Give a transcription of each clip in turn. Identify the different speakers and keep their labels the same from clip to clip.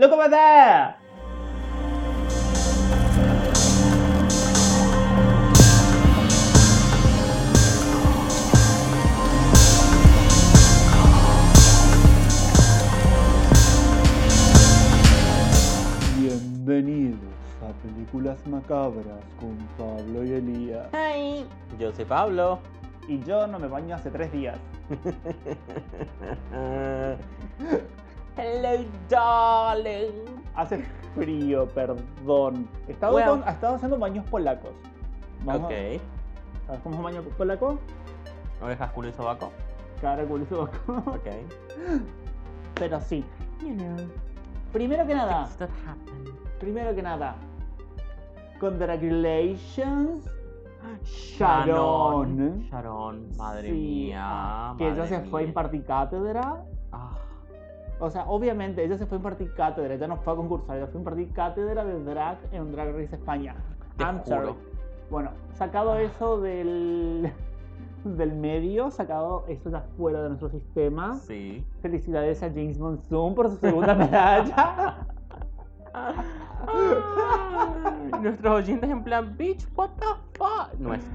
Speaker 1: ¡Loco Batá!
Speaker 2: Bienvenidos a Películas Macabras con Pablo y Elías.
Speaker 1: ¡Ay!
Speaker 3: Yo soy Pablo.
Speaker 1: Y yo no me baño hace tres días.
Speaker 3: Hello, darling.
Speaker 1: Hace frío, perdón. He estado,
Speaker 3: Bueno.
Speaker 1: con- he estado haciendo baños polacos. Vamos
Speaker 3: Ok.
Speaker 1: a- ¿Sabes cómo es un baño polaco?
Speaker 3: Orejas, culo y sobaco.
Speaker 1: Cara, culo y sobaco.
Speaker 3: Ok.
Speaker 1: Pero sí.
Speaker 3: You know,
Speaker 1: Primero que nada,
Speaker 3: stuff happens.
Speaker 1: primero que nada. Congratulations, Sharon.
Speaker 3: Sharon, madre
Speaker 1: Sí.
Speaker 3: mía.
Speaker 1: Que ella
Speaker 3: madre
Speaker 1: se fue a
Speaker 3: mía.
Speaker 1: impartir cátedra.
Speaker 3: Ah,
Speaker 1: O sea, obviamente ella se fue a impartir cátedra, ella no fue a concursar, ella fue a impartir cátedra de drag en Drag Race España.
Speaker 3: Te
Speaker 1: I'm
Speaker 3: juro. Ah.
Speaker 1: sorry. Bueno, sacado eso del, del medio, sacado eso de afuera de nuestro sistema.
Speaker 3: Sí.
Speaker 1: Felicidades a James Monsoon por su segunda medalla.
Speaker 3: Ah, Nuestros oyentes en plan, bitch, what the fuck. No, es-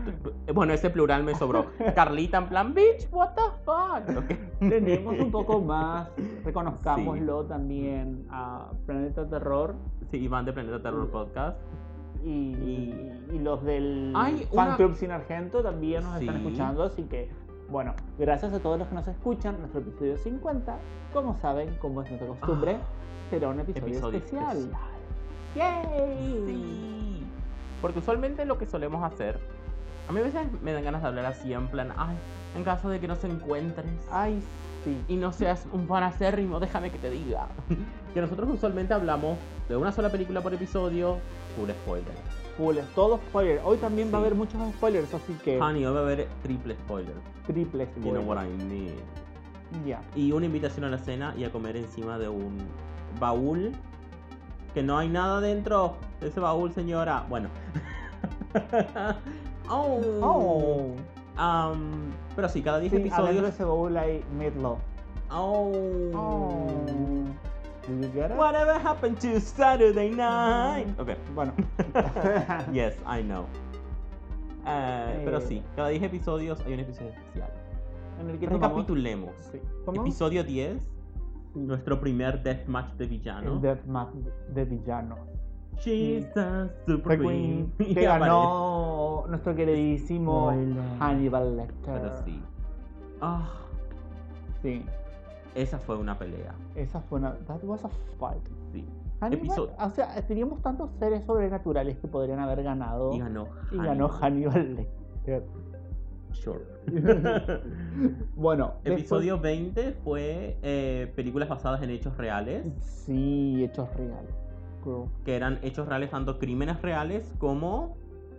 Speaker 3: eh, bueno, ese plural me sobró. Carlita en plan, bitch, what the fuck. Ok.
Speaker 1: Tenemos un poco más, reconozcámoslo también a Planeta Terror
Speaker 3: Sí, Iván de Planeta Terror Podcast.
Speaker 1: y,
Speaker 3: Y-
Speaker 1: y los del
Speaker 3: Hay
Speaker 1: Fan
Speaker 3: una-
Speaker 1: Club Sin Argento también nos están
Speaker 3: Sí.
Speaker 1: escuchando, así que, bueno, gracias a todos los que nos escuchan, nuestro episodio 50, como saben, como es nuestra costumbre, será un episodio,
Speaker 3: Ah, Episodio
Speaker 1: especial.
Speaker 3: especial.
Speaker 1: ¡Yay!
Speaker 3: Sí. Porque usualmente lo que solemos hacer, a mí a veces me dan ganas de hablar así en plan, ay, en caso de que no se encuentres
Speaker 1: Ay, sí.
Speaker 3: y no seas un fan acérrimo, déjame que te diga. que nosotros usualmente hablamos de una sola película por episodio, full spoiler.
Speaker 1: Full, todo spoiler. Hoy también va a
Speaker 3: Sí.
Speaker 1: haber muchos spoilers, así que
Speaker 3: Honey, hoy va a haber triple spoiler.
Speaker 1: triple
Speaker 3: You
Speaker 1: spoiler.
Speaker 3: know what I mean.
Speaker 1: Ya.
Speaker 3: Y una invitación a la cena y a comer encima de un baúl que no hay nada dentro de ese baúl, señora. Bueno. oh. este
Speaker 1: Oh.
Speaker 3: Am, pero sí, cada 10
Speaker 1: Sí, adentro de
Speaker 3: episodios.
Speaker 1: ese baúl hay Midlow.
Speaker 3: Oh.
Speaker 1: Oh. Do you get it?
Speaker 3: Whatever happened to Saturday night?
Speaker 1: Mm.
Speaker 3: Ok,
Speaker 1: Bueno.
Speaker 3: yes, I know. Eh,
Speaker 1: Eh.
Speaker 3: Pero sí, cada 10 episodios hay un episodio especial.
Speaker 1: En el que tomamos-
Speaker 3: Recapitulemos.
Speaker 1: Sí. ¿Cómo?
Speaker 3: Episodio 10, nuestro primer deathmatch de villano.
Speaker 1: El Deathmatch de villano.
Speaker 3: She's a super queen. Y
Speaker 1: Que
Speaker 3: aparece.
Speaker 1: ganó nuestro queridísimo
Speaker 3: Spoiler.
Speaker 1: Hannibal Lecter.
Speaker 3: Pero sí. Ah,
Speaker 1: Sí,
Speaker 3: esa fue una pelea.
Speaker 1: Esa fue una. That was a fight.
Speaker 3: Sí.
Speaker 1: Hannibal,
Speaker 3: Episodio-
Speaker 1: O sea, teníamos tantos seres sobrenaturales que podrían haber ganado.
Speaker 3: Y ganó.
Speaker 1: y ganó Hannibal Lecter.
Speaker 3: Sure.
Speaker 1: Bueno, después-
Speaker 3: Episodio 20 fue eh, películas basadas en hechos reales,
Speaker 1: Sí, hechos reales. girl.
Speaker 3: que eran hechos reales tanto crímenes reales como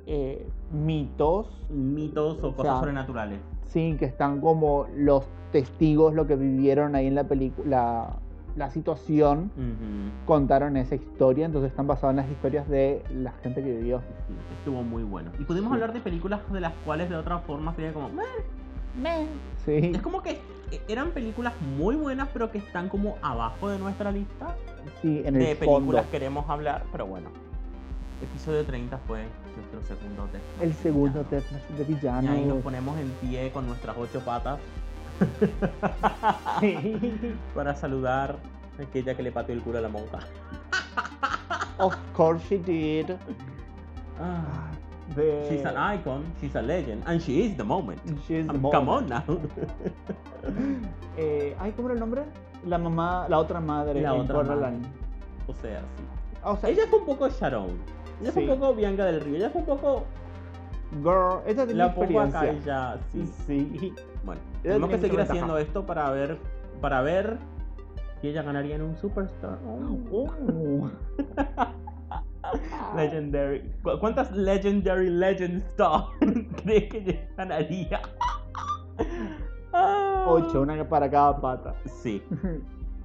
Speaker 1: Eh, mitos.
Speaker 3: mitos
Speaker 1: O
Speaker 3: o cosas
Speaker 1: sea,
Speaker 3: sobrenaturales.
Speaker 1: Sí, que están como los testigos, lo que vivieron ahí en la película, la situación,
Speaker 3: Ujú.
Speaker 1: contaron esa historia, entonces están basadas en las historias de la gente que vivió.
Speaker 3: Sí, estuvo muy bueno. Y pudimos
Speaker 1: Sí.
Speaker 3: hablar de películas de las cuales de otra forma sería como... "Meh".
Speaker 1: Sí,
Speaker 3: Es como que eh, eran películas muy buenas pero que están como abajo de nuestra lista.
Speaker 1: sí, en
Speaker 3: de
Speaker 1: el fondo.
Speaker 3: películas queremos hablar, pero bueno. Episodio 30 fue nuestro segundo test.
Speaker 1: El segundo deathmatch de
Speaker 3: Y ahí nos
Speaker 1: villano.
Speaker 3: ponemos en pie con nuestras ocho patas
Speaker 1: Sí.
Speaker 3: para saludar a aquella que le pateó el culo a la monja.
Speaker 1: of course she did.
Speaker 3: Ah,
Speaker 1: De-
Speaker 3: She's an icon, she's a legend, and she is the moment.
Speaker 1: She's the
Speaker 3: Um,
Speaker 1: mom.
Speaker 3: Come on now.
Speaker 1: Eh, ay, ¿cómo era el nombre? La mamá, la otra madre.
Speaker 3: La
Speaker 1: en
Speaker 3: otra
Speaker 1: Coraline.
Speaker 3: madre. O sea, sí.
Speaker 1: O sea,
Speaker 3: Ella fue un poco Sharon. Ella fue
Speaker 1: Sí.
Speaker 3: un poco Bianca del Río. Ella fue un poco.
Speaker 1: girl, ella tenía
Speaker 3: La pongo acá y
Speaker 1: experiencia.
Speaker 3: ya, sí.
Speaker 1: sí.
Speaker 3: Bueno,
Speaker 1: Ella
Speaker 3: tenemos
Speaker 1: tenía
Speaker 3: que seguir
Speaker 1: mucha
Speaker 3: haciendo
Speaker 1: ventaja.
Speaker 3: esto para ver, para ver si ella ganaría en un Superstar.
Speaker 1: Oh,
Speaker 3: Oh,
Speaker 1: Uh. oh.
Speaker 3: Legendary. ¿Cu- ¿Cuántas Legendary Legend Star crees que ella ganaría? Ah.
Speaker 1: Ocho, una para cada pata.
Speaker 3: Sí.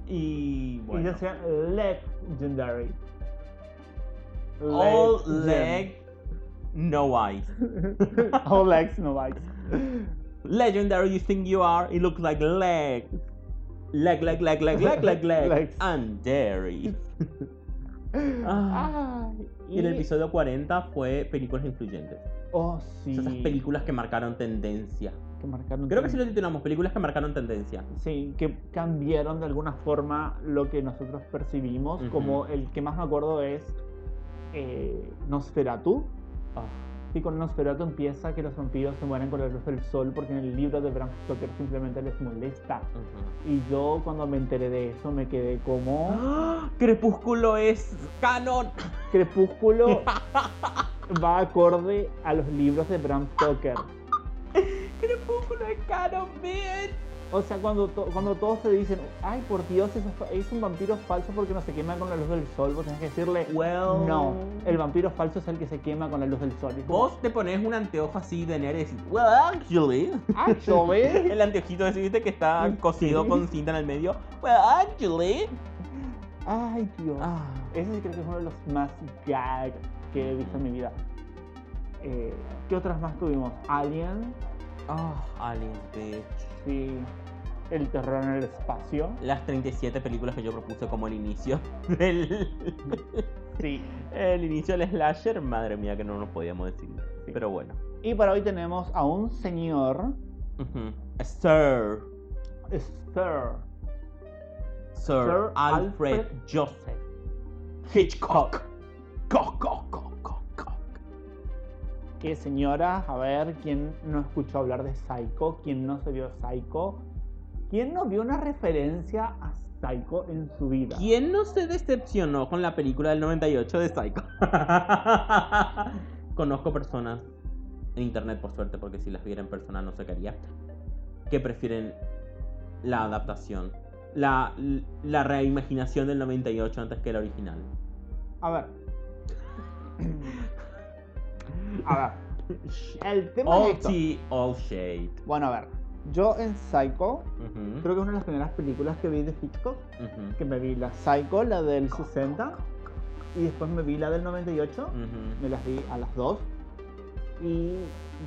Speaker 3: Y
Speaker 1: Y
Speaker 3: bueno.
Speaker 1: ya sea legendary.
Speaker 3: All leg, no eyes.
Speaker 1: All legs, no bites.
Speaker 3: Legendary you think you are, it looks like leg. Leg, leg, leg, leg, leg, leg, leg.
Speaker 2: Legs.
Speaker 3: And dairy. Ah,
Speaker 1: Ah,
Speaker 3: y el episodio 40 fue películas influyentes.
Speaker 2: Oh,
Speaker 3: O
Speaker 2: sí.
Speaker 3: sea, esas películas que marcaron tendencia.
Speaker 1: que marcaron
Speaker 3: Creo que
Speaker 1: tiempo.
Speaker 3: sí lo titulamos, películas que marcaron tendencia.
Speaker 1: Sí, que cambiaron de alguna forma lo que nosotros percibimos.
Speaker 3: Ujú.
Speaker 1: Como el que más me acuerdo es eh, Nosferatu. Y con Nosferatu empieza que los vampiros se mueren con la luz del sol porque en el libro de Bram Stoker simplemente les molesta.
Speaker 3: Ujú.
Speaker 1: Y yo cuando me enteré de eso me quedé como
Speaker 3: ¡Ah! Crepúsculo es canon.
Speaker 1: Crepúsculo va acorde a los libros de Bram Stoker.
Speaker 3: Crepúsculo es canon, bitch.
Speaker 1: O sea, cuando, to- cuando todos te dicen, ay por Dios, eso es, fa- es un vampiro falso porque no se quema con la luz del sol, vos tenés que decirle,
Speaker 3: Well.
Speaker 1: No, el vampiro falso es el que se quema con la luz del sol. Y es como,
Speaker 3: Vos te pones un anteojo así de nerd y decís, well, actually.
Speaker 1: Ah, Actually,
Speaker 3: El anteojito ese, viste, que está cosido con cinta en el medio. Well, actually.
Speaker 1: ay Dios.
Speaker 3: Ah.
Speaker 1: Ese sí creo que es uno de los más gag que he visto en mi vida. Eh, ¿Qué otras más tuvimos? Alien,
Speaker 3: Ah, Alien, bitch.
Speaker 1: sí. El terror en el espacio.
Speaker 3: Las 37 películas que yo propuse como el inicio del,
Speaker 1: Sí.
Speaker 3: el inicio del slasher, madre mía que no nos podíamos decir.
Speaker 1: Sí.
Speaker 3: Pero bueno.
Speaker 1: Y para hoy tenemos a un señor,
Speaker 3: Ujú. Sir,
Speaker 1: Sir
Speaker 3: Sir,
Speaker 1: Sir
Speaker 3: Alfred,
Speaker 1: Alfred
Speaker 3: Joseph Hitchcock. Cock, cock, cock, cock, cock.
Speaker 1: que señora, a ver, ¿quién no escuchó hablar de Psycho? ¿Quién no se vio Psycho? ¿Quién no vio una referencia a Psycho en su vida?
Speaker 3: ¿Quién no se decepcionó con la película del 98 de Psycho? Conozco personas en internet, por suerte, porque si las viera en persona no se quería, que prefieren la adaptación, la, la reimaginación del 98 antes que el original.
Speaker 1: A ver. A ver. El tema es
Speaker 3: All
Speaker 1: esto.
Speaker 3: tea, all shade.
Speaker 1: Bueno, a ver. Yo en Psycho,
Speaker 3: Ujú,
Speaker 1: creo que es una de las primeras películas que vi de Hitchcock,
Speaker 3: ujú,
Speaker 1: que me vi la Psycho, la del 60, y después me vi la del 98,
Speaker 3: ujú.
Speaker 1: me las vi a las dos. Y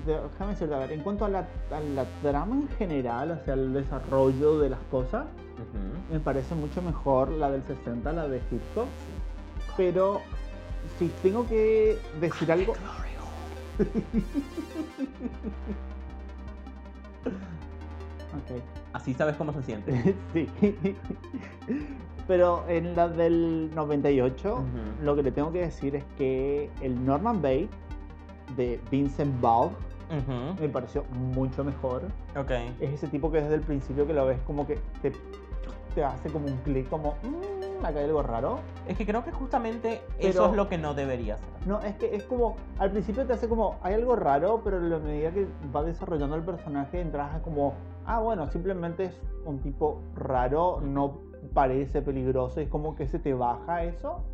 Speaker 1: de- déjame decirte, a ver, en cuanto a la, a la trama en general, hacia el desarrollo de las cosas,
Speaker 3: Ujú.
Speaker 1: me parece mucho mejor la del 60, la de Hitchcock. Pero si tengo que decir algo. Ok,
Speaker 3: Así sabes cómo se siente.
Speaker 1: sí. Pero en la del 98,
Speaker 3: Ujú.
Speaker 1: lo que le tengo que decir es que el Norman Bates de Vincent Vaughn
Speaker 3: Ujú,
Speaker 1: me pareció mucho mejor.
Speaker 3: Ok.
Speaker 1: Es ese tipo que desde el principio que lo ves como que te, te hace como un clic, como, mmm, acá hay algo raro.
Speaker 3: Es que creo que justamente
Speaker 1: Pero-
Speaker 3: eso es lo que no debería ser.
Speaker 1: No, es que es como, al principio te hace como, hay algo raro, pero a la medida que va desarrollando el personaje, entras a como, ah, bueno, simplemente es un tipo raro, no parece peligroso, y es como que se te baja eso.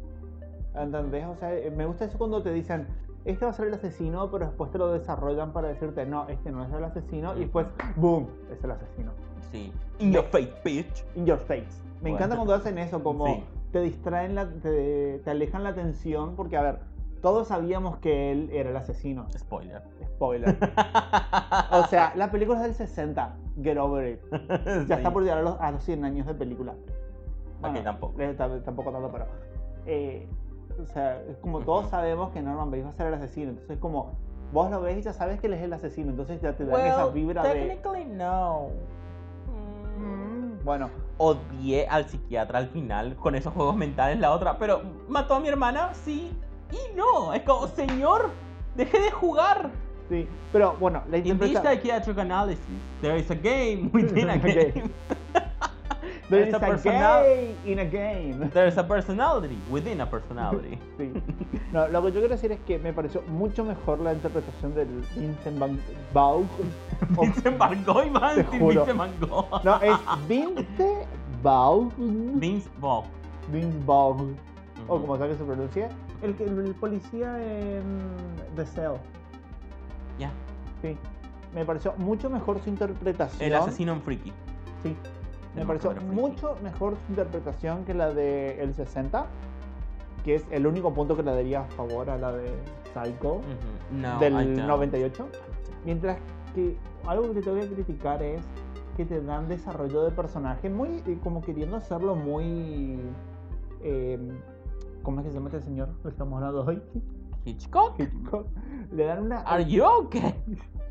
Speaker 1: ¿Entendés? O sea, eh, me gusta eso cuando te dicen, este va a ser el asesino, pero después te lo desarrollan para decirte, no, este no es el asesino, y después, ¡boom! Es el asesino.
Speaker 3: Sí. In your face, bitch.
Speaker 1: In your face. Me encanta
Speaker 3: Bueno.
Speaker 1: cuando hacen eso, como
Speaker 3: Sí.
Speaker 1: te distraen, la, te, te alejan la atención, porque a ver, todos sabíamos que él era el asesino.
Speaker 3: Spoiler.
Speaker 1: Spoiler. o sea, la película es del 60. Get over it. Ya está por llegar a los, a los 100 años de película. Bueno,
Speaker 3: tampoco.
Speaker 1: eh, tam- tampoco tanto, pero. eh, o sea, es como todos
Speaker 3: Ujú.
Speaker 1: sabemos que Norman Bates va a ser el asesino. Entonces, es como vos lo ves y ya sabes que él es el asesino. Entonces, ya te dan esa vibra de.
Speaker 3: technically no.
Speaker 1: Mm, Bueno,
Speaker 3: Odié al psiquiatra al final con esos juegos mentales, la otra. Pero mató a mi hermana, sí. Y no. Es como, señor, deje de jugar.
Speaker 1: sí. Pero bueno, la
Speaker 3: In this
Speaker 1: interpreta...
Speaker 3: psychiatric analysis, there is a game within a
Speaker 1: Okay.
Speaker 3: game.
Speaker 1: There
Speaker 3: Esa
Speaker 1: is a
Speaker 3: persona-
Speaker 1: gay in a game.
Speaker 3: There is a personality within a personality.
Speaker 1: Sí. No, lo que yo quiero decir es que me pareció mucho mejor la interpretación del Vincent Van Gogh. O-
Speaker 3: Vincent Van Gogh, man.
Speaker 1: Te
Speaker 3: sí,
Speaker 1: juro.
Speaker 3: Vincent Van Gogh.
Speaker 1: No, es Vincent Vaughn.
Speaker 3: Vince Vaughn.
Speaker 1: Vince Vaughn. O
Speaker 3: Ujú.
Speaker 1: como sea que se pronuncie. El, que- el policía en The Cell.
Speaker 3: Ya.
Speaker 1: Sí. Me pareció mucho mejor su interpretación.
Speaker 3: El asesino en Freaky.
Speaker 1: Sí. Me
Speaker 3: El
Speaker 1: pareció
Speaker 3: mafioso friki.
Speaker 1: mucho mejor su interpretación que la de El 60. Que es el único punto que le daría a favor a la de Psycho.
Speaker 3: Ujú. Mm, No, I
Speaker 1: del
Speaker 3: don't.
Speaker 1: 98. Mientras que algo que te voy a criticar es que te dan desarrollo de personaje, muy eh, como queriendo hacerlo muy... eh, ¿Cómo es que se llama este señor? Lo estamos hablando hoy.
Speaker 3: Hitchcock,
Speaker 1: Hitchcock. Le dan una...
Speaker 3: are you okay?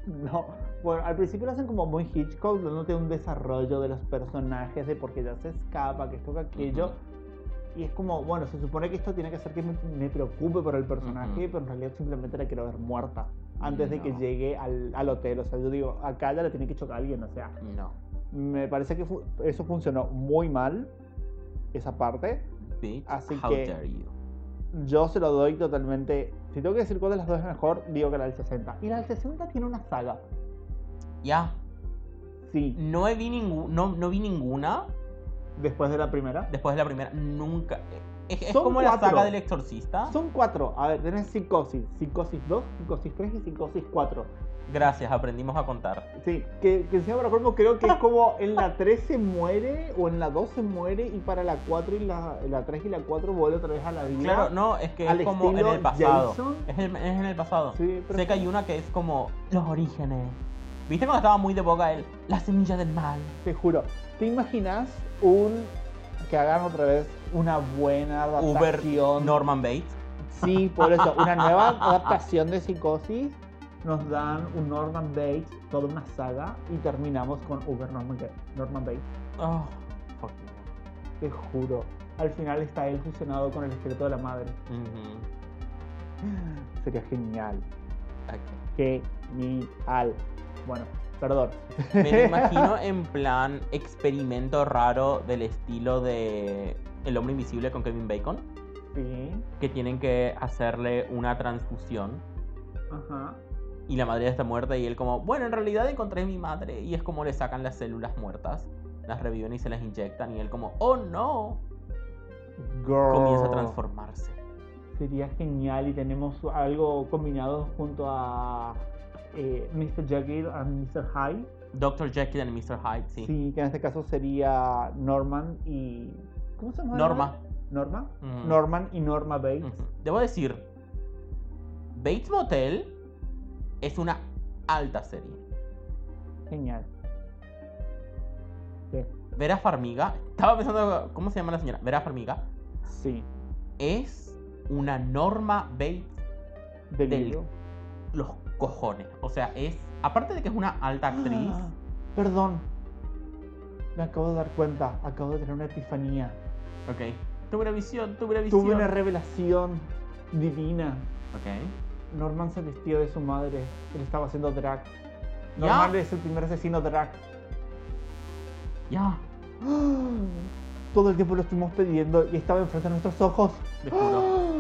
Speaker 1: No, bueno, al principio lo hacen como muy Hitchcock, dándote un desarrollo de los personajes, de por qué ya se escapa, que esto, que aquello.
Speaker 3: Ujú.
Speaker 1: Y es como, bueno, se supone que esto tiene que hacer que me, me preocupe por el personaje,
Speaker 3: Ujú.
Speaker 1: pero en realidad simplemente la quiero ver muerta antes de que
Speaker 3: No.
Speaker 1: llegue al, al hotel. O sea, yo digo, acá ya la tiene que chocar alguien, o sea.
Speaker 3: No.
Speaker 1: Me parece que fu- eso funcionó muy mal, esa parte.
Speaker 3: Bitch,
Speaker 1: Así
Speaker 3: how
Speaker 1: que-
Speaker 3: dare you.
Speaker 1: Yo se lo doy totalmente. Si tengo que decir cuál de las dos es mejor, digo que la del 60. Y la del 60 tiene una saga.
Speaker 3: Ya.
Speaker 1: Sí,
Speaker 3: No, he vi ningú- no, no vi ninguna Mm.
Speaker 1: después de la primera.
Speaker 3: después de la primera. Nunca. Es, es
Speaker 1: Son
Speaker 3: como la
Speaker 1: cuatro.
Speaker 3: saga del exorcista.
Speaker 1: Son cuatro. A ver, tenés psicosis. Psicosis 2, psicosis 3 y psicosis 4.
Speaker 3: Gracias, aprendimos a contar.
Speaker 1: Sí, que, que encima para colmo creo que es como en la 3 se muere o en la 2 se muere y para la 4 y la, en la 3 y la 4 vuelve otra vez a la vida.
Speaker 3: Claro, no, es que
Speaker 1: al
Speaker 3: es como en
Speaker 1: estilo
Speaker 3: el pasado.
Speaker 1: Jason.
Speaker 3: Es, el- es en el pasado.
Speaker 1: Sí, pero
Speaker 3: Sé que hay una que es como los orígenes. ¿Viste cuando estaba muy de boca el la semilla del mal?
Speaker 1: te juro. ¿Te imaginas un que hagan otra vez una buena
Speaker 3: Uber
Speaker 1: adaptación?
Speaker 3: Norman Bates.
Speaker 1: Sí, por eso, una nueva adaptación de Psicosis. Nos dan un Norman Bates, toda una saga, y terminamos con Uber Norman, Norman Bates.
Speaker 3: Oh, por Dios.
Speaker 1: Te juro. Al final está él fusionado con el espíritu de la madre.
Speaker 3: Ujú.
Speaker 1: Sería genial.
Speaker 3: Ok.
Speaker 1: Genial. Bueno, perdón.
Speaker 3: Me lo imagino en plan experimento raro del estilo de El hombre invisible con Kevin Bacon.
Speaker 1: Sí.
Speaker 3: que tienen que hacerle una transfusión
Speaker 1: Ajá.
Speaker 3: y la madre ya está muerta y él como, bueno, en realidad encontré a mi madre y es como le sacan las células muertas, las reviven y se las inyectan y él como, oh no,
Speaker 1: Girl.
Speaker 3: comienza a transformarse.
Speaker 1: Sería genial y tenemos algo combinado junto a eh, Mr. Jekyll and Mr. Hyde.
Speaker 3: Dr. Jekyll and Mr. Hyde, sí.
Speaker 1: Sí. que en este caso sería Norman y. ¿Cómo se llama?
Speaker 3: Norma. Mm.
Speaker 1: Norma.
Speaker 3: Ujú.
Speaker 1: Norman y Norma Bates.
Speaker 3: Ujú. Debo decir, Bates Motel es una alta serie. Mm.
Speaker 1: Genial. Sí.
Speaker 3: Vera Farmiga, estaba pensando, ¿cómo se llama la señora? Vera Farmiga
Speaker 1: Sí.
Speaker 3: es una Norma Bates
Speaker 1: Delirio.
Speaker 3: los cojones. O sea, es. Aparte de que es una alta actriz.
Speaker 1: Ah, Perdón. Me acabo de dar cuenta. Acabo de tener una epifanía.
Speaker 3: Ok. Tuve una visión, tuve una visión.
Speaker 1: Tuve una revelación divina.
Speaker 3: Ok.
Speaker 1: Norman se vistió de su madre. Él estaba haciendo drag. Norman
Speaker 3: Ya.
Speaker 1: es el primer asesino drag.
Speaker 3: Ya.
Speaker 1: Todo el tiempo lo estuvimos pidiendo y estaba enfrente de nuestros ojos.
Speaker 3: Te juro.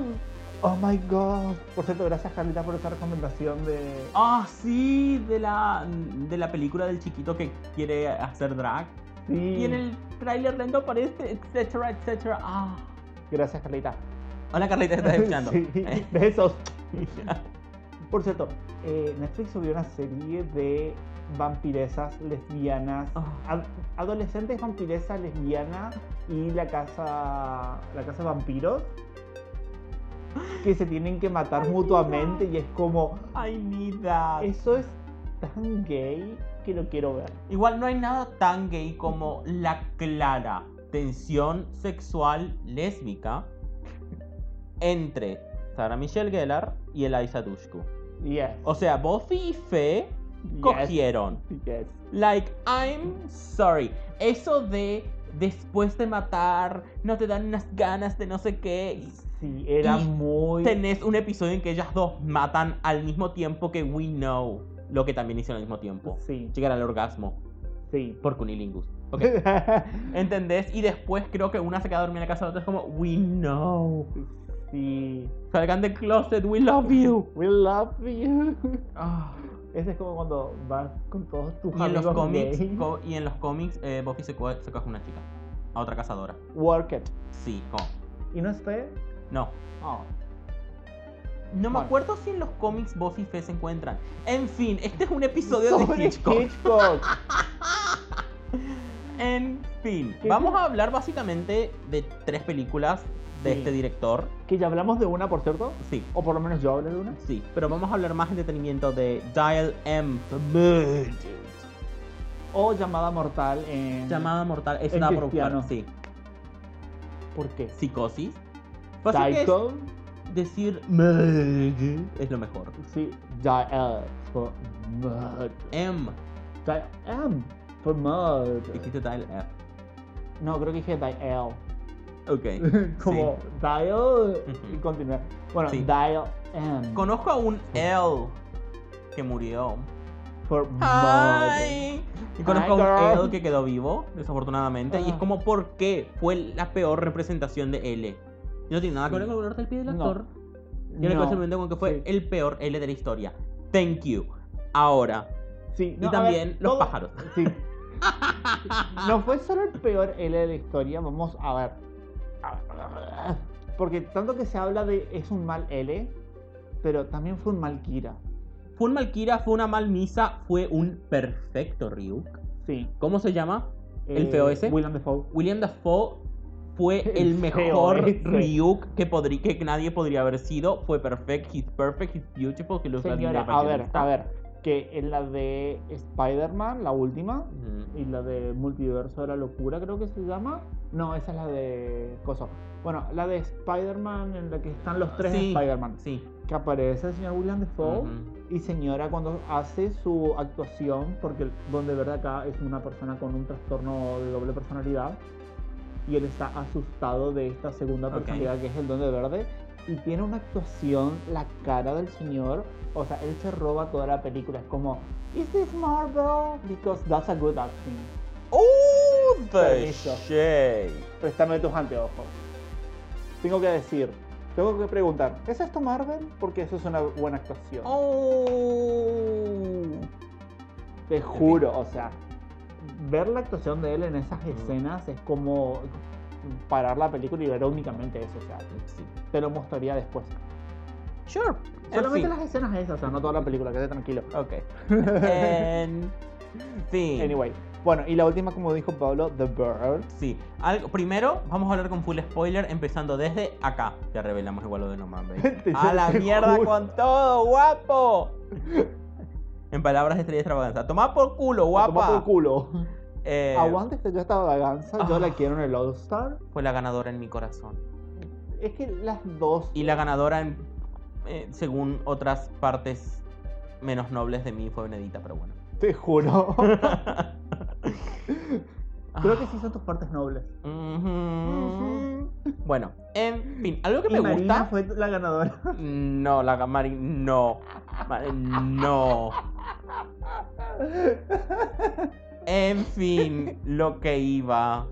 Speaker 1: Oh my god. Por cierto, gracias Carlita por esa recomendación de.
Speaker 3: Ah, sí, de la, de la película del chiquito que quiere hacer drag.
Speaker 1: Sí.
Speaker 3: Y en el tráiler lento aparece, etcétera, etcétera. Ah.
Speaker 1: Gracias Carlita.
Speaker 3: Hola Carlita, ¿estás escuchando?
Speaker 1: Sí,
Speaker 3: Eh,
Speaker 1: de esos. Por cierto, eh, Netflix subió una serie de vampiresas, lesbianas,
Speaker 3: Ah.
Speaker 1: ad- adolescentes vampiresas, lesbianas y la casa, la casa de vampiros que se tienen que matar
Speaker 3: Ay, Ah.
Speaker 1: mutuamente
Speaker 3: mira.
Speaker 1: y es como
Speaker 3: I need that.
Speaker 1: eso es tan gay que lo quiero ver.
Speaker 3: Igual no hay nada tan gay como la clara tensión sexual lésbica entre Sarah Michelle Gellar y Eliza Dushku.
Speaker 1: Yes.
Speaker 3: O sea, Buffy y Fe
Speaker 1: yes,
Speaker 3: cogieron.
Speaker 1: yes.
Speaker 3: Like, I'm sorry. Eso de después de matar, no te dan unas ganas de no sé qué.
Speaker 1: Sí, era
Speaker 3: Y
Speaker 1: muy
Speaker 3: Tenés un episodio en que ellas dos matan al mismo tiempo que We Know, lo que también hicieron al mismo tiempo.
Speaker 1: sí,
Speaker 3: Llegar al orgasmo
Speaker 1: sí.
Speaker 3: por cunilingus. Ok. ¿Entendés? Y después creo que una se queda a dormir en la casa de la otra. Es como, we know.
Speaker 1: sí.
Speaker 3: Salgan del closet, we love you.
Speaker 1: We love you.
Speaker 3: Ah.
Speaker 1: Ese es como cuando vas con todos tus
Speaker 3: Y en los
Speaker 1: amigos
Speaker 3: cómics,
Speaker 1: gay.
Speaker 3: co- y en los cómics eh, Buffy se, co- se coge a una chica. A otra cazadora.
Speaker 1: Work it.
Speaker 3: Sí, ¿cómo?
Speaker 1: ¿Y no es fe?
Speaker 3: No.
Speaker 1: Oh.
Speaker 3: No me
Speaker 1: Bueno.
Speaker 3: acuerdo si en los cómics Buffy y Fe se encuentran. En fin, este es un episodio
Speaker 1: Sobre
Speaker 3: de Hitchcock.
Speaker 1: Hitchcock.
Speaker 3: En fin,
Speaker 1: ¿Qué?
Speaker 3: vamos a hablar básicamente de tres películas de
Speaker 1: Sí.
Speaker 3: este director.
Speaker 1: que ya hablamos de una, por cierto.
Speaker 3: Sí,
Speaker 1: O por lo menos yo hablé de una.
Speaker 3: Sí, pero vamos a hablar más en detenimiento de Dial M. Murdered.
Speaker 1: O Llamada Mortal en.
Speaker 3: Llamada mortal, eso
Speaker 1: en
Speaker 3: estaba por buscar,
Speaker 1: cristiano.
Speaker 3: sí.
Speaker 1: ¿Por qué?
Speaker 3: Psicosis. Pasa que es
Speaker 1: Psycho.
Speaker 3: decir "Meg" es lo mejor.
Speaker 1: Sí. Jael. For murder.
Speaker 3: M.
Speaker 1: Jael. For murder.
Speaker 3: Dijiste tal F.
Speaker 1: No, creo que dije Jael.
Speaker 3: Ok.
Speaker 1: Como Dial y
Speaker 3: Ujú.
Speaker 1: continuar. Bueno,
Speaker 3: Sí.
Speaker 1: Dial M.
Speaker 3: Conozco a un L que murió.
Speaker 1: For murder.
Speaker 3: Ay. Y conozco
Speaker 1: Ay,
Speaker 3: a un
Speaker 1: girl.
Speaker 3: L que quedó vivo, desafortunadamente. Y es
Speaker 1: Ah.
Speaker 3: como, ¿por qué fue la peor representación de L? No tiene nada que ver con el color del pie del
Speaker 1: No.
Speaker 3: actor. Yo le
Speaker 1: No.
Speaker 3: simplemente con que fue
Speaker 1: Sí.
Speaker 3: el peor L de la historia. Thank you. Ahora,
Speaker 1: Sí,
Speaker 3: Y
Speaker 1: no, a
Speaker 3: también los
Speaker 1: todo-
Speaker 3: pájaros.
Speaker 1: Sí. No fue solo el peor L de la historia, vamos a ver. Porque tanto que se habla de es un mal L, pero también fue un mal Kira.
Speaker 3: fue un Malkira, fue una mal misa, fue un perfecto Ryuk.
Speaker 1: Sí.
Speaker 3: ¿Cómo se llama? ¿El feo ese?
Speaker 1: William Dafoe.
Speaker 3: William Dafoe fue el,
Speaker 1: El
Speaker 3: mejor
Speaker 1: feo ese.
Speaker 3: Ryuk que, podri- que nadie podría haber sido. Fue perfect, he's perfect, he's beautiful, que lo usa
Speaker 1: Señora,
Speaker 3: Admiral
Speaker 1: a ver,
Speaker 3: Bachelista.
Speaker 1: a ver. Que en la de Spider-Man, la última,
Speaker 3: Ujú.
Speaker 1: y la de Multiverso de la Locura, creo que se llama. No, esa es la de. Coso. Bueno, la de Spider-Man, en la que están los tres
Speaker 3: Sí.
Speaker 1: Spider-Man.
Speaker 3: Sí.
Speaker 1: Que aparece el señor William Dafoe.
Speaker 3: Ujú.
Speaker 1: y señora cuando hace su actuación, porque donde de verdad acá es una persona con un trastorno de doble personalidad, y él está asustado de esta segunda
Speaker 3: Ok.
Speaker 1: personalidad que es el don de verde, y tiene una actuación, la cara del señor, o sea, él se roba toda la película, es como, ¿Is this Marvel? Because that's a good acting.
Speaker 3: ¡Oh, the
Speaker 1: Permiso.
Speaker 3: shade!
Speaker 1: Préstame tus anteojos. Tengo que decir, tengo que preguntar, ¿es esto Marvel? Porque eso es una buena actuación.
Speaker 3: ¡Oh!
Speaker 1: Te juro, o sea, ver la actuación de él en esas escenas es como parar la película y ver únicamente eso, o sea,
Speaker 3: Sí.
Speaker 1: te lo mostraría después.
Speaker 3: Sure. En
Speaker 1: Solamente
Speaker 3: fin.
Speaker 1: las escenas esas, o sea, no toda la película, quédate tranquilo.
Speaker 3: Ok. En fin.
Speaker 1: Anyway, bueno, y la última, como dijo Pablo, The Bird.
Speaker 3: Sí. Algo, primero, vamos a hablar con full spoiler, empezando desde acá. Ya revelamos igual lo de No Man Baby.
Speaker 1: Te-
Speaker 3: ¡A la
Speaker 1: te
Speaker 3: mierda
Speaker 1: juro.
Speaker 3: con todo, guapo! En palabras de Estrella Extravaganza. Tomá por culo, guapa.
Speaker 1: Toma por culo.
Speaker 3: Eh,
Speaker 1: Aguante que yo esta vaganza, yo
Speaker 3: Ah.
Speaker 1: la quiero en el All Star.
Speaker 3: Fue la ganadora en mi corazón.
Speaker 1: Es que las dos.
Speaker 3: Y la ganadora, en- eh, según otras partes menos nobles de mí, fue Benedita, pero bueno.
Speaker 1: Te juro. Creo que sí son tus partes nobles.
Speaker 3: Ujú. Bueno, en fin, algo Mm. que me
Speaker 1: y Marina
Speaker 3: gusta.
Speaker 1: fue la ganadora.
Speaker 3: No, la Gamari, no. Ma- No. En fin, lo que iba.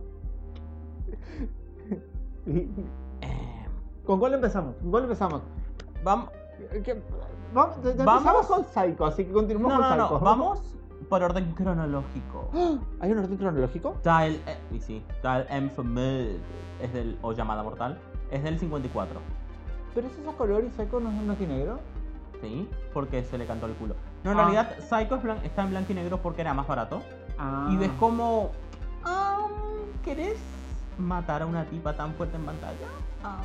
Speaker 3: Eh,
Speaker 1: ¿Con cuál empezamos? ¿Con cuál empezamos?
Speaker 3: vam-
Speaker 1: Que- Vamos, ya
Speaker 3: Eh, Vamos-
Speaker 1: empezamos con Psycho, así que continuamos
Speaker 3: no,
Speaker 1: con
Speaker 3: no, no.
Speaker 1: Psycho.
Speaker 3: Vamos por orden cronológico.
Speaker 1: ¿Hay un orden cronológico?
Speaker 3: Dial, eh, y sí, Dial M for Murder es del, o llamada mortal, es del 54,
Speaker 1: Pero eso es a color y Psycho no es en blanco y negro.
Speaker 3: ¿sí? Porque se le cantó el culo. No, en
Speaker 1: Ah.
Speaker 3: realidad Psycho es blan- está en blanco y negro porque era más barato.
Speaker 1: Ah.
Speaker 3: Y ves como... am, ¿Querés matar a una tipa tan fuerte en pantalla? Am,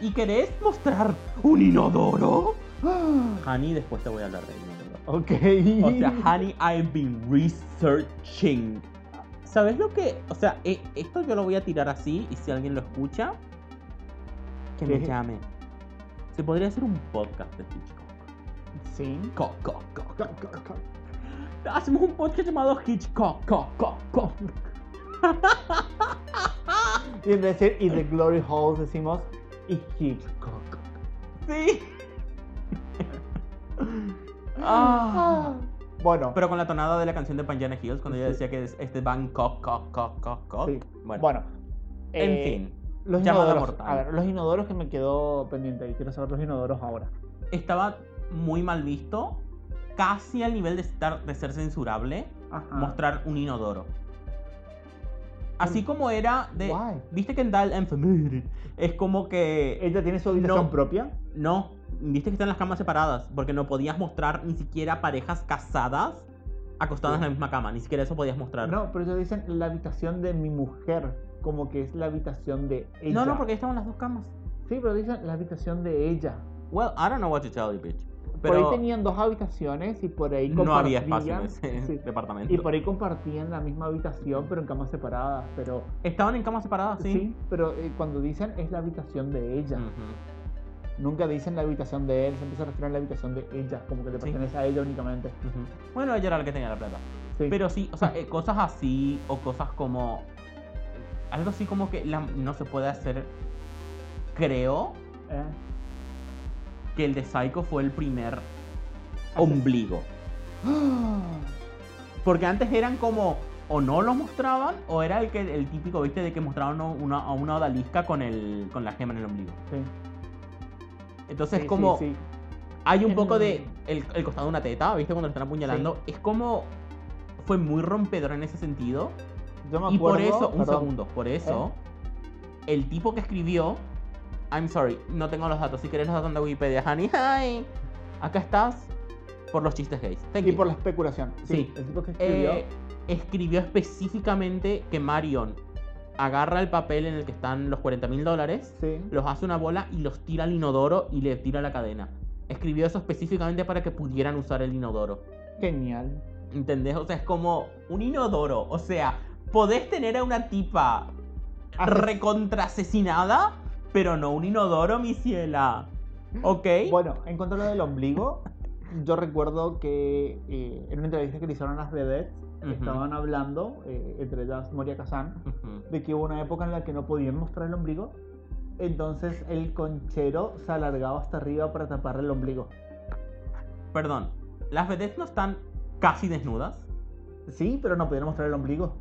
Speaker 3: ¿Y querés mostrar un inodoro? Honey, después te voy a hablar de inodoro.
Speaker 1: Ah. Ok.
Speaker 3: O sea, honey, I've been researching. ¿Sabes lo que? O sea, e- esto yo lo voy a tirar así y si alguien lo escucha, que me
Speaker 1: ¿Qué?
Speaker 3: llame. Se podría hacer un podcast de Hitchcock.
Speaker 1: Sí.
Speaker 3: Cock, cock, cock. Hacemos un podcast llamado Hitchcock. Cock, cock, cock.
Speaker 1: Y en vez de decir, y The Glory Halls decimos, y Hitchcock.
Speaker 3: Sí. Ah.
Speaker 1: Bueno,
Speaker 3: Pero con la tonada de la canción de Panjana Hills, cuando ella
Speaker 1: Sí.
Speaker 3: decía que es este van cock, cock, cock, cock, cock.
Speaker 1: sí.
Speaker 3: Bueno,
Speaker 1: bueno.
Speaker 3: en
Speaker 1: eh,
Speaker 3: fin.
Speaker 1: Los
Speaker 3: Llamada
Speaker 1: inodoros.
Speaker 3: mortal.
Speaker 1: A ver, los inodoros que me quedó pendiente ahí. Quiero saber los inodoros ahora.
Speaker 3: estaba muy mal visto, casi al nivel de, estar, de ser censurable,
Speaker 1: Ajá.
Speaker 3: mostrar un inodoro.
Speaker 1: Mm.
Speaker 3: Así como era de...
Speaker 1: Why?
Speaker 3: ¿Viste que en Dial M for Murder es como que...
Speaker 1: ¿Ella tiene su habitación
Speaker 3: No.
Speaker 1: propia?
Speaker 3: No, viste que están las camas separadas, porque no podías mostrar ni siquiera parejas casadas acostadas en la misma cama, ni siquiera eso podías mostrar.
Speaker 1: No, pero ellos dicen la habitación de mi mujer, como que es la habitación de ella.
Speaker 3: no, no, porque ahí estaban las dos camas.
Speaker 1: Sí, pero dicen la habitación de ella.
Speaker 3: Well, I don't know what to tell you, bitch. Pero
Speaker 1: por ahí tenían dos habitaciones y por ahí
Speaker 3: no había espacio en
Speaker 1: compartían-
Speaker 3: ese
Speaker 1: sí.
Speaker 3: departamento.
Speaker 1: Y por ahí compartían la misma habitación, pero en camas separadas. Pero
Speaker 3: Estaban en camas separadas,
Speaker 1: sí,
Speaker 3: Ah, sí. Mm.
Speaker 1: pero eh, cuando dicen es la habitación de ella,
Speaker 3: Ujú.
Speaker 1: nunca dicen la habitación de él, se empieza a referir a la habitación de ella, como que le
Speaker 3: Sí.
Speaker 1: pertenece a ella únicamente.
Speaker 3: Ujú. Bueno, ella era la que tenía la plata.
Speaker 1: Sí.
Speaker 3: Pero sí, o sea, eh, cosas así o cosas como... Algo así como que la- no se puede hacer... Creo
Speaker 1: Eh,
Speaker 3: que el de Psycho fue el primer
Speaker 1: hace-
Speaker 3: ombligo.
Speaker 1: ¡Ah!
Speaker 3: Porque antes eran como... O no lo mostraban, o era el, que, el típico, viste, de que mostraban a una, a una odalisca con, el, con la gema en el ombligo.
Speaker 1: Sí,
Speaker 3: Entonces
Speaker 1: sí,
Speaker 3: como...
Speaker 1: sí, sí.
Speaker 3: Hay un
Speaker 1: En-
Speaker 3: poco de. El, el costado de una teta, ¿viste? Cuando le están apuñalando. Es como. Fue muy rompedor en ese sentido.
Speaker 1: Yo me
Speaker 3: Y por
Speaker 1: acuerdo-
Speaker 3: eso. Un
Speaker 1: perdón. ¿Eh?
Speaker 3: segundo. Por eso. El tipo que escribió. I'm sorry, no tengo los datos. Si querés los datos de Wikipedia, honey. Hi. Acá estás. Por los chistes gays. Thank
Speaker 1: Y
Speaker 3: you.
Speaker 1: por la especulación.
Speaker 3: Sí.
Speaker 1: El tipo que escribió.
Speaker 3: Eh, escribió específicamente que Marion agarra el papel en el que están los 40 mil dólares
Speaker 1: sí.
Speaker 3: los hace una bola y los tira al inodoro y le tira la cadena. Escribió eso específicamente para que pudieran usar el inodoro.
Speaker 1: Genial.
Speaker 3: ¿Entendés? O sea, es como un inodoro. O sea, podés tener a una tipa
Speaker 1: Ases-
Speaker 3: recontra asesinada, pero no un inodoro, mi ciela. ¿Ok?
Speaker 1: Bueno, en cuanto a lo del ombligo, yo recuerdo que eh, en una entrevista que le hicieron a las vedettes,
Speaker 3: Ujú.
Speaker 1: estaban hablando, eh, entre ellas Moria Kazan,
Speaker 3: Ujú.
Speaker 1: de que hubo una época en la que no podían mostrar el ombligo. Entonces el conchero se alargaba hasta arriba para tapar el ombligo.
Speaker 3: Perdón, las vedettes no están casi desnudas.
Speaker 1: Sí, pero no podían mostrar el ombligo.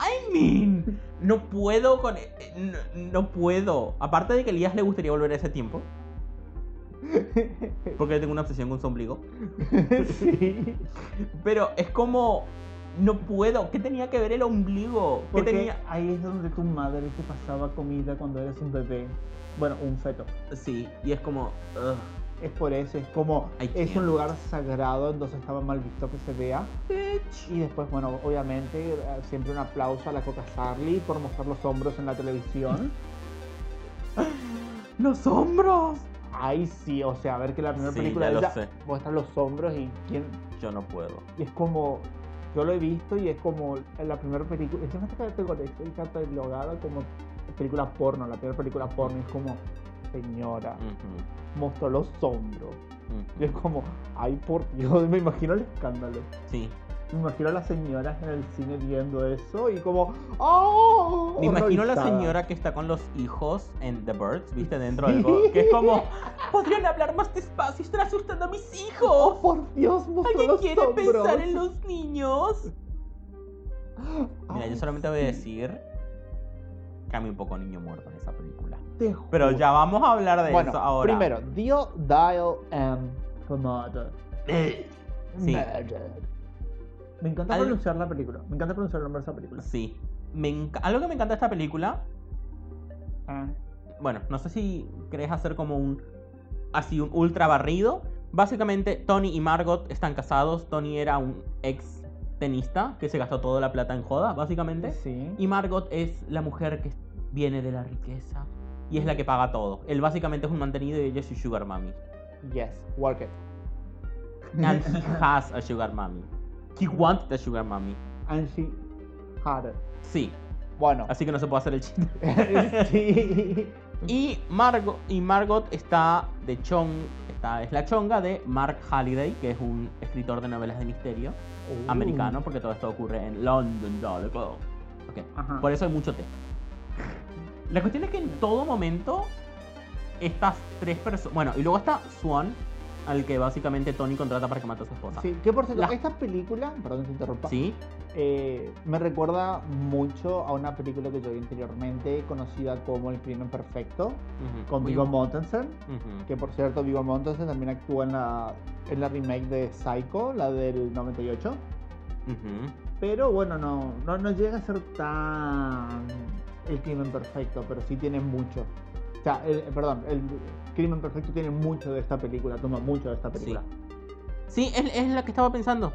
Speaker 3: I mean, no puedo con. eh, No, no puedo. Aparte de que a Elías le gustaría volver a ese tiempo. Porque yo tengo una obsesión con su ombligo.
Speaker 1: sí.
Speaker 3: Pero es como. No puedo. ¿Qué tenía que ver el ombligo? ¿Qué
Speaker 1: Porque
Speaker 3: tenía.?
Speaker 1: ahí es donde tu madre te pasaba comida cuando eras un bebé. Bueno, un feto.
Speaker 3: Sí, y es como. ugh.
Speaker 1: Es por eso, es como,
Speaker 3: Ay,
Speaker 1: es
Speaker 3: qué-
Speaker 1: un lugar sagrado, entonces estaba mal visto que se vea. Y después, bueno, obviamente, eh, siempre un aplauso a la Coca Sarli por mostrar los hombros en la televisión.
Speaker 3: ¡Los hombros!
Speaker 1: Ay, sí, o sea, a ver que la primera
Speaker 3: Sí,
Speaker 1: película
Speaker 3: ya
Speaker 1: de
Speaker 3: lo
Speaker 1: ella
Speaker 3: sé.
Speaker 1: muestra los hombros y, quién-
Speaker 3: Yo no puedo.
Speaker 1: y es como, yo lo he visto y es como en la primera película, encima está categori- catalogada como película porno, la primera película porno, y es como, señora,
Speaker 3: Ujú,
Speaker 1: mostró los hombros.
Speaker 3: ujú.
Speaker 1: Y es como, ay, por Dios, me imagino el escándalo.
Speaker 3: Sí.
Speaker 1: Me imagino a las señoras en el cine viendo eso y como, ¡oh!
Speaker 3: Me imagino a la
Speaker 1: horrorizada.
Speaker 3: señora que está con los hijos en The Birds, ¿viste? Dentro
Speaker 1: Sí.
Speaker 3: del. bo- Que es como. Podrían hablar más despacio, están asustando a mis
Speaker 1: ¡Oh,
Speaker 3: hijos.
Speaker 1: por Dios! mostró
Speaker 3: ¿Alguien
Speaker 1: los
Speaker 3: quiere
Speaker 1: hombros!
Speaker 3: pensar en los niños? Mira,
Speaker 1: Ay,
Speaker 3: yo solamente voy a
Speaker 1: sí,
Speaker 3: decir. Que a mí un poco niño muerto en esa película.
Speaker 1: te juro.
Speaker 3: Pero ya vamos a hablar de
Speaker 1: bueno,
Speaker 3: eso ahora.
Speaker 1: primero, Dio Dial em, M. Famada.
Speaker 3: Sí.
Speaker 1: Murder. Me encanta
Speaker 3: Al-
Speaker 1: pronunciar la película. Me encanta pronunciar el nombre de esa película.
Speaker 3: Sí. Me enca- Algo que me encanta de esta película.
Speaker 1: Ah,
Speaker 3: Bueno, no sé si querés hacer como un. Así, un ultra barrido. Básicamente, Tony y Margot están casados. Tony era un ex tenista que se gastó toda la plata en joda, básicamente.
Speaker 1: sí.
Speaker 3: Y Margot es la mujer que viene de la riqueza y es la que paga todo. Él básicamente es un mantenido y ella es su sugar mommy.
Speaker 1: Yes, work it.
Speaker 3: And he has a sugar mommy. He wanted a sugar mommy.
Speaker 1: And she had it.
Speaker 3: Sí,
Speaker 1: Bueno.
Speaker 3: así que no se puede hacer el chiste.
Speaker 1: sí.
Speaker 3: Y Margot, y Margot está de chong, está, es la chonga de Mark Halliday, que es un escritor de novelas de misterio
Speaker 1: Uh.
Speaker 3: americano, porque todo esto ocurre en London, Dollar Club. Ok,
Speaker 1: Ajá.
Speaker 3: por eso hay mucho té. La cuestión es que en todo momento, estas tres personas. Bueno, y luego está Swan, al que básicamente Tony contrata para que mate a su esposa.
Speaker 1: Sí, que por cierto,
Speaker 3: La-
Speaker 1: esta película, perdón que te interrumpa,
Speaker 3: Sí,
Speaker 1: eh, me recuerda mucho a una película que yo vi anteriormente, conocida como El crimen perfecto,
Speaker 3: ujú.
Speaker 1: con
Speaker 3: Uy,
Speaker 1: Viggo Mortensen,
Speaker 3: ujú.
Speaker 1: que por cierto Viggo Mortensen también actúa en la, en la remake de Psycho, la del 98,
Speaker 3: Ujú.
Speaker 1: pero bueno, no, no, no llega a ser tan El crimen perfecto, pero sí tiene mucho. O sea, el- perdón, El crimen perfecto tiene mucho de esta película, toma mucho de esta
Speaker 3: Sí.
Speaker 1: película.
Speaker 3: Sí, es, es la que estaba pensando.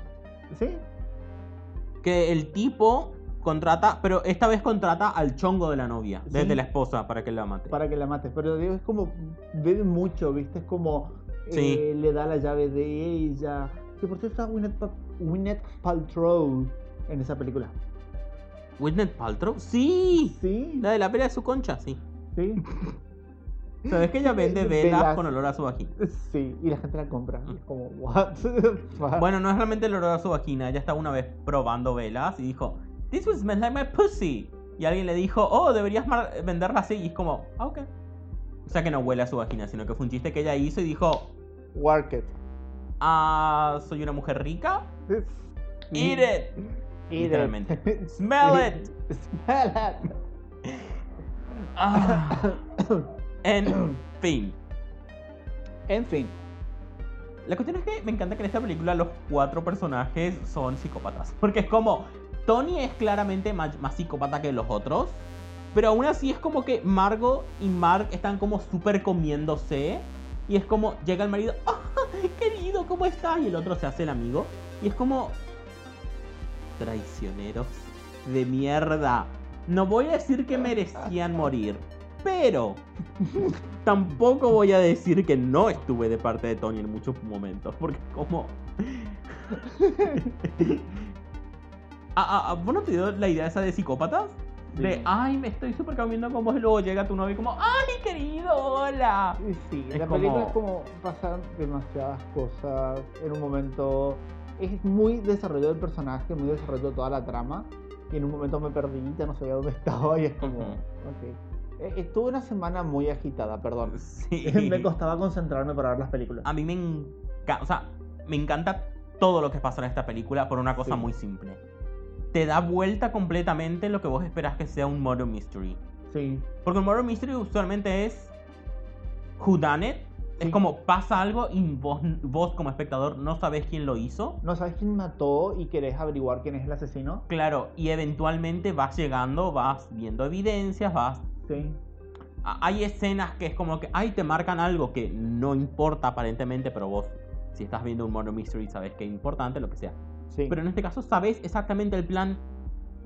Speaker 1: ¿Sí?
Speaker 3: Que el tipo contrata, pero esta vez contrata al chongo de la novia,
Speaker 1: Sí.
Speaker 3: desde la esposa, para que la mate.
Speaker 1: para que la mates. Pero digo, es como, bebe mucho, ¿viste? Es como,
Speaker 3: Sí.
Speaker 1: eh, le da la llave de ella. Que por cierto está Gwyneth, Pa- Gwyneth Paltrow en esa película.
Speaker 3: ¿Witness Paltrow? ¡Sí!
Speaker 1: Sí,
Speaker 3: La de la pera de su concha, sí.
Speaker 1: sí,
Speaker 3: ¿Sabes que ella vende velas
Speaker 1: Velas.
Speaker 3: con olor a su vagina?
Speaker 1: sí. Y la gente la compra. Y es como, what? the fuck?
Speaker 3: Bueno, no es realmente el olor a su vagina. Ella estaba una vez probando velas y dijo, This would smell like my pussy. Y alguien le dijo, Oh, deberías mar- venderla así. Y es como, "Ah, ok. O sea que no huele a su vagina, sino que fue un chiste que ella hizo y dijo,
Speaker 1: Work it.
Speaker 3: Ah, soy una mujer rica. Eat it. Literalmente.
Speaker 1: Literalmente.
Speaker 3: Smell it.
Speaker 1: Smell it.
Speaker 3: Ah. En fin.
Speaker 1: En fin.
Speaker 3: La cuestión es que me encanta que en esta película los cuatro personajes son psicópatas. Porque es como, Tony es claramente más, más psicópata que los otros. Pero aún así es como que Margo y Mark están como súper comiéndose. Y es como, llega el marido, ¡ah, querido, ¿cómo estás? Y el otro se hace el amigo. Y es como, traicioneros de mierda. No voy a decir que merecían morir. Pero tampoco voy a decir que no estuve de parte de Tony en muchos momentos, porque como... Ah, ah, ah, ¿Vos no te dio la idea esa de psicópatas? De,
Speaker 1: Sí.
Speaker 3: ay, me estoy super comiendo con vos y luego llega tu novio y como, ay, querido, hola.
Speaker 1: Y Sí,
Speaker 3: Es
Speaker 1: la película es como pasan demasiadas cosas en un momento. Es muy desarrollado el personaje, muy desarrollado toda la trama. Y en un momento me perdí, ya no sabía dónde estaba y es como.
Speaker 3: Ujú.
Speaker 1: ok. Eh, Estuve una semana muy agitada, perdón.
Speaker 3: Sí. Ah.
Speaker 1: me costaba concentrarme para ver las películas.
Speaker 3: A mí me encanta, o sea, me encanta todo lo que pasa en esta película por una cosa
Speaker 1: Sí.
Speaker 3: muy simple. Te da vuelta completamente lo que vos esperás que sea un murder mystery.
Speaker 1: Sí,
Speaker 3: Porque el murder mystery usualmente es who done it. Es
Speaker 1: Sí.
Speaker 3: como pasa algo y vos, vos como espectador no sabés quién lo hizo.
Speaker 1: no sabes quién mató y querés averiguar quién es el asesino.
Speaker 3: Claro, y eventualmente vas llegando, vas viendo evidencias, vas...
Speaker 1: Sí,
Speaker 3: a- Hay escenas que es como que, ay, te marcan algo que no importa aparentemente, pero vos, si estás viendo un murder mystery, sabés que es importante, lo que sea.
Speaker 1: sí.
Speaker 3: Pero en este caso sabes exactamente el plan.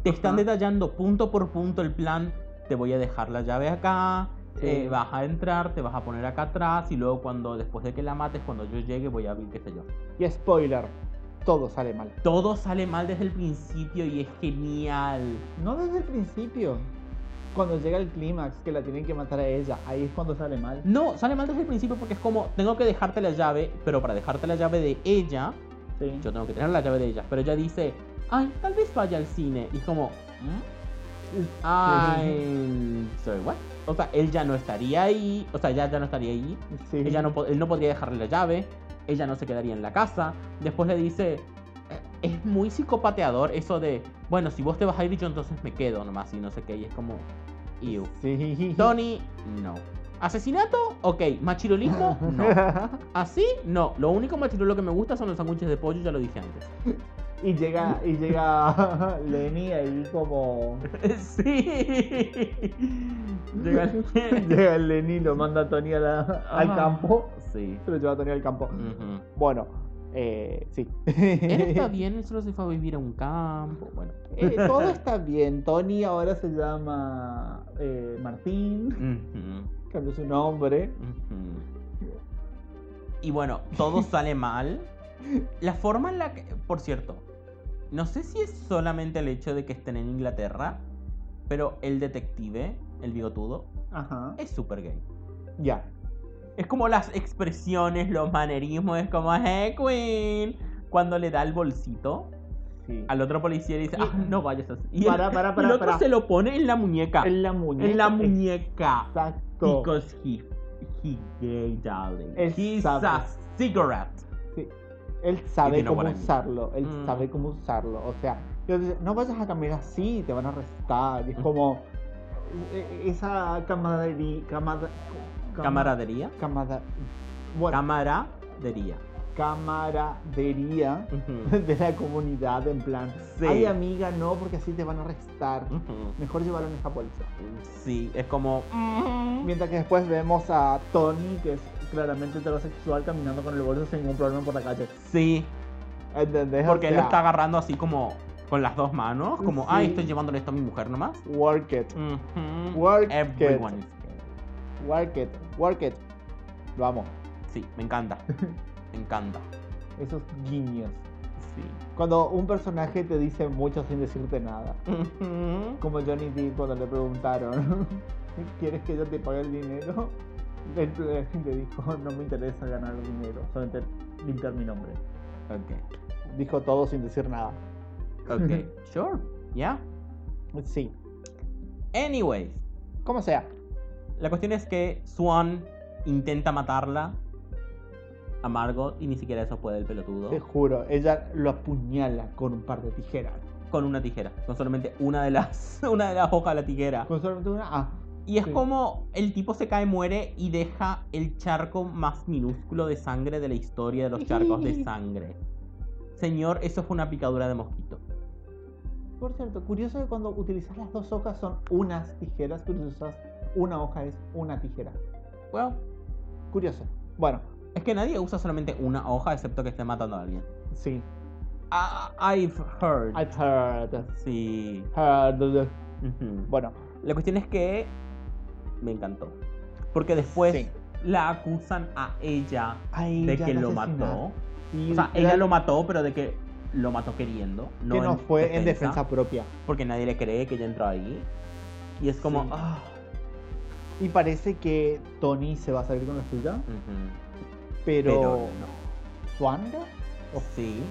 Speaker 3: Te están
Speaker 1: Ajá.
Speaker 3: detallando punto por punto el plan. Te voy a dejar la llave acá.
Speaker 1: Sí.
Speaker 3: eh, vas a entrar, te vas a poner acá atrás y luego cuando después de que la mates, cuando yo llegue voy a abrir qué sé yo.
Speaker 1: Y spoiler, todo sale mal.
Speaker 3: Todo sale mal desde el principio y es genial.
Speaker 1: No desde el principio. Cuando llega el clímax, que la tienen que matar a ella, ahí es cuando sale mal.
Speaker 3: No, sale mal desde el principio porque es como tengo que dejarte la llave, pero para dejarte la llave de ella,
Speaker 1: Sí.
Speaker 3: yo tengo que tener la llave de ella. Pero ella dice, ay, tal vez vaya al cine y es como, "¿Mm? Ay, sorry, what? O sea, él ya no estaría ahí, o sea, ya, ya no estaría ahí,
Speaker 1: Sí.
Speaker 3: ella no, po- él no podría dejarle la llave, ella no se quedaría en la casa, después le dice, eh, es muy psicopateador eso de, bueno, si vos te vas a ir yo entonces me quedo nomás y no sé qué, y es como, ew.
Speaker 1: Sí.
Speaker 3: Tony, no. ¿Asesinato? Ok. ¿Machirulismo? No. ¿Así? No. Lo único machirulo que me gusta son los sándwiches de pollo, ya lo dije
Speaker 1: y llega, y llega Lenny ahí como.
Speaker 3: antes. Sí. Llega el-
Speaker 1: llega Lenny, lo manda a Tony a la- al
Speaker 3: Ah.
Speaker 1: campo.
Speaker 3: Sí.
Speaker 1: Se lo lleva a Tony al campo.
Speaker 3: Ujú.
Speaker 1: Bueno, eh, sí.
Speaker 3: Él está bien, él solo se fue a vivir a un campo. Bueno.
Speaker 1: Eh, todo está bien. Tony ahora se llama eh, Martín.
Speaker 3: Ujú,
Speaker 1: Cambió su nombre.
Speaker 3: ujú. Y bueno, todo sale mal. La forma en la que. Por cierto, no sé si es solamente el hecho de que estén en Inglaterra, pero el detective, el bigotudo,
Speaker 1: Ajá.
Speaker 3: es súper gay.
Speaker 1: Ya.
Speaker 3: Es como las expresiones, los manerismos, es como, hey, Queen. Cuando le da el bolsito
Speaker 1: Sí.
Speaker 3: al otro policía y le dice,
Speaker 1: Y-
Speaker 3: ah, no vayas así. Y el-
Speaker 1: Para, para, para,
Speaker 3: el otro
Speaker 1: para.
Speaker 3: se lo pone en la muñeca.
Speaker 1: En la muñeca.
Speaker 3: En la muñeca.
Speaker 1: Exacto.
Speaker 3: Because he, he gay, darling.
Speaker 1: Él
Speaker 3: He's
Speaker 1: sabe.
Speaker 3: a cigarette.
Speaker 1: Él
Speaker 3: Y
Speaker 1: sabe
Speaker 3: tiene
Speaker 1: cómo
Speaker 3: buena vida.
Speaker 1: usarlo, él
Speaker 3: Mm.
Speaker 1: sabe cómo usarlo. O sea, yo digo, no vayas a caminar así, te van a arrestar. Es como e- esa camaradería. Camada, cama-
Speaker 3: Camaradería.
Speaker 1: camada- bueno,
Speaker 3: Camaradería.
Speaker 1: camaradería
Speaker 3: Ujú.
Speaker 1: de la comunidad, en plan.
Speaker 3: Sí. Mm.
Speaker 1: Ay, amiga, no, porque así te van a arrestar.
Speaker 3: Ujú.
Speaker 1: Mejor llevarlo en esa bolsa.
Speaker 3: Sí, es como.
Speaker 1: Mientras que después vemos a Tony, que es claramente heterosexual, caminando con el bolso sin ningún problema por la calle.
Speaker 3: Sí,
Speaker 1: ¿Entendés? O
Speaker 3: porque él lo
Speaker 1: sea,
Speaker 3: está agarrando así como con las dos manos. Como,
Speaker 1: Sí.
Speaker 3: ay, estoy llevándole esto a mi mujer nomás.
Speaker 1: Work it.
Speaker 3: Ujú.
Speaker 1: Work it.
Speaker 3: Everyone is gay.
Speaker 1: Work it, work it. Lo amo.
Speaker 3: Sí, me encanta. Me encanta.
Speaker 1: Esos guiños.
Speaker 3: Sí.
Speaker 1: Cuando un personaje te dice mucho sin decirte nada. Como Johnny Depp cuando le preguntaron, ¿quieres que yo te pague el dinero? Él le dijo, no me interesa ganar dinero, solamente limpiar mi nombre.
Speaker 3: Ok.
Speaker 1: Dijo todo sin decir nada.
Speaker 3: Ok. Sure. Yeah.
Speaker 1: Sí,
Speaker 3: Anyways.
Speaker 1: como sea.
Speaker 3: La cuestión es que Swan intenta matarla a Margot y ni siquiera eso puede el pelotudo.
Speaker 1: Te juro, ella lo apuñala con un par de tijeras.
Speaker 3: Con una tijera. Con solamente una de las, una de las hojas de la tijera.
Speaker 1: Con solamente una ah,
Speaker 3: Y es
Speaker 1: Sí.
Speaker 3: como el tipo se cae, muere y deja el charco más minúsculo de sangre de la historia de los charcos de sangre. Señor, eso fue una picadura de mosquito.
Speaker 1: Por cierto, curioso que cuando utilizas las dos hojas son unas tijeras, pero si usas una hoja es una tijera.
Speaker 3: Bueno,
Speaker 1: Curioso. Bueno,
Speaker 3: es que nadie usa solamente una hoja excepto que esté matando a alguien.
Speaker 1: sí.
Speaker 3: Ah, I've heard.
Speaker 1: I've heard.
Speaker 3: Sí.
Speaker 1: heard.
Speaker 3: Ujú.
Speaker 1: Bueno,
Speaker 3: La cuestión es que me encantó. Porque después
Speaker 1: Sí.
Speaker 3: la acusan a ella
Speaker 1: pues ahí
Speaker 3: de
Speaker 1: ya
Speaker 3: que
Speaker 1: la
Speaker 3: lo
Speaker 1: asesinaron.
Speaker 3: mató.
Speaker 1: Y
Speaker 3: O sea,
Speaker 1: literal-
Speaker 3: ella lo mató, pero de que lo mató queriendo. No
Speaker 1: que no
Speaker 3: en
Speaker 1: fue en defensa propia.
Speaker 3: Porque nadie le cree que ella entró ahí. Y es como.
Speaker 1: Sí.
Speaker 3: ah,
Speaker 1: Y parece que Tony se va a salir con la suya,
Speaker 3: ujú.
Speaker 1: pero,
Speaker 3: Pero
Speaker 1: Swan ¿era?
Speaker 3: no. Sí.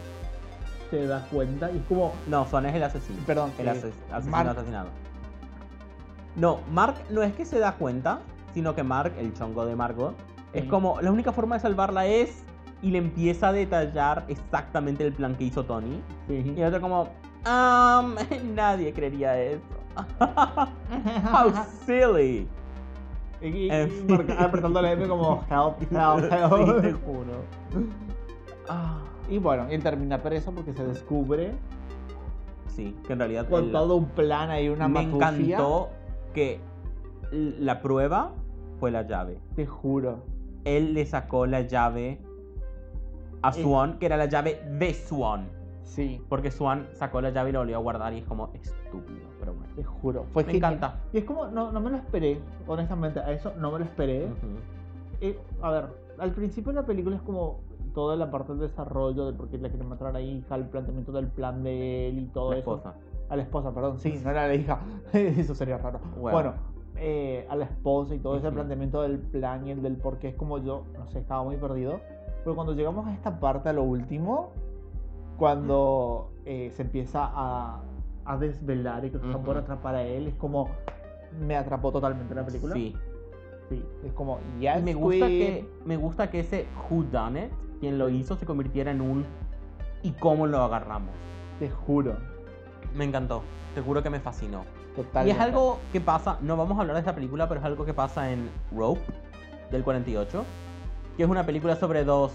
Speaker 1: se da cuenta y es como,
Speaker 3: No, Swan es el asesino.
Speaker 1: Perdón,
Speaker 3: El
Speaker 1: eh,
Speaker 3: ases- asesino
Speaker 1: Mark.
Speaker 3: asesinado. No, Mark no es que se da cuenta, sino que Mark, el chongo de Margot, es
Speaker 1: Sí.
Speaker 3: como la única forma de salvarla es. Y le empieza a detallar exactamente el plan que hizo Tony.
Speaker 1: sí.
Speaker 3: Y el otro como, "Am, nadie creería eso. How silly.
Speaker 1: Y- y-
Speaker 3: En
Speaker 1: y
Speaker 3: fin.
Speaker 1: marca- apretando la M como help, help,
Speaker 3: Eh. Sí, te
Speaker 1: help.
Speaker 3: juro.
Speaker 1: Y bueno, él termina preso porque se descubre
Speaker 3: Sí, que en realidad
Speaker 1: con
Speaker 3: el-
Speaker 1: todo un plan ahí, una
Speaker 3: me
Speaker 1: matufia.
Speaker 3: encantó que l- la prueba fue la llave.
Speaker 1: Te juro.
Speaker 3: Él le sacó la llave a
Speaker 1: Eh.
Speaker 3: Swan, que era la llave de Swan.
Speaker 1: Sí,
Speaker 3: Porque Swan sacó la llave y la volvió a guardar y es como estúpido, pero bueno.
Speaker 1: te juro. Fue
Speaker 3: Me
Speaker 1: genial.
Speaker 3: encanta.
Speaker 1: Y es como, no, no me lo esperé, honestamente, a eso no me lo esperé.
Speaker 3: Ujú.
Speaker 1: Eh, a ver, al principio de la película es como toda la parte del desarrollo de por qué la quieren matar a la hija, el planteamiento del plan de él y todo
Speaker 3: La
Speaker 1: eso.
Speaker 3: esposa.
Speaker 1: A la esposa, perdón, sí, no era la hija. eso sería raro.
Speaker 3: Bueno.
Speaker 1: Bueno, eh, a la esposa y todo ese
Speaker 3: Ujú.
Speaker 1: planteamiento del plan y el del por qué es como yo, no sé, estaba muy perdido. Pero cuando llegamos a esta parte, a lo último, cuando eh, se empieza a, a desvelar y que lo están por
Speaker 3: Ujú.
Speaker 1: atrapar a él, es como. Me atrapó totalmente la película.
Speaker 3: Sí.
Speaker 1: Sí, Es como, ya
Speaker 3: Y me gusta que me gusta que ese who done it, quien lo hizo, se convirtiera en un y cómo lo agarramos.
Speaker 1: Te juro.
Speaker 3: Me encantó, te juro que me fascinó.
Speaker 1: Total.
Speaker 3: y es algo que pasa, no vamos a hablar de esta película, pero es algo que pasa en Rope del 48, que es una película sobre dos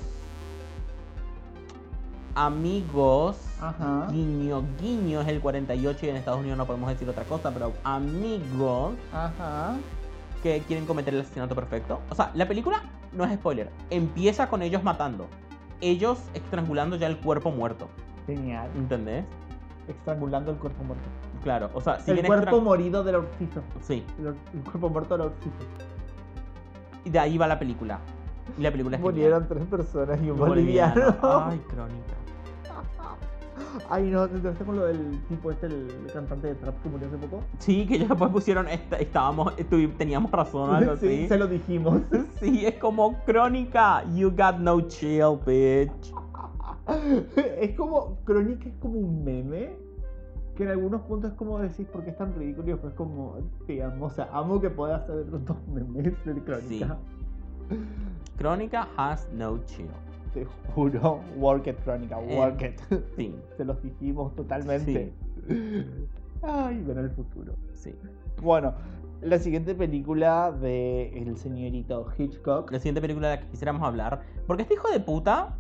Speaker 3: amigos.
Speaker 1: Ajá.
Speaker 3: Guiño, guiño es el 48 y en Estados Unidos no podemos decir otra cosa, pero amigos
Speaker 1: Ajá.
Speaker 3: que quieren cometer el asesinato perfecto. O sea, la película no es spoiler. Empieza con ellos matando. Ellos estrangulando ya el cuerpo muerto.
Speaker 1: Genial.
Speaker 3: ¿Entendés?
Speaker 1: Estrangulando el cuerpo muerto.
Speaker 3: Claro. O sea, si
Speaker 1: el
Speaker 3: bien
Speaker 1: cuerpo
Speaker 3: estran-
Speaker 1: morido del orcizo.
Speaker 3: Sí.
Speaker 1: El, or- el cuerpo muerto del orcizo.
Speaker 3: Y de ahí va la película. Y la película es genial.
Speaker 1: Murieron tres personas y un
Speaker 3: Boliviano.
Speaker 1: boliviano.
Speaker 3: Ay, crónica.
Speaker 1: Ay, no, ¿te enteraste con lo del tipo este, el cantante de trap que murió hace poco?
Speaker 3: Sí, que ellos después pusieron. esta- estábamos. estuvi- teníamos razón o algo
Speaker 1: sí,
Speaker 3: así.
Speaker 1: se lo dijimos.
Speaker 3: Sí, es como crónica. You got no chill, bitch.
Speaker 1: es como, Crónica es como un meme. Que en algunos puntos es como decís, ¿por qué es tan ridículo? Y después es como, te amo, o sea, amo que puedas hacer los dos memes de Crónica.
Speaker 3: Crónica has no chill.
Speaker 1: Te juro, work it, Crónica,
Speaker 3: Eh,
Speaker 1: work it.
Speaker 3: Sí,
Speaker 1: se los dijimos totalmente. Ay, ven el futuro.
Speaker 3: sí.
Speaker 1: Bueno, la siguiente película de el señorito Hitchcock.
Speaker 3: la siguiente película de la que quisiéramos hablar. Porque este hijo de puta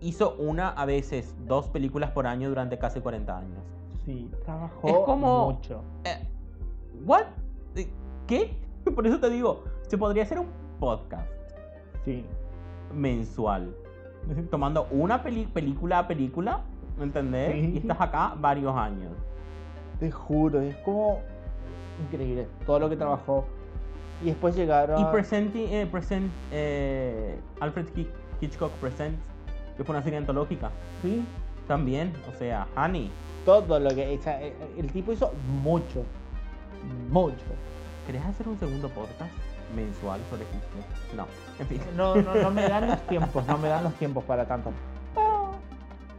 Speaker 3: hizo una, a veces dos películas por año durante casi 40 años.
Speaker 1: Sí, trabajó
Speaker 3: Es como-
Speaker 1: mucho.
Speaker 3: ¿What? Eh, ¿Qué? Por eso te digo, se podría hacer un podcast
Speaker 1: Sí.
Speaker 3: mensual. Tomando una peli- película a película, ¿me entendés?
Speaker 1: Sí.
Speaker 3: Y estás acá varios años.
Speaker 1: Te juro, es como increíble todo lo que trabajó. Y después llegaron.
Speaker 3: Y Presenting, eh, present, eh, Alfred Hitch- Hitchcock Presents, que fue una serie antológica.
Speaker 1: Sí,
Speaker 3: También, o sea, Honey,
Speaker 1: todo lo que. o sea, eh, el tipo hizo mucho. Mucho.
Speaker 3: ¿querés hacer un segundo podcast mensual sobre Hitchcock? No, en fin.
Speaker 1: No, no, no me dan los tiempos, no me dan los tiempos para tanto.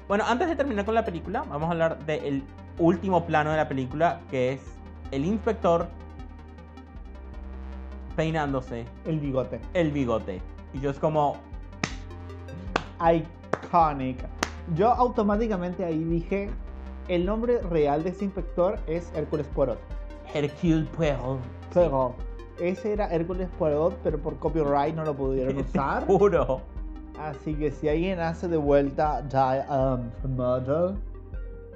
Speaker 3: Bueno, antes de terminar con la película, vamos a hablar del último plano de la película, que es el inspector peinándose
Speaker 1: El bigote.
Speaker 3: el bigote. Y yo es como,
Speaker 1: Iconic. Yo automáticamente ahí dije. El nombre real de ese inspector es Hércules Poirot.
Speaker 3: Hercule Poirot.
Speaker 1: Pero ese era Hércules Poirot, pero por copyright no lo pudieron usar.
Speaker 3: Juro.
Speaker 1: Así que si alguien hace de vuelta Die um, Murder,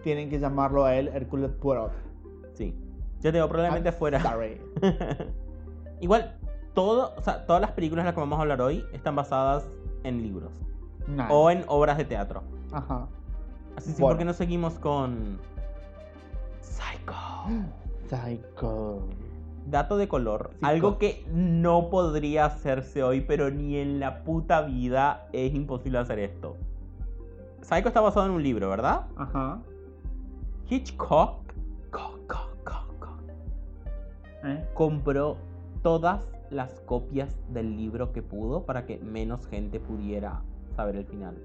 Speaker 1: tienen que llamarlo a él Hércules Poirot.
Speaker 3: Sí. Yo te digo, probablemente
Speaker 1: I'm
Speaker 3: fuera.
Speaker 1: sorry.
Speaker 3: Igual, todo, o sea, todas las películas de las que vamos a hablar hoy están basadas en libros
Speaker 1: Nice.
Speaker 3: o en obras de teatro.
Speaker 1: Ajá.
Speaker 3: Así sí,
Speaker 1: Bueno.
Speaker 3: ¿por qué no seguimos con Psycho?
Speaker 1: Psycho.
Speaker 3: Dato de color,
Speaker 1: Psycho.
Speaker 3: algo que no podría hacerse hoy, pero ni en la puta vida es imposible hacer esto. Psycho está basado en un libro, ¿verdad?
Speaker 1: Ajá.
Speaker 3: Hitchcock co- co- co- co-
Speaker 1: ¿Eh?
Speaker 3: compró todas las copias del libro que pudo para que menos gente pudiera saber el final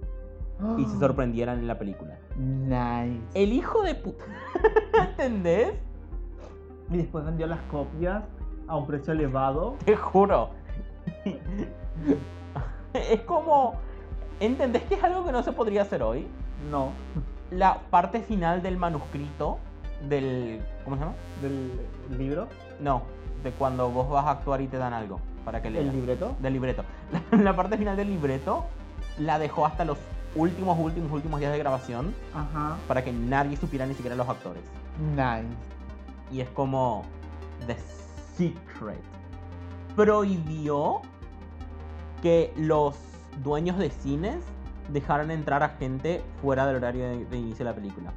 Speaker 3: y se Eh. sorprendieran en la película.
Speaker 1: Nice.
Speaker 3: El hijo de puta. ¿Entendés?
Speaker 1: Y después vendió las copias a un precio elevado.
Speaker 3: Te juro. es como. ¿Entendés que es algo que no se podría hacer hoy?
Speaker 1: No.
Speaker 3: La parte final del manuscrito del. ¿Cómo se llama?
Speaker 1: Del libro.
Speaker 3: No, de cuando vos vas a actuar y te dan algo para que leas.
Speaker 1: El libreto.
Speaker 3: del libreto. La, la parte final del libreto la dejó hasta los últimos, últimos, últimos días de grabación
Speaker 1: Ajá.
Speaker 3: para que nadie supiera ni siquiera los actores.
Speaker 1: Nice.
Speaker 3: Y es como The Secret. Prohibió que los dueños de cines dejaran entrar a gente fuera del horario de, de inicio de la película.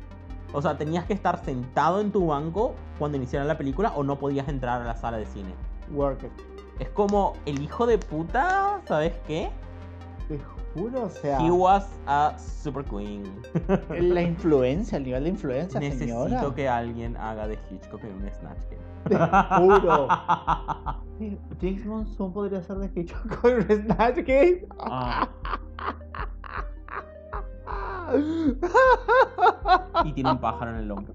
Speaker 3: O sea, tenías que estar sentado en tu banco cuando iniciara la película o no podías entrar a la sala de cine.
Speaker 1: Work it.
Speaker 3: Es como el hijo de puta, ¿sabes qué?
Speaker 1: Te juro, o sea.
Speaker 3: He was a super queen.
Speaker 1: La influencia, el nivel de influencia,
Speaker 3: Necesito
Speaker 1: señora.
Speaker 3: que alguien haga de Hitchcock en un Snatch Game.
Speaker 1: Te juro. Sí, James Monsoon podría ser de Hitchcock con Snatch Game.
Speaker 3: Ah. Y tiene un pájaro en el hombro.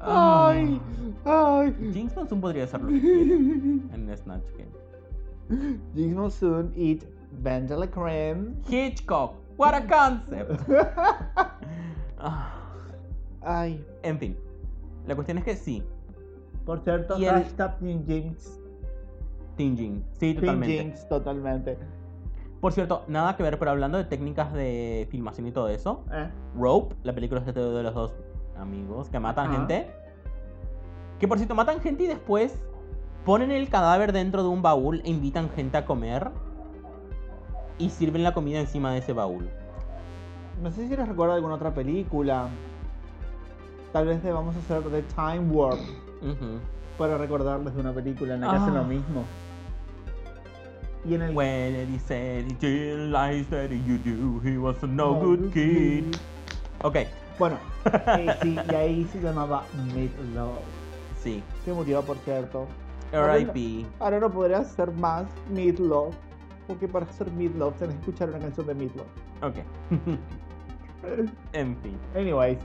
Speaker 1: Ay, ay.
Speaker 3: James Monsoon podría ser lo que quiera en un Snatch Game.
Speaker 1: James Monsoon eat Vandala Cream.
Speaker 3: Hitchcock, what a concept. Ah.
Speaker 1: Ay,
Speaker 3: En fin, la cuestión es que sí,
Speaker 1: por cierto,
Speaker 3: Y el-
Speaker 1: Trash Tap Team James.
Speaker 3: Tinging. Sí,
Speaker 1: Team
Speaker 3: totalmente.
Speaker 1: James, totalmente.
Speaker 3: Por cierto, nada que ver, pero hablando de técnicas de filmación y todo eso,
Speaker 1: Eh,
Speaker 3: Rope, la película de de los dos amigos que matan
Speaker 1: Ajá.
Speaker 3: gente. Que por cierto, matan gente y después ponen el cadáver dentro de un baúl e invitan gente a comer. Y sirven la comida encima de ese baúl.
Speaker 1: No sé si les recuerda alguna otra película. Tal vez debamos hacer The Time Warp
Speaker 3: Ujú.
Speaker 1: para recordarles de una película en la que hacen
Speaker 3: Ah.
Speaker 1: lo mismo. Y en el
Speaker 3: When he said he realized that you do, he was a no good kid. Ok,
Speaker 1: Bueno, eh, sí, y ahí se llamaba Meatloaf,
Speaker 3: sí.
Speaker 1: que murió, por cierto.
Speaker 3: R.I.P.
Speaker 1: Ahora no podría hacer más Meatloaf, porque para hacer Meatloaf tenés que escuchar una canción de Meatloaf.
Speaker 3: Ok. en fin.
Speaker 1: Anyways.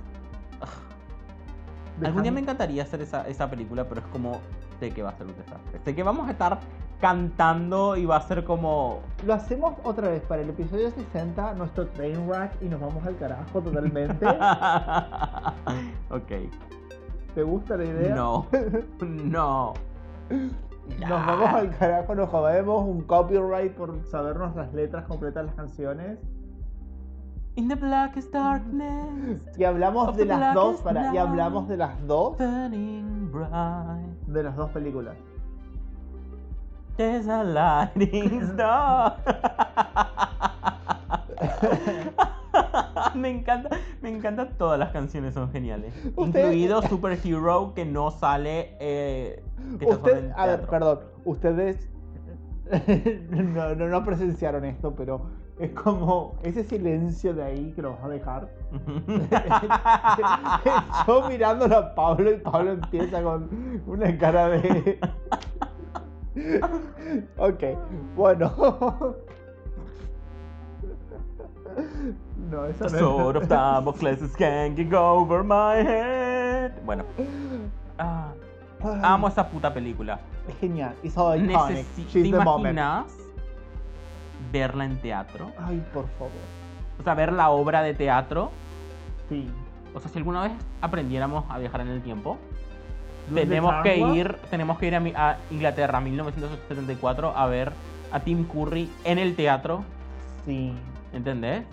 Speaker 3: Algún día
Speaker 1: Dejando-
Speaker 3: me encantaría hacer esa, esa película, pero es como sé que va a ser un desastre. Sé que vamos a estar cantando y va a ser como...
Speaker 1: Lo hacemos otra vez para el episodio 60, nuestro train rack, y nos vamos al carajo totalmente.
Speaker 3: ok.
Speaker 1: ¿Te gusta la idea?
Speaker 3: No. No.
Speaker 1: Nos vamos al carajo, nos jodemos un copyright por sabernos las letras completas de las canciones.
Speaker 3: In the blackest darkness,
Speaker 1: Y hablamos
Speaker 3: Of
Speaker 1: de
Speaker 3: the
Speaker 1: las dos,
Speaker 3: blackest
Speaker 1: para, y hablamos de las dos,
Speaker 3: burning bright,
Speaker 1: de las dos películas.
Speaker 3: there's a lightning star. me encanta, me encantan todas las canciones, son geniales.
Speaker 1: Ustedes-
Speaker 3: Incluido Superhero que no sale eh, que transforman
Speaker 1: Usted,
Speaker 3: en
Speaker 1: a ver,
Speaker 3: teatro.
Speaker 1: perdón, ustedes no, no, no presenciaron esto, pero es como ese silencio de ahí que nos va a dejar. Yo mirándolo a Pablo y Pablo empieza con una cara de... ok, bueno. no, eso
Speaker 3: The
Speaker 1: no
Speaker 3: sword of Damocles hanging over my head. Bueno. Ah, amo esa puta película.
Speaker 1: Es genial, it's so iconic.
Speaker 3: Necesi- ¿Te
Speaker 1: She's the moment.
Speaker 3: imaginas verla en teatro?
Speaker 1: Ay, por favor.
Speaker 3: O sea, ver la obra de teatro.
Speaker 1: Sí.
Speaker 3: O sea, si alguna vez aprendiéramos a viajar en el tiempo,
Speaker 1: Dulce
Speaker 3: tenemos que
Speaker 1: changua.
Speaker 3: ir, tenemos que ir a, mi- a Inglaterra 1974 a ver a Tim Curry en el teatro,
Speaker 1: Sí,
Speaker 3: ¿entendés?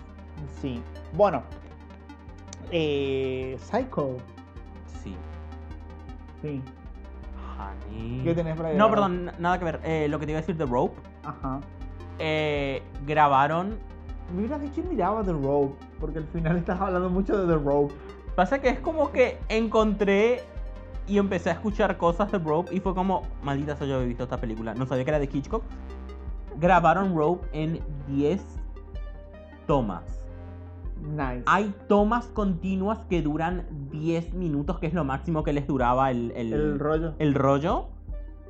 Speaker 1: sí. Bueno. Eh, Psycho.
Speaker 3: Sí.
Speaker 1: Sí.
Speaker 3: Honey.
Speaker 1: ¿Qué tenés para
Speaker 3: No,
Speaker 1: agregar?
Speaker 3: perdón, n- nada que ver. Eh, lo que te iba a decir de Rope,
Speaker 1: Ajá.
Speaker 3: eh, grabaron.
Speaker 1: Me hubieras dicho miraba The Rope, porque al final estás hablando mucho de The Rope.
Speaker 3: Pasa que es como que encontré y empecé a escuchar cosas de Rope y fue como, maldita sea, yo había visto esta película. No sabía que era de Hitchcock. Grabaron Rope en 10 tomas.
Speaker 1: Nice.
Speaker 3: Hay tomas continuas que duran 10 minutos, que es lo máximo que les duraba el, el-
Speaker 1: el rollo.
Speaker 3: el rollo.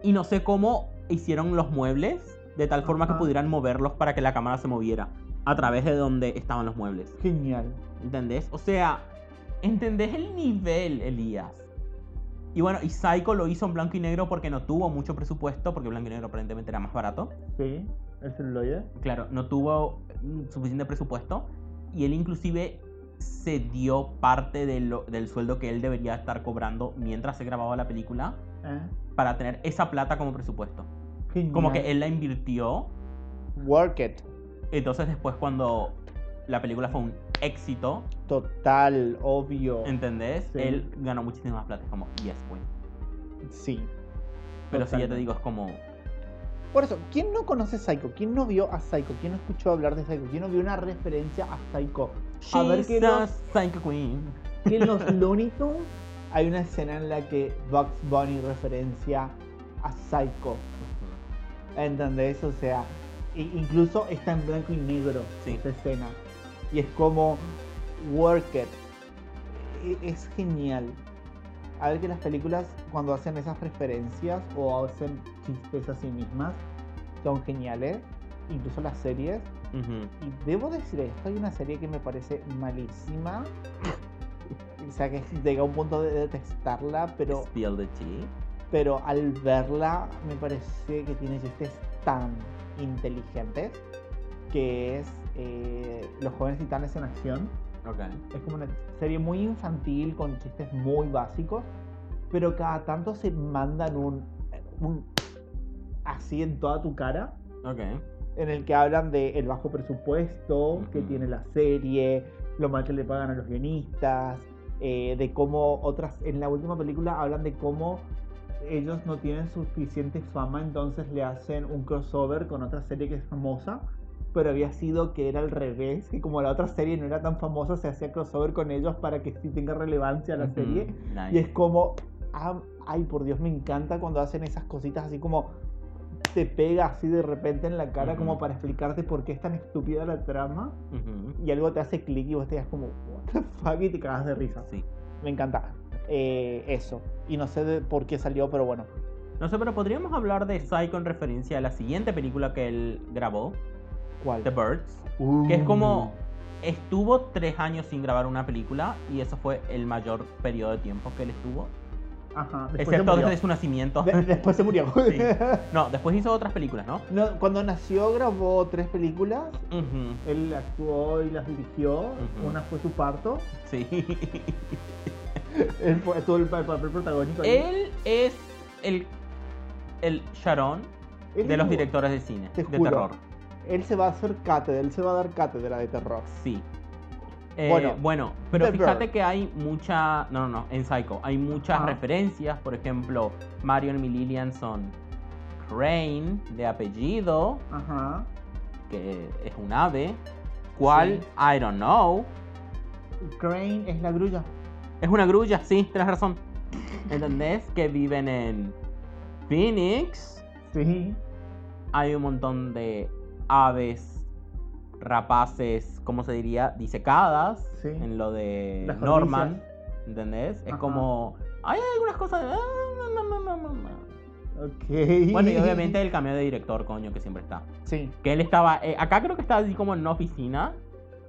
Speaker 3: Y no sé cómo hicieron los muebles de tal forma que
Speaker 1: Ajá.
Speaker 3: pudieran moverlos para que la cámara se moviera a través de donde estaban los muebles.
Speaker 1: Genial.
Speaker 3: ¿Entendés? O sea, ¿entendés el nivel, Elías? Y bueno, y Psycho lo hizo en blanco y negro porque no tuvo mucho presupuesto, porque blanco y negro aparentemente era más barato.
Speaker 1: Sí. El celuloide.
Speaker 3: Claro, no tuvo mm, suficiente presupuesto y él inclusive se dio parte de lo- del sueldo que él debería estar cobrando mientras se grababa la película
Speaker 1: ¿Eh?
Speaker 3: para tener esa plata como presupuesto.
Speaker 1: Genial.
Speaker 3: Como que él la invirtió,
Speaker 1: Work it.
Speaker 3: entonces después cuando la película fue un éxito,
Speaker 1: Total, obvio.
Speaker 3: ¿entendés?
Speaker 1: Sí.
Speaker 3: Él ganó muchísima más plata, es como, yes, win.
Speaker 1: sí.
Speaker 3: Pero sí, ya te
Speaker 1: Totalmente.
Speaker 3: digo, es como,
Speaker 1: Por eso, ¿quién no conoce Psycho? ¿Quién no vio a Psycho? ¿Quién no escuchó hablar de Psycho? ¿Quién no vio una referencia a Psycho? A ver qué
Speaker 3: She's
Speaker 1: no-
Speaker 3: a Psycho Queen.
Speaker 1: Que en los Looney Tunes hay una escena en la que Bugs Bunny referencia a Psycho. ¿Entendés? O sea, i- incluso está en blanco y negro
Speaker 3: Sí.
Speaker 1: esta escena. Y es como Work It. E- Es genial. A ver que las películas cuando hacen esas referencias o hacen chistes a sí mismas son geniales. Incluso las series.
Speaker 3: Ujú.
Speaker 1: Y debo decir esto, hay una serie que me parece malísima. O sea, que llega a un punto de detestarla, pero,
Speaker 3: Spill the tea.
Speaker 1: pero al verla me parece que tiene chistes tan inteligentes que es eh, Los jóvenes titanes en acción.
Speaker 3: Ok.
Speaker 1: Es como una serie muy infantil con chistes muy básicos, pero cada tanto se mandan un, un así en toda tu cara
Speaker 3: Ok.
Speaker 1: en el que hablan de el bajo presupuesto que
Speaker 3: Ujú.
Speaker 1: tiene la serie, lo mal que le pagan a los guionistas, eh, de cómo otras, en la última película hablan de cómo ellos no tienen suficiente fama, entonces le hacen un crossover con otra serie que es famosa, pero había sido que era al revés, que como la otra serie no era tan famosa, se hacía crossover con ellos para que sí tenga relevancia la
Speaker 3: Ujú.
Speaker 1: serie.
Speaker 3: Nice.
Speaker 1: Y es como, ah, ay, por Dios, me encanta cuando hacen esas cositas así como te pega así de repente en la cara
Speaker 3: Ujú.
Speaker 1: como para explicarte por qué es tan estúpida la trama
Speaker 3: Ujú.
Speaker 1: y algo te hace clic y vos te das como, what the fuck, y te cagas de risa.
Speaker 3: Sí.
Speaker 1: Me encanta eh, eso. Y no sé de por qué salió, pero bueno.
Speaker 3: No sé, pero podríamos hablar de Psycho en referencia a la siguiente película que él grabó,
Speaker 1: ¿Cuál?
Speaker 3: The Birds, que es como
Speaker 1: Mm.
Speaker 3: estuvo tres años sin grabar una película y eso fue el mayor periodo de tiempo que él estuvo,
Speaker 1: Uh. Ajá. Después se
Speaker 3: excepto
Speaker 1: murió.
Speaker 3: desde su nacimiento.
Speaker 1: De- después se murió.
Speaker 3: Sí. No, después hizo otras películas, ¿no?
Speaker 1: No, cuando nació grabó tres películas.
Speaker 3: Ujú,
Speaker 1: Él actuó y las dirigió.
Speaker 3: Ujú.
Speaker 1: Una fue su parto.
Speaker 3: Sí.
Speaker 1: Él fue, tuvo el pa- papel protagónico. ahí.
Speaker 3: Él es el, el Sharon
Speaker 1: Él
Speaker 3: de
Speaker 1: es
Speaker 3: los
Speaker 1: un-
Speaker 3: directores de cine,
Speaker 1: Te
Speaker 3: de
Speaker 1: juro.
Speaker 3: terror.
Speaker 1: Él se va a hacer cátedra, él se va a dar cátedra de terror.
Speaker 3: Sí. Eh,
Speaker 1: Bueno,
Speaker 3: bueno, pero
Speaker 1: The
Speaker 3: fíjate
Speaker 1: Bird.
Speaker 3: que hay mucha. No, no, no, en Psycho. Hay muchas
Speaker 1: Ajá.
Speaker 3: referencias. Por ejemplo, Marion Millillian son Crane, de apellido,
Speaker 1: Ajá.
Speaker 3: que es un ave. ¿Cuál?
Speaker 1: Sí.
Speaker 3: I don't know.
Speaker 1: Crane es la grulla.
Speaker 3: Es una grulla, sí, tienes razón. ¿Entendés? Que viven en Phoenix
Speaker 1: Sí.
Speaker 3: hay un montón de aves, rapaces, ¿cómo se diría? Disecadas
Speaker 1: Sí.
Speaker 3: en lo de
Speaker 1: Las
Speaker 3: Norman, ¿entendés? Es
Speaker 1: Ajá.
Speaker 3: como, hay algunas cosas... de, "Ah, no, no, no, no, no".
Speaker 1: Ok.
Speaker 3: Bueno, y obviamente el cambio de director, coño, que siempre está.
Speaker 1: Sí.
Speaker 3: Que él estaba, eh, acá creo que está así como en una oficina,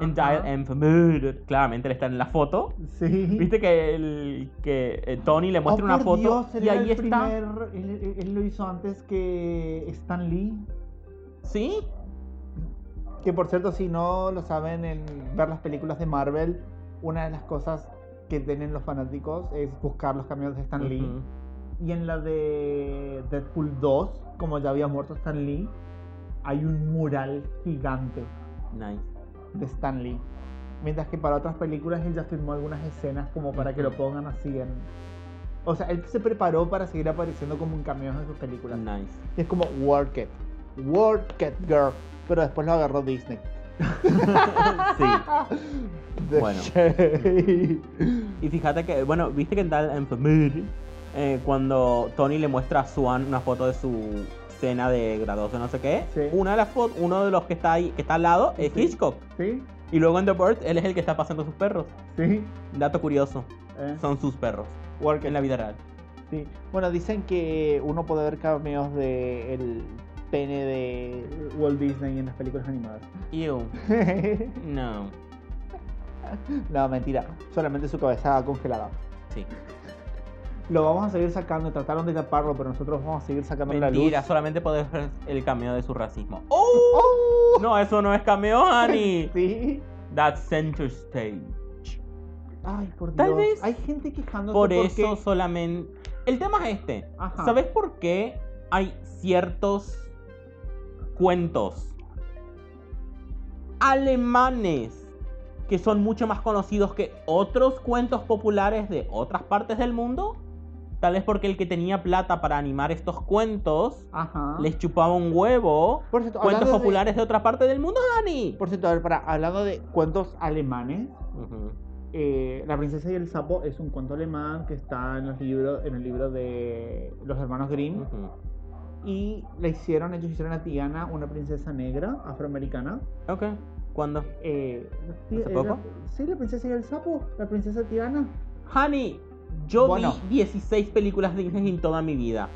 Speaker 3: en
Speaker 1: Ajá.
Speaker 3: Dial M for Murder, claramente él está en la foto.
Speaker 1: Sí.
Speaker 3: Viste que, el, que eh, Tony le muestra
Speaker 1: Oh,
Speaker 3: una
Speaker 1: por
Speaker 3: foto
Speaker 1: Dios, él
Speaker 3: y
Speaker 1: era
Speaker 3: ahí
Speaker 1: el
Speaker 3: está.
Speaker 1: primer- él, él- él lo hizo antes que Stan Lee.
Speaker 3: Sí,
Speaker 1: Que por cierto, si no lo saben, en ver las películas de Marvel, una de las cosas que tienen los fanáticos es buscar los cameos de Stan Lee.
Speaker 3: Ujú.
Speaker 1: Y en la de Deadpool 2, como ya había muerto Stan Lee, hay un mural gigante
Speaker 3: Nice.
Speaker 1: de Stan Lee. Mientras que para otras películas él ya filmó algunas escenas como para que lo pongan así en... O sea, él se preparó para seguir apareciendo como un cameo en sus películas.
Speaker 3: Nice.
Speaker 1: Y es como work it, work it girl. Pero después lo agarró Disney.
Speaker 3: sí.
Speaker 1: The
Speaker 3: Bueno.
Speaker 1: shade.
Speaker 3: Y fíjate que, bueno, viste que en tal en Family, eh, cuando Tony le muestra a Swan una foto de su cena de graduación, no sé qué,
Speaker 1: Sí.
Speaker 3: una de las fo- uno de los que está ahí, que está al lado, es
Speaker 1: Sí.
Speaker 3: Hitchcock.
Speaker 1: ¿Sí?
Speaker 3: Y luego en The Bird, él es el que está pasando sus perros.
Speaker 1: ¿Sí?
Speaker 3: Dato curioso,
Speaker 1: eh,
Speaker 3: son sus perros
Speaker 1: work it.
Speaker 3: en la vida real.
Speaker 1: Sí. Bueno, dicen que uno puede ver cameos de el pene de Walt Disney en las películas animadas.
Speaker 3: Ew, no,
Speaker 1: no, mentira. Solamente su cabeza congelada.
Speaker 3: sí.
Speaker 1: Lo vamos a seguir sacando. Trataron de taparlo, pero nosotros vamos a seguir sacando
Speaker 3: Mentira,
Speaker 1: la luz.
Speaker 3: solamente podés ver el cameo de su racismo. ¡Oh!
Speaker 1: ¡Oh!
Speaker 3: No, eso no es cameo, Annie.
Speaker 1: Sí.
Speaker 3: That's center stage.
Speaker 1: Ay, por Dios.
Speaker 3: Tal vez
Speaker 1: Hay gente quejándose
Speaker 3: Por
Speaker 1: porque-
Speaker 3: eso solamente. El tema es este.
Speaker 1: Ajá.
Speaker 3: ¿Sabes por qué hay ciertos cuentos alemanes que son mucho más conocidos que otros cuentos populares de otras partes del mundo? Tal vez porque el que tenía plata para animar estos cuentos
Speaker 1: Ajá.
Speaker 3: les chupaba un huevo.
Speaker 1: Por cierto,
Speaker 3: Cuentos
Speaker 1: hablando Ah. de-
Speaker 3: populares de otras partes del mundo, Dani.
Speaker 1: Por cierto, a ver, para, hablando de cuentos alemanes,
Speaker 3: Ujú.
Speaker 1: eh, La princesa y el sapo es un cuento alemán que está en los libros, en el libro de los hermanos Grimm
Speaker 3: Ujú.
Speaker 1: y la hicieron, ellos hicieron a Tiana, una princesa negra afroamericana.
Speaker 3: Ok. ¿Cuándo?
Speaker 1: Eh,
Speaker 3: ¿Hace
Speaker 1: eh,
Speaker 3: poco?
Speaker 1: la- sí, la princesa y el sapo, la princesa Tiana.
Speaker 3: Honey, yo
Speaker 1: Bueno.
Speaker 3: vi 16 películas Disney en toda mi vida.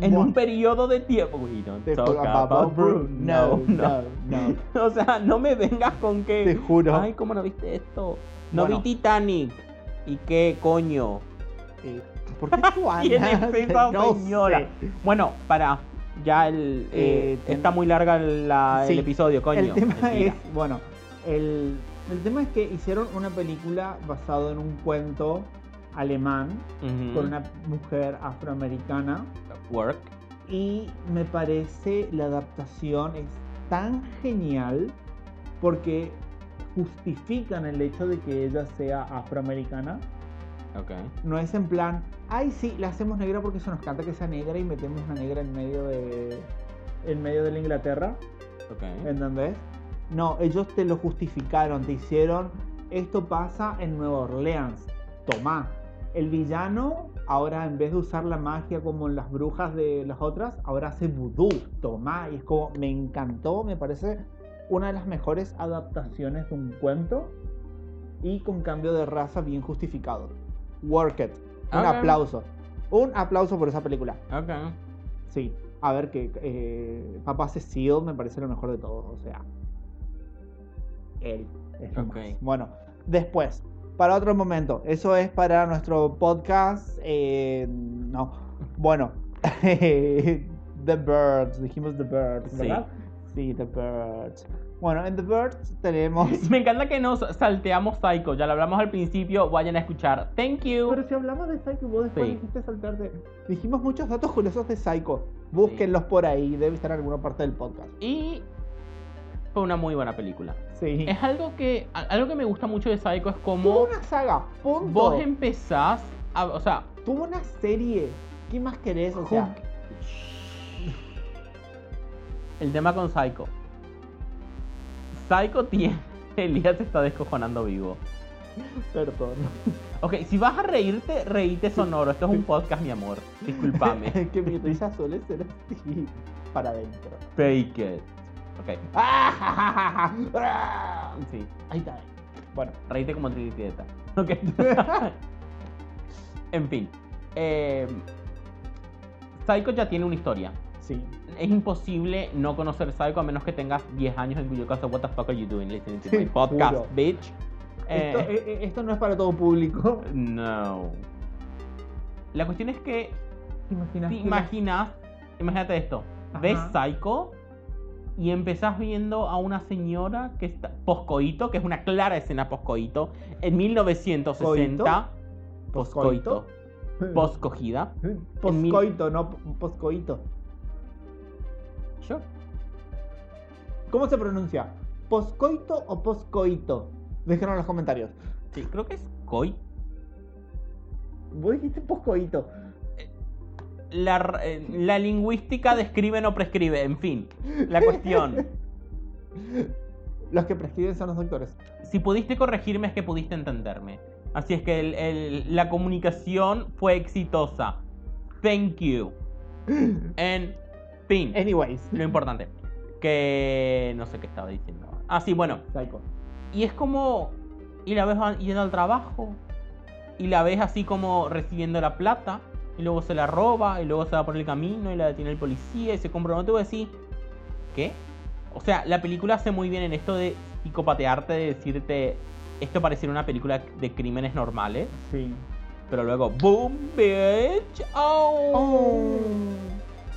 Speaker 3: En un periodo de tiempo. We don't
Speaker 1: Te
Speaker 3: talk
Speaker 1: juro,
Speaker 3: about Bruno,
Speaker 1: no,
Speaker 3: no.
Speaker 1: no, no.
Speaker 3: O sea, no me vengas con
Speaker 1: Te
Speaker 3: que.
Speaker 1: juro.
Speaker 3: Ay, ¿cómo no viste esto? No
Speaker 1: Bueno.
Speaker 3: vi Titanic. ¿Y qué coño?
Speaker 1: Eh, ¿Por qué Tiana?
Speaker 3: Tiene pinta,
Speaker 1: No
Speaker 3: señora.
Speaker 1: sé.
Speaker 3: Bueno, para. Ya el. eh,
Speaker 1: Eh, ten-
Speaker 3: Está muy larga la- el
Speaker 1: Sí.
Speaker 3: episodio, coño.
Speaker 1: El tema
Speaker 3: Mentira.
Speaker 1: es, bueno, el, el tema es que hicieron una película basada en un cuento alemán
Speaker 3: Ujú.
Speaker 1: con una mujer afroamericana
Speaker 3: Work.
Speaker 1: y me parece la adaptación es tan genial porque justifican el hecho de que ella sea afroamericana.
Speaker 3: Ok.
Speaker 1: No es en plan, ay sí, la hacemos negra porque se nos canta que sea negra y metemos una negra en medio de, en medio de la Inglaterra.
Speaker 3: Ok.
Speaker 1: ¿Entendés? No, ellos te lo justificaron, te hicieron. Esto pasa en Nueva Orleans. Tomá. El villano, ahora en vez de usar la magia como en las brujas de las otras, ahora hace vudú. Tomá. Y es como, me encantó, me parece una de las mejores adaptaciones de un cuento y con cambio de raza bien justificado. Work it. Un
Speaker 3: Ok.
Speaker 1: aplauso. Un aplauso por esa película.
Speaker 3: Ok.
Speaker 1: Sí, a ver que eh, Papá Cecil me parece lo mejor de todos, o sea. Él es lo
Speaker 3: Ok.
Speaker 1: más. Bueno, después, para otro momento, eso es para nuestro podcast. eh, no, bueno, The Birds, dijimos The Birds,
Speaker 3: Sí.
Speaker 1: ¿verdad? Sí, The Birds. Bueno, en The Birds tenemos.
Speaker 3: Me encanta que nos salteamos Psycho, ya lo hablamos al principio, vayan a escuchar. Thank you.
Speaker 1: Pero si hablamos de Psycho, vos después
Speaker 3: Sí.
Speaker 1: dijiste saltarte. Dijimos muchos datos curiosos de Psycho. Búsquenlos por ahí, debe estar en alguna parte del podcast.
Speaker 3: Y fue una muy buena película.
Speaker 1: Sí.
Speaker 3: Es algo que a- algo que me gusta mucho de Psycho es
Speaker 1: Tuvo
Speaker 3: cómo
Speaker 1: una saga, punto.
Speaker 3: vos empezás a, o sea,
Speaker 1: Tuvo una serie. ¿Qué más querés? O sea,
Speaker 3: el tema con Psycho. Psycho tiene Elías se está descojonando vivo.
Speaker 1: Perdón.
Speaker 3: Ok, si vas a reírte, reíte sonoro. Esto es un podcast, mi amor. Discúlpame.
Speaker 1: Es que mi risa suele ser así para adentro.
Speaker 3: Fake it. Ok. Sí,
Speaker 1: Ahí está. Bueno,
Speaker 3: reíte como Trinitieta. Ok. en fin. Eh, Psycho ya tiene una historia.
Speaker 1: sí.
Speaker 3: Es imposible no conocer Psycho a menos que tengas 10 años, en cuyo caso, what the fuck are you doing listening to my
Speaker 1: Te
Speaker 3: podcast,
Speaker 1: juro.
Speaker 3: bitch?
Speaker 1: Esto,
Speaker 3: Eh,
Speaker 1: eh, eh, esto no es para todo público.
Speaker 3: No. La cuestión es que
Speaker 1: ¿Te imaginas?
Speaker 3: te
Speaker 1: que-
Speaker 3: imaginas, imagínate esto,
Speaker 1: Ajá.
Speaker 3: ves Psycho y empezás viendo a una señora que está poscoito, que es una clara escena poscoito, en 1960, poscoito,
Speaker 1: ¿Poscoito?
Speaker 3: poscogida. en mil-
Speaker 1: Poscoito, no p- poscoito.
Speaker 3: Sure.
Speaker 1: ¿Cómo se pronuncia? ¿Poscoito o poscoito? Déjenos en los comentarios.
Speaker 3: Sí, creo que es coi.
Speaker 1: Vos dijiste poscoito.
Speaker 3: La, r- eh, la lingüística describe no prescribe, en fin, la cuestión.
Speaker 1: Los que prescriben son los doctores.
Speaker 3: si pudiste corregirme es que pudiste entenderme. Así es que el- el- la comunicación fue exitosa. Thank you. En fin,
Speaker 1: Anyways,
Speaker 3: lo importante. Que no sé qué estaba diciendo. Ah, sí, bueno.
Speaker 1: psycho.
Speaker 3: Y es como... Y la ves a- yendo al trabajo. Y la ves así como recibiendo la plata. Y luego se la roba. Y luego se va por el camino. Y la detiene el policía. Y se compromete. Y vos decís... ¿Qué? O sea, la película hace muy bien en esto de psicopatearte. De decirte... Esto pareciera una película de crímenes normales.
Speaker 1: Sí.
Speaker 3: Pero luego... ¡Boom, bitch! ¡Oh!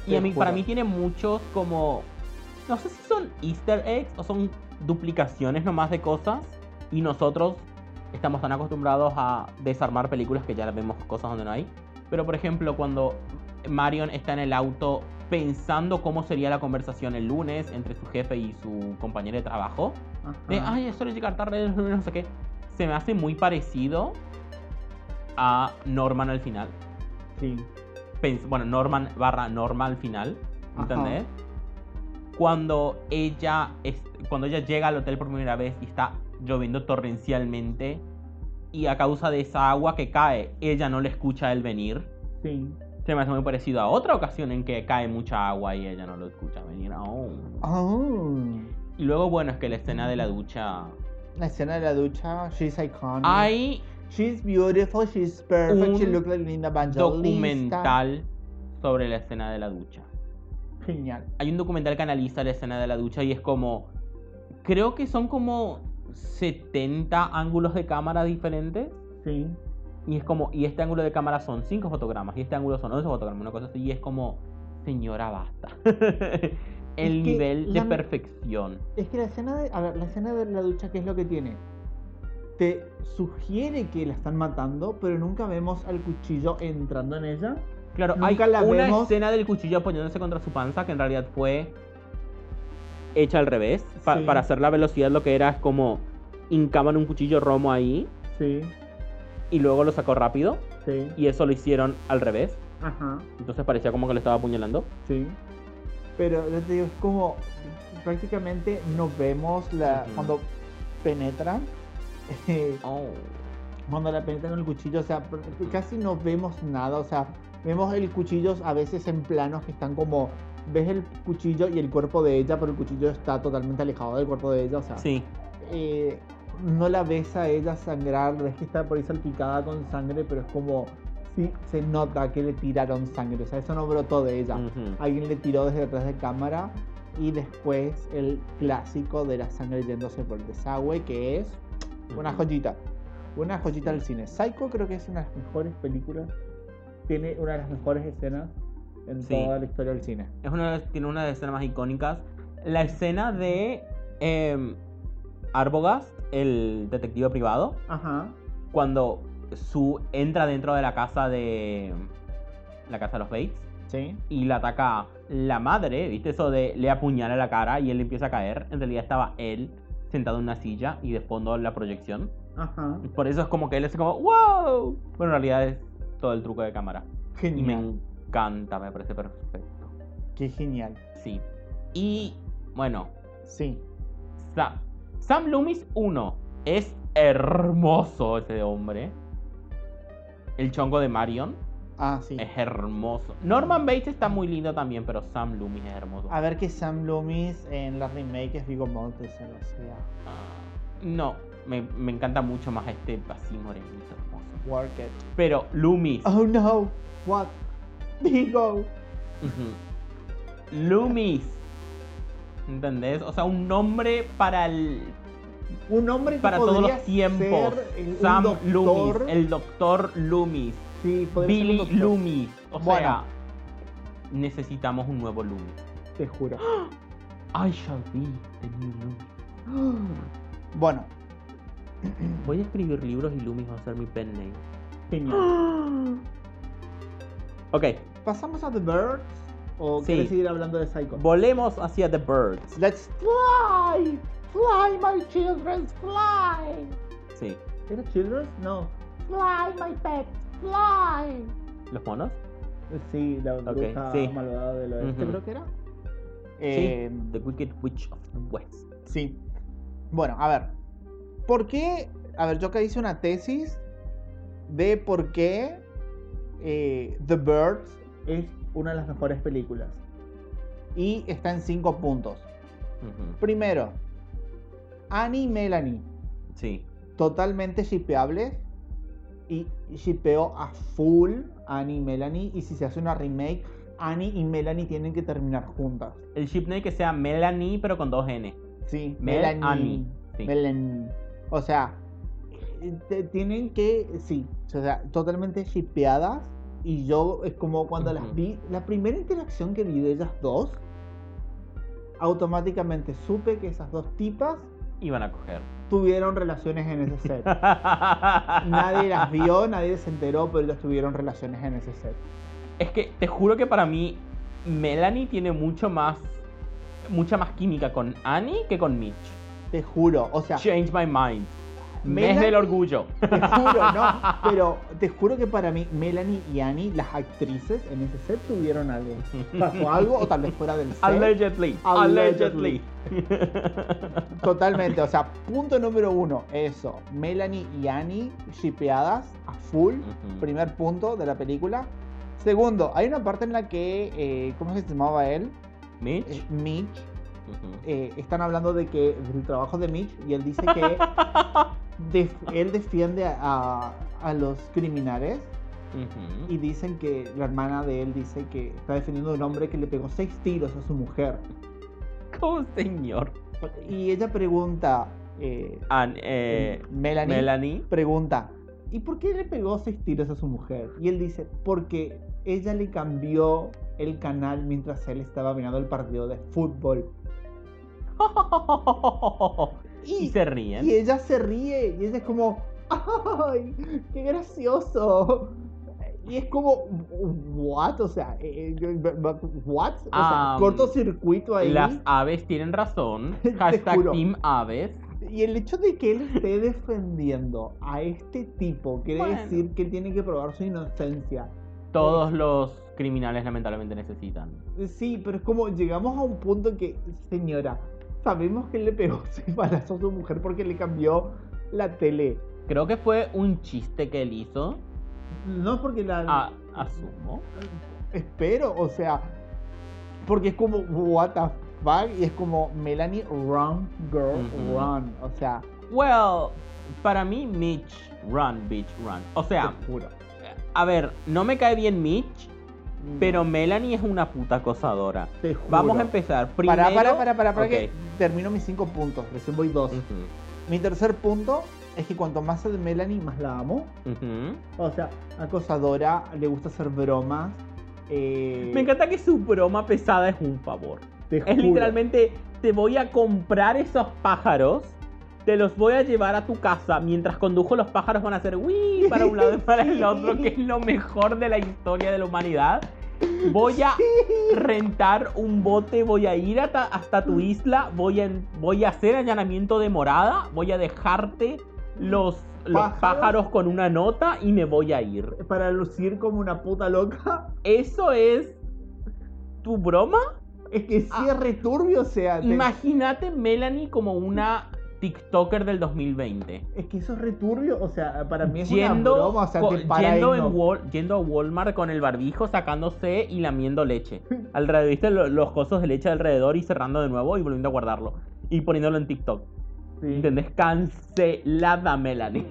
Speaker 3: Y
Speaker 1: Te
Speaker 3: a mí,
Speaker 1: juro.
Speaker 3: para mí tiene muchos como... No sé si son easter eggs o son duplicaciones nomás de cosas. Y nosotros estamos tan acostumbrados a desarmar películas que ya vemos cosas donde no hay. Pero por ejemplo, cuando Marion está en el auto pensando cómo sería la conversación el lunes entre su jefe y su compañero de trabajo. De,
Speaker 1: Ajá.
Speaker 3: ay, es solo llegar tarde, no sé qué. Se me hace muy parecido a Norman al final
Speaker 1: Sí.
Speaker 3: pens- bueno, Norman barra normal final, ¿entendés? Cuando ella es- cuando ella llega al hotel por primera vez y está lloviendo torrencialmente y a causa de esa agua que cae, ella no le escucha a él venir.
Speaker 1: Sí.
Speaker 3: Se me hace muy parecido a otra ocasión en que cae mucha agua y ella no lo escucha venir. Oh.
Speaker 1: Oh.
Speaker 3: Y luego, bueno, es que la escena de la ducha.
Speaker 1: La escena de la ducha, she's iconic.
Speaker 3: Hay
Speaker 1: She's beautiful, she's perfect, she
Speaker 3: Un
Speaker 1: looks like Linda Evangelista.
Speaker 3: documental sobre la escena de la ducha.
Speaker 1: Genial.
Speaker 3: hay un documental que analiza la escena de la ducha y es como. Creo que son como 70 ángulos de cámara diferentes.
Speaker 1: Sí.
Speaker 3: Y es como. Y este ángulo de cámara son 5 fotogramas. Y este ángulo son 11 fotogramas. Una cosa así. Y es como. Señora, basta.
Speaker 1: Es
Speaker 3: El
Speaker 1: que
Speaker 3: nivel de
Speaker 1: la-
Speaker 3: perfección.
Speaker 1: Es que la escena de. A ver, la escena de la ducha, ¿qué es lo que tiene? Te sugiere que la están matando, pero nunca vemos al cuchillo entrando en ella.
Speaker 3: Claro,
Speaker 1: Nunca
Speaker 3: hay
Speaker 1: la
Speaker 3: una
Speaker 1: vemos.
Speaker 3: escena del cuchillo apoyándose contra su panza que en realidad fue hecha al revés. pa-
Speaker 1: Sí.
Speaker 3: Para hacer la velocidad, lo que era es como hincaban un cuchillo romo ahí
Speaker 1: Sí,
Speaker 3: y luego lo sacó rápido.
Speaker 1: sí.
Speaker 3: y eso lo hicieron al revés.
Speaker 1: Ajá,
Speaker 3: Entonces parecía como que lo estaba apuñalando.
Speaker 1: sí. Pero yo te digo, es como. Prácticamente no vemos la.
Speaker 3: Ujú.
Speaker 1: Cuando penetra. eh,
Speaker 3: Oh.
Speaker 1: cuando la penetran con el cuchillo, o sea, pr- casi no vemos nada, o sea, vemos el cuchillo a veces en planos que están como, ves el cuchillo y el cuerpo de ella, pero el cuchillo está totalmente alejado del cuerpo de ella, o sea,
Speaker 3: Sí.
Speaker 1: eh, no la ves a ella sangrar, ves que está por ahí salpicada con sangre, pero es como, sí, se nota que le tiraron sangre, o sea, eso no brotó de ella,
Speaker 3: Ujú.
Speaker 1: alguien le tiró desde atrás de cámara y después el clásico de la sangre yéndose por el desagüe, que es una
Speaker 3: Ujú.
Speaker 1: joyita. Una joyita del cine. Psycho creo que es una de las mejores películas. Tiene una de las mejores escenas en
Speaker 3: Sí.
Speaker 1: toda la historia del cine.
Speaker 3: Es una, de las- tiene una de las escenas más icónicas. La escena de eh, Arbogast, el detective privado,
Speaker 1: Ajá.
Speaker 3: cuando su entra dentro de la casa de la casa de los Bates
Speaker 1: Sí.
Speaker 3: y la ataca la madre, ¿viste? Eso de le apuñala la cara y él empieza a caer. En realidad estaba él sentado en una silla y de fondo la proyección.
Speaker 1: Ajá.
Speaker 3: Por eso es como que él es como, wow. Bueno, en realidad es todo el truco de cámara. Y me
Speaker 1: Genial.
Speaker 3: encanta, me parece perfecto.
Speaker 1: Qué genial.
Speaker 3: Sí. Y bueno,
Speaker 1: Sí.
Speaker 3: Sa- Sam Loomis 1 es hermoso ese hombre. El chongo de Marion
Speaker 1: Ah, sí.
Speaker 3: es hermoso. Norman Bates está muy lindo también, pero Sam Loomis es hermoso.
Speaker 1: A ver que Sam Loomis en la remake es Vigo Mortensen, o sea,
Speaker 3: No, me, me encanta mucho más este así morenito hermoso.
Speaker 1: work it.
Speaker 3: Pero Loomis.
Speaker 1: Oh no, what? Vigo.
Speaker 3: Ujú. Loomis. ¿Entendés? O sea, un nombre para el.
Speaker 1: Un hombre que
Speaker 3: Para todos
Speaker 1: podría
Speaker 3: los tiempos.
Speaker 1: ser el- un
Speaker 3: Sam
Speaker 1: doctor.
Speaker 3: Loomis. El doctor Loomis.
Speaker 1: Sí, podría ser un
Speaker 3: Billy
Speaker 1: doctor,
Speaker 3: Loomis. O
Speaker 1: Bueno.
Speaker 3: sea, necesitamos un nuevo Loomis.
Speaker 1: Te juro.
Speaker 3: I shall be the new Loomis.
Speaker 1: Bueno,
Speaker 3: Voy a escribir libros y Loomis va a ser mi pen name.
Speaker 1: genial.
Speaker 3: Ok,
Speaker 1: ¿Pasamos a The Birds? ¿O
Speaker 3: Sí.
Speaker 1: quieres seguir hablando de Psycho?
Speaker 3: volemos hacia The Birds.
Speaker 1: Let's fly! Fly, my children, fly!
Speaker 3: Sí.
Speaker 1: ¿Era Children? No. Fly, my pet, fly!
Speaker 3: ¿Los monos?
Speaker 1: Sí, la bruja
Speaker 3: Ok, sí.
Speaker 1: malvada del oeste,
Speaker 3: Ujú.
Speaker 1: creo que era. Em,
Speaker 3: sí. The Wicked Witch of the West.
Speaker 1: Sí. Bueno, a ver. ¿Por qué? A ver, yo acá hice una tesis de por qué eh, The Birds es una de las mejores películas. Y está en cinco puntos.
Speaker 3: Ujú.
Speaker 1: Primero, Annie y Melanie,
Speaker 3: Sí.
Speaker 1: totalmente shipeables. Y shipeo a full Annie y Melanie. Y si se hace una remake, Annie y Melanie tienen que terminar juntas.
Speaker 3: El shipname que sea Melanie, pero con dos N.
Speaker 1: Sí,
Speaker 3: Mel
Speaker 1: Melanie.
Speaker 3: Annie, sí.
Speaker 1: Melanie. O sea, eh, te- tienen que, sí, o sea, totalmente shipeadas. Y yo es como cuando las
Speaker 3: Ujú.
Speaker 1: vi, la primera interacción que vi de ellas dos, automáticamente supe que esas dos tipas
Speaker 3: Iban a coger.
Speaker 1: tuvieron relaciones en ese set. nadie las vio, nadie se enteró, pero ellas tuvieron relaciones en ese set.
Speaker 3: Es que te juro que para mí Melanie tiene mucho más mucha más química con Annie que con Mitch.
Speaker 1: Te juro, o sea,
Speaker 3: Change my mind. Mes
Speaker 1: Melanie-
Speaker 3: del orgullo.
Speaker 1: Te juro, no. Pero te juro que para mí, Melanie y Annie, las actrices en ese set, tuvieron algo. Pasó algo, o tal vez fuera del set.
Speaker 3: Allegedly. Allegedly.
Speaker 1: Allegedly. Totalmente. O sea, punto número uno, eso. Melanie y Annie shipeadas a full.
Speaker 3: Ujú.
Speaker 1: Primer punto de la película. Segundo, hay una parte en la que, eh, ¿cómo se llamaba él? Eh,
Speaker 3: Mitch.
Speaker 1: Mitch.
Speaker 3: Ujú.
Speaker 1: eh, están hablando de que del trabajo de Mitch y él dice que def- él defiende a- a- a los criminales
Speaker 3: Ujú.
Speaker 1: Y dicen que la hermana de él dice que está defendiendo a un hombre que le pegó seis tiros a su mujer.
Speaker 3: ¿Cómo señor?
Speaker 1: Y ella pregunta, eh,
Speaker 3: An- eh,
Speaker 1: Melanie,
Speaker 3: Melanie.
Speaker 1: pregunta, ¿y por qué le pegó seis tiros a su mujer? Y él dice, porque ella le cambió el canal mientras él estaba mirando el partido de fútbol.
Speaker 3: y
Speaker 1: Y,
Speaker 3: se ríen.
Speaker 1: y ella se ríe y ella es como, ¡ay, qué gracioso! Y es como, ¿what? O sea, eh, eh, ¿what? O sea,
Speaker 3: Am,
Speaker 1: cortocircuito ahí.
Speaker 3: Las aves tienen razón.
Speaker 1: Te
Speaker 3: Hashtag
Speaker 1: juro.
Speaker 3: Team Aves.
Speaker 1: Y el hecho de que él esté defendiendo a este tipo quiere
Speaker 3: Bueno.
Speaker 1: decir que él tiene que probar su inocencia.
Speaker 3: Todos los criminales lamentablemente necesitan.
Speaker 1: Sí, pero es como llegamos a un punto que, señora, sabemos que él le pegó seis balazos a su mujer porque le cambió la tele.
Speaker 3: Creo que fue un chiste que él hizo.
Speaker 1: No porque la.
Speaker 3: A- asumo.
Speaker 1: Espero, o sea. Porque es como, what the fuck? Y es como, Melanie, run, girl,
Speaker 3: Ujú.
Speaker 1: run. O sea,
Speaker 3: Well, para mí, Mitch, run, bitch, run. O sea,
Speaker 1: te juro.
Speaker 3: a ver, no me cae bien Mitch, pero Melanie es una puta acosadora.
Speaker 1: Te juro.
Speaker 3: Vamos a empezar. Primero...
Speaker 1: Para, para, para, para,
Speaker 3: Ok.
Speaker 1: que termino mis cinco puntos. Recién voy dos.
Speaker 3: Ujú,
Speaker 1: Mi tercer punto es que cuanto más sé de Melanie, más la amo.
Speaker 3: ujú.
Speaker 1: O sea, acosadora, le gusta hacer bromas. eh,
Speaker 3: Me encanta que su broma pesada es un favor.
Speaker 1: te
Speaker 3: Es
Speaker 1: juro.
Speaker 3: literalmente, te voy a comprar esos pájaros, te los voy a llevar a tu casa. Mientras condujo, los pájaros van a hacer uy para un lado y para el otro, que es lo mejor de la historia de la humanidad. Voy a rentar un bote, voy a ir hasta, hasta tu isla, voy a, en- voy a hacer allanamiento de morada, voy a dejarte los, los
Speaker 1: Pájaros.
Speaker 3: pájaros con una nota y me voy a ir.
Speaker 1: Para lucir como una puta loca.
Speaker 3: ¿Eso es tu broma?
Speaker 1: Es que
Speaker 3: Ah.
Speaker 1: cierre turbio, o sea. te-
Speaker 3: Imagínate Melanie como una TikToker del 2020.
Speaker 1: Es que eso es returbio, o sea, para mí es
Speaker 3: Yendo,
Speaker 1: una broma, o sea,
Speaker 3: co-
Speaker 1: te para
Speaker 3: yendo,
Speaker 1: ahí
Speaker 3: en
Speaker 1: no.
Speaker 3: Wal- yendo a Walmart con el barbijo, sacándose y lamiendo leche. Alrededor, viste Lo- los cosos de leche alrededor y cerrando de nuevo y volviendo a guardarlo. Y poniéndolo en TikTok.
Speaker 1: Sí.
Speaker 3: ¿Entendés? Cancelada, Melanie.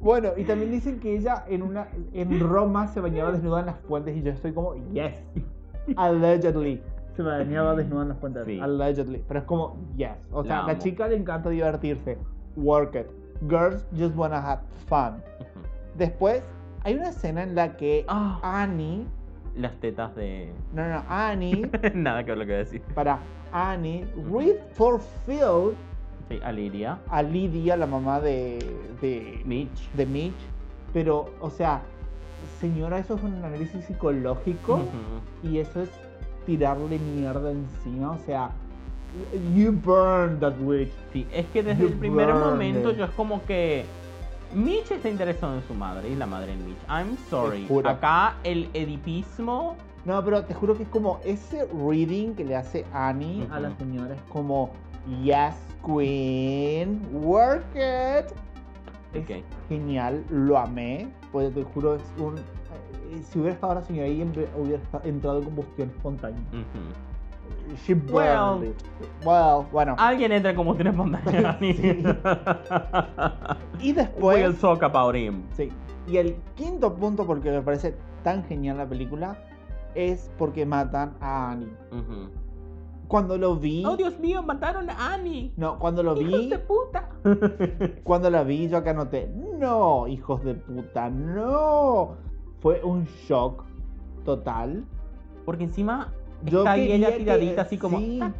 Speaker 1: Bueno, y también dicen que ella en una en Roma se bañaba desnuda en las fuentes y yo estoy como, yes, allegedly. Se bañaba desnuda en las fuentes,
Speaker 3: Sí.
Speaker 1: allegedly. Pero es como, yes. O sea,
Speaker 3: La
Speaker 1: la,
Speaker 3: amo.
Speaker 1: chica le encanta divertirse. Work it. Girls just wanna have fun. Después, hay una escena en la que
Speaker 3: Ah,
Speaker 1: Annie,
Speaker 3: las tetas de.
Speaker 1: no, no, no, Annie,
Speaker 3: Nada que ver lo que voy a decir.
Speaker 1: para Annie,
Speaker 3: Ujú.
Speaker 1: read for Phil
Speaker 3: Sí, Aliria.
Speaker 1: a Lidia, la mamá de, de
Speaker 3: Mitch.
Speaker 1: de Mitch, pero, o sea, señora, eso es un análisis psicológico
Speaker 3: Ujú.
Speaker 1: y eso es tirarle mierda encima, o sea, you burn that witch.
Speaker 3: Sí, es que desde
Speaker 1: You
Speaker 3: el primer
Speaker 1: burned
Speaker 3: momento
Speaker 1: it.
Speaker 3: yo es como que. Mitch está interesado en su madre y la madre en Mitch. I'm sorry.
Speaker 1: Te juro.
Speaker 3: Acá el edipismo.
Speaker 1: No, pero te juro que es como ese reading que le hace Annie a la
Speaker 3: Ujú.
Speaker 1: señora, es como, yes, queen, work it. Es
Speaker 3: Ok.
Speaker 1: genial, lo amé, pues te juro, es un... eh, Si hubiera estado la señora ahí, empe- hubiera esta- entrado en combustión espontánea.
Speaker 3: Ujú.
Speaker 1: She burned
Speaker 3: Well. Ah,
Speaker 1: it. Well, bueno.
Speaker 3: Alguien entra como tiene pantalla.
Speaker 1: Sí. Pues- y después...
Speaker 3: We'll talk about him.
Speaker 1: Sí. Y el quinto punto, porque me parece tan genial la película, es porque matan a Annie.
Speaker 3: Ujú.
Speaker 1: Cuando lo vi.
Speaker 3: Oh, Dios mío, mataron a Annie.
Speaker 1: No, cuando lo
Speaker 3: ¡Hijos
Speaker 1: vi.
Speaker 3: de puta!
Speaker 1: Cuando la vi, yo acá noté. No, hijos de puta, no. Fue un shock total.
Speaker 3: Porque encima
Speaker 1: Yo
Speaker 3: está ahí ella
Speaker 1: quería que-
Speaker 3: tiradita así como...
Speaker 1: sí.
Speaker 3: "Ah".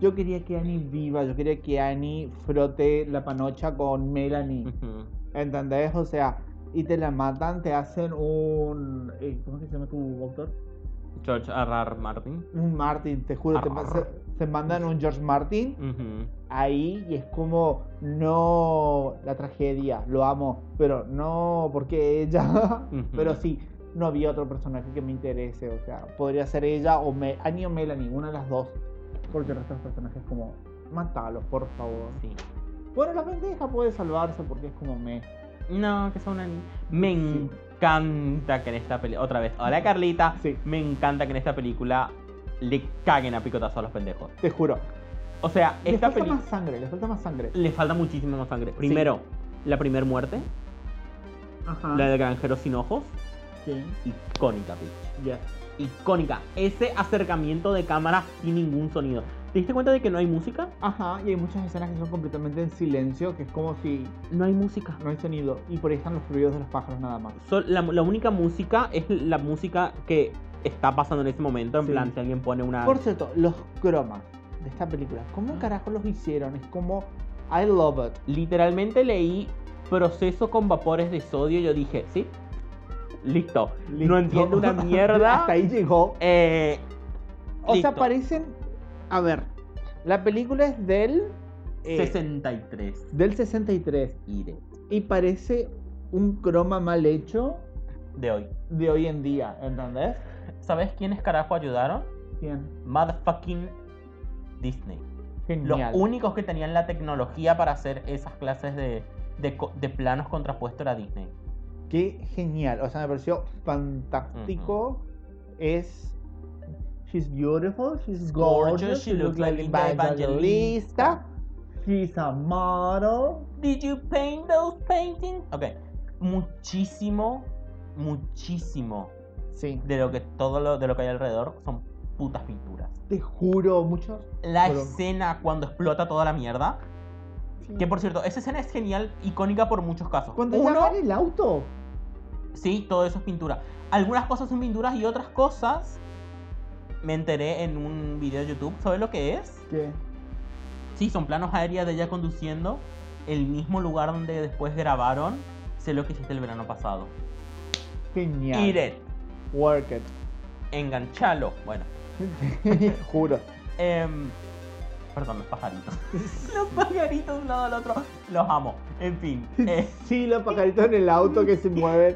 Speaker 1: Yo quería que Annie viva, yo quería que Annie frote la panocha con Melanie.
Speaker 3: Ujú.
Speaker 1: ¿Entendés? O sea, y te la matan, te hacen un. eh, ¿Cómo es que se llama tu doctor?
Speaker 3: George R. R. Martin.
Speaker 1: un Martin, te juro, te
Speaker 3: Arr.
Speaker 1: pa- se, se mandan un George Martin
Speaker 3: Ujú.
Speaker 1: ahí y es como, no, la tragedia, lo amo, pero no, porque ella,
Speaker 3: Ujú.
Speaker 1: pero sí, no había otro personaje que me interese, o sea, podría ser ella o Me- Annie o Melanie, una de las dos, porque el resto de los personajes como, mátalos, por favor.
Speaker 3: Sí.
Speaker 1: Bueno, la pendeja puede salvarse porque es como me.
Speaker 3: No, que son Annie. Me
Speaker 1: Sí.
Speaker 3: encanta que en esta película... Otra vez. Hola, Carlita.
Speaker 1: Sí.
Speaker 3: Me encanta que en esta película le caguen a picotazo a los pendejos.
Speaker 1: Te juro.
Speaker 3: O sea,
Speaker 1: Les
Speaker 3: esta
Speaker 1: falta
Speaker 3: película...
Speaker 1: más sangre, les falta más sangre.
Speaker 3: Le falta muchísimo más sangre. Primero, la primer muerte.
Speaker 1: Ajá.
Speaker 3: La del granjero sin ojos.
Speaker 1: Sí.
Speaker 3: Icónica, bitch.
Speaker 1: Yes.
Speaker 3: icónica. Ese acercamiento de cámara sin ningún sonido. ¿Te diste cuenta de que no hay música?
Speaker 1: Ajá, y hay muchas escenas que son completamente en silencio, que es como si
Speaker 3: No hay música.
Speaker 1: no hay sonido. Y por ahí están los ruidos de los pájaros nada más.
Speaker 3: Sol- la, la única música es la música que está pasando en ese momento. En
Speaker 1: Sí.
Speaker 3: plan, si alguien pone una.
Speaker 1: Por cierto, los cromas de esta película,
Speaker 3: Ah.
Speaker 1: ¿cómo carajo los hicieron? Es como, I love it.
Speaker 3: Literalmente leí proceso con vapores de sodio. Yo dije, ¿sí? Listo.
Speaker 1: Listo.
Speaker 3: No entiendo una mierda.
Speaker 1: Hasta ahí llegó.
Speaker 3: Eh,
Speaker 1: O sea,
Speaker 3: listo.
Speaker 1: parecen. A ver, la película es del. eh,
Speaker 3: 63.
Speaker 1: Del 63.
Speaker 3: Ire.
Speaker 1: Y parece un croma mal hecho
Speaker 3: De hoy.
Speaker 1: de hoy en día, ¿entendés?
Speaker 3: ¿Sabes quiénes carajo ayudaron?
Speaker 1: Bien.
Speaker 3: Motherfucking Disney. Los
Speaker 1: Genial.
Speaker 3: únicos que tenían la tecnología para hacer esas clases de, de co- de planos contrapuestos era Disney.
Speaker 1: Qué genial. O sea, me pareció fantástico. Es. She's beautiful, she's gorgeous, she, looks like an evangelista. She's a model.
Speaker 3: Did you paint those paintings? Ok. Muchísimo, muchísimo
Speaker 1: Sí,
Speaker 3: de lo que todo lo, de lo que hay alrededor son putas pinturas.
Speaker 1: te juro, muchos.
Speaker 3: La
Speaker 1: Pero-
Speaker 3: escena cuando explota toda la mierda. Que por cierto, esa escena es genial, icónica por muchos casos.
Speaker 1: Cuando
Speaker 3: Uno,
Speaker 1: ella va en el auto.
Speaker 3: Sí, todo eso es pintura. Algunas cosas son pinturas y otras cosas me enteré en un video de YouTube. ¿Sabes lo que es?
Speaker 1: ¿Qué?
Speaker 3: Sí, son planos aéreos de ella conduciendo el mismo lugar donde después grabaron Sé lo que hiciste el verano pasado.
Speaker 1: Genial.
Speaker 3: Eat it.
Speaker 1: Work it.
Speaker 3: Enganchalo. Bueno.
Speaker 1: Te juro.
Speaker 3: em, perdón, los pajaritos. los pajaritos de un lado al otro. Los amo. En fin. eh,
Speaker 1: Sí, los pajaritos en el auto que se mueven.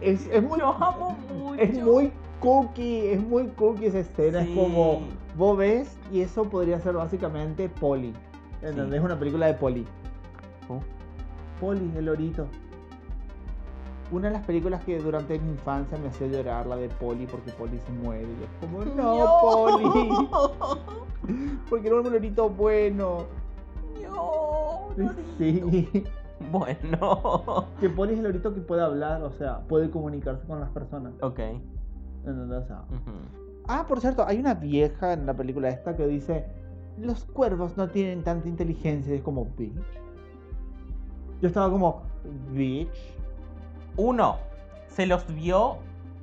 Speaker 1: Es, es muy
Speaker 3: los amo mucho.
Speaker 1: Es muy cookie, es muy cookie esa escena.
Speaker 3: Sí.
Speaker 1: Es como, vos ves, y eso podría ser básicamente Polly. ¿Entendés?
Speaker 3: Sí.
Speaker 1: Es una película de Poli.
Speaker 3: Oh.
Speaker 1: Poli, el lorito. Una de las películas que durante mi infancia me hacía llorar, la de Poli, porque Poli se muere. Y yo, como, no, Poli. Porque era un lorito bueno.
Speaker 3: No,
Speaker 1: Sí.
Speaker 3: Bueno.
Speaker 1: Que Poli es el lorito que puede hablar, o sea, puede comunicarse con las personas.
Speaker 3: Ok.
Speaker 1: ¿Entendés? O sea,
Speaker 3: ujú.
Speaker 1: Ah, por cierto, hay una vieja en la película esta que dice, los cuervos no tienen tanta inteligencia, y es como, bitch. Yo estaba como, bitch.
Speaker 3: Uno, se los vio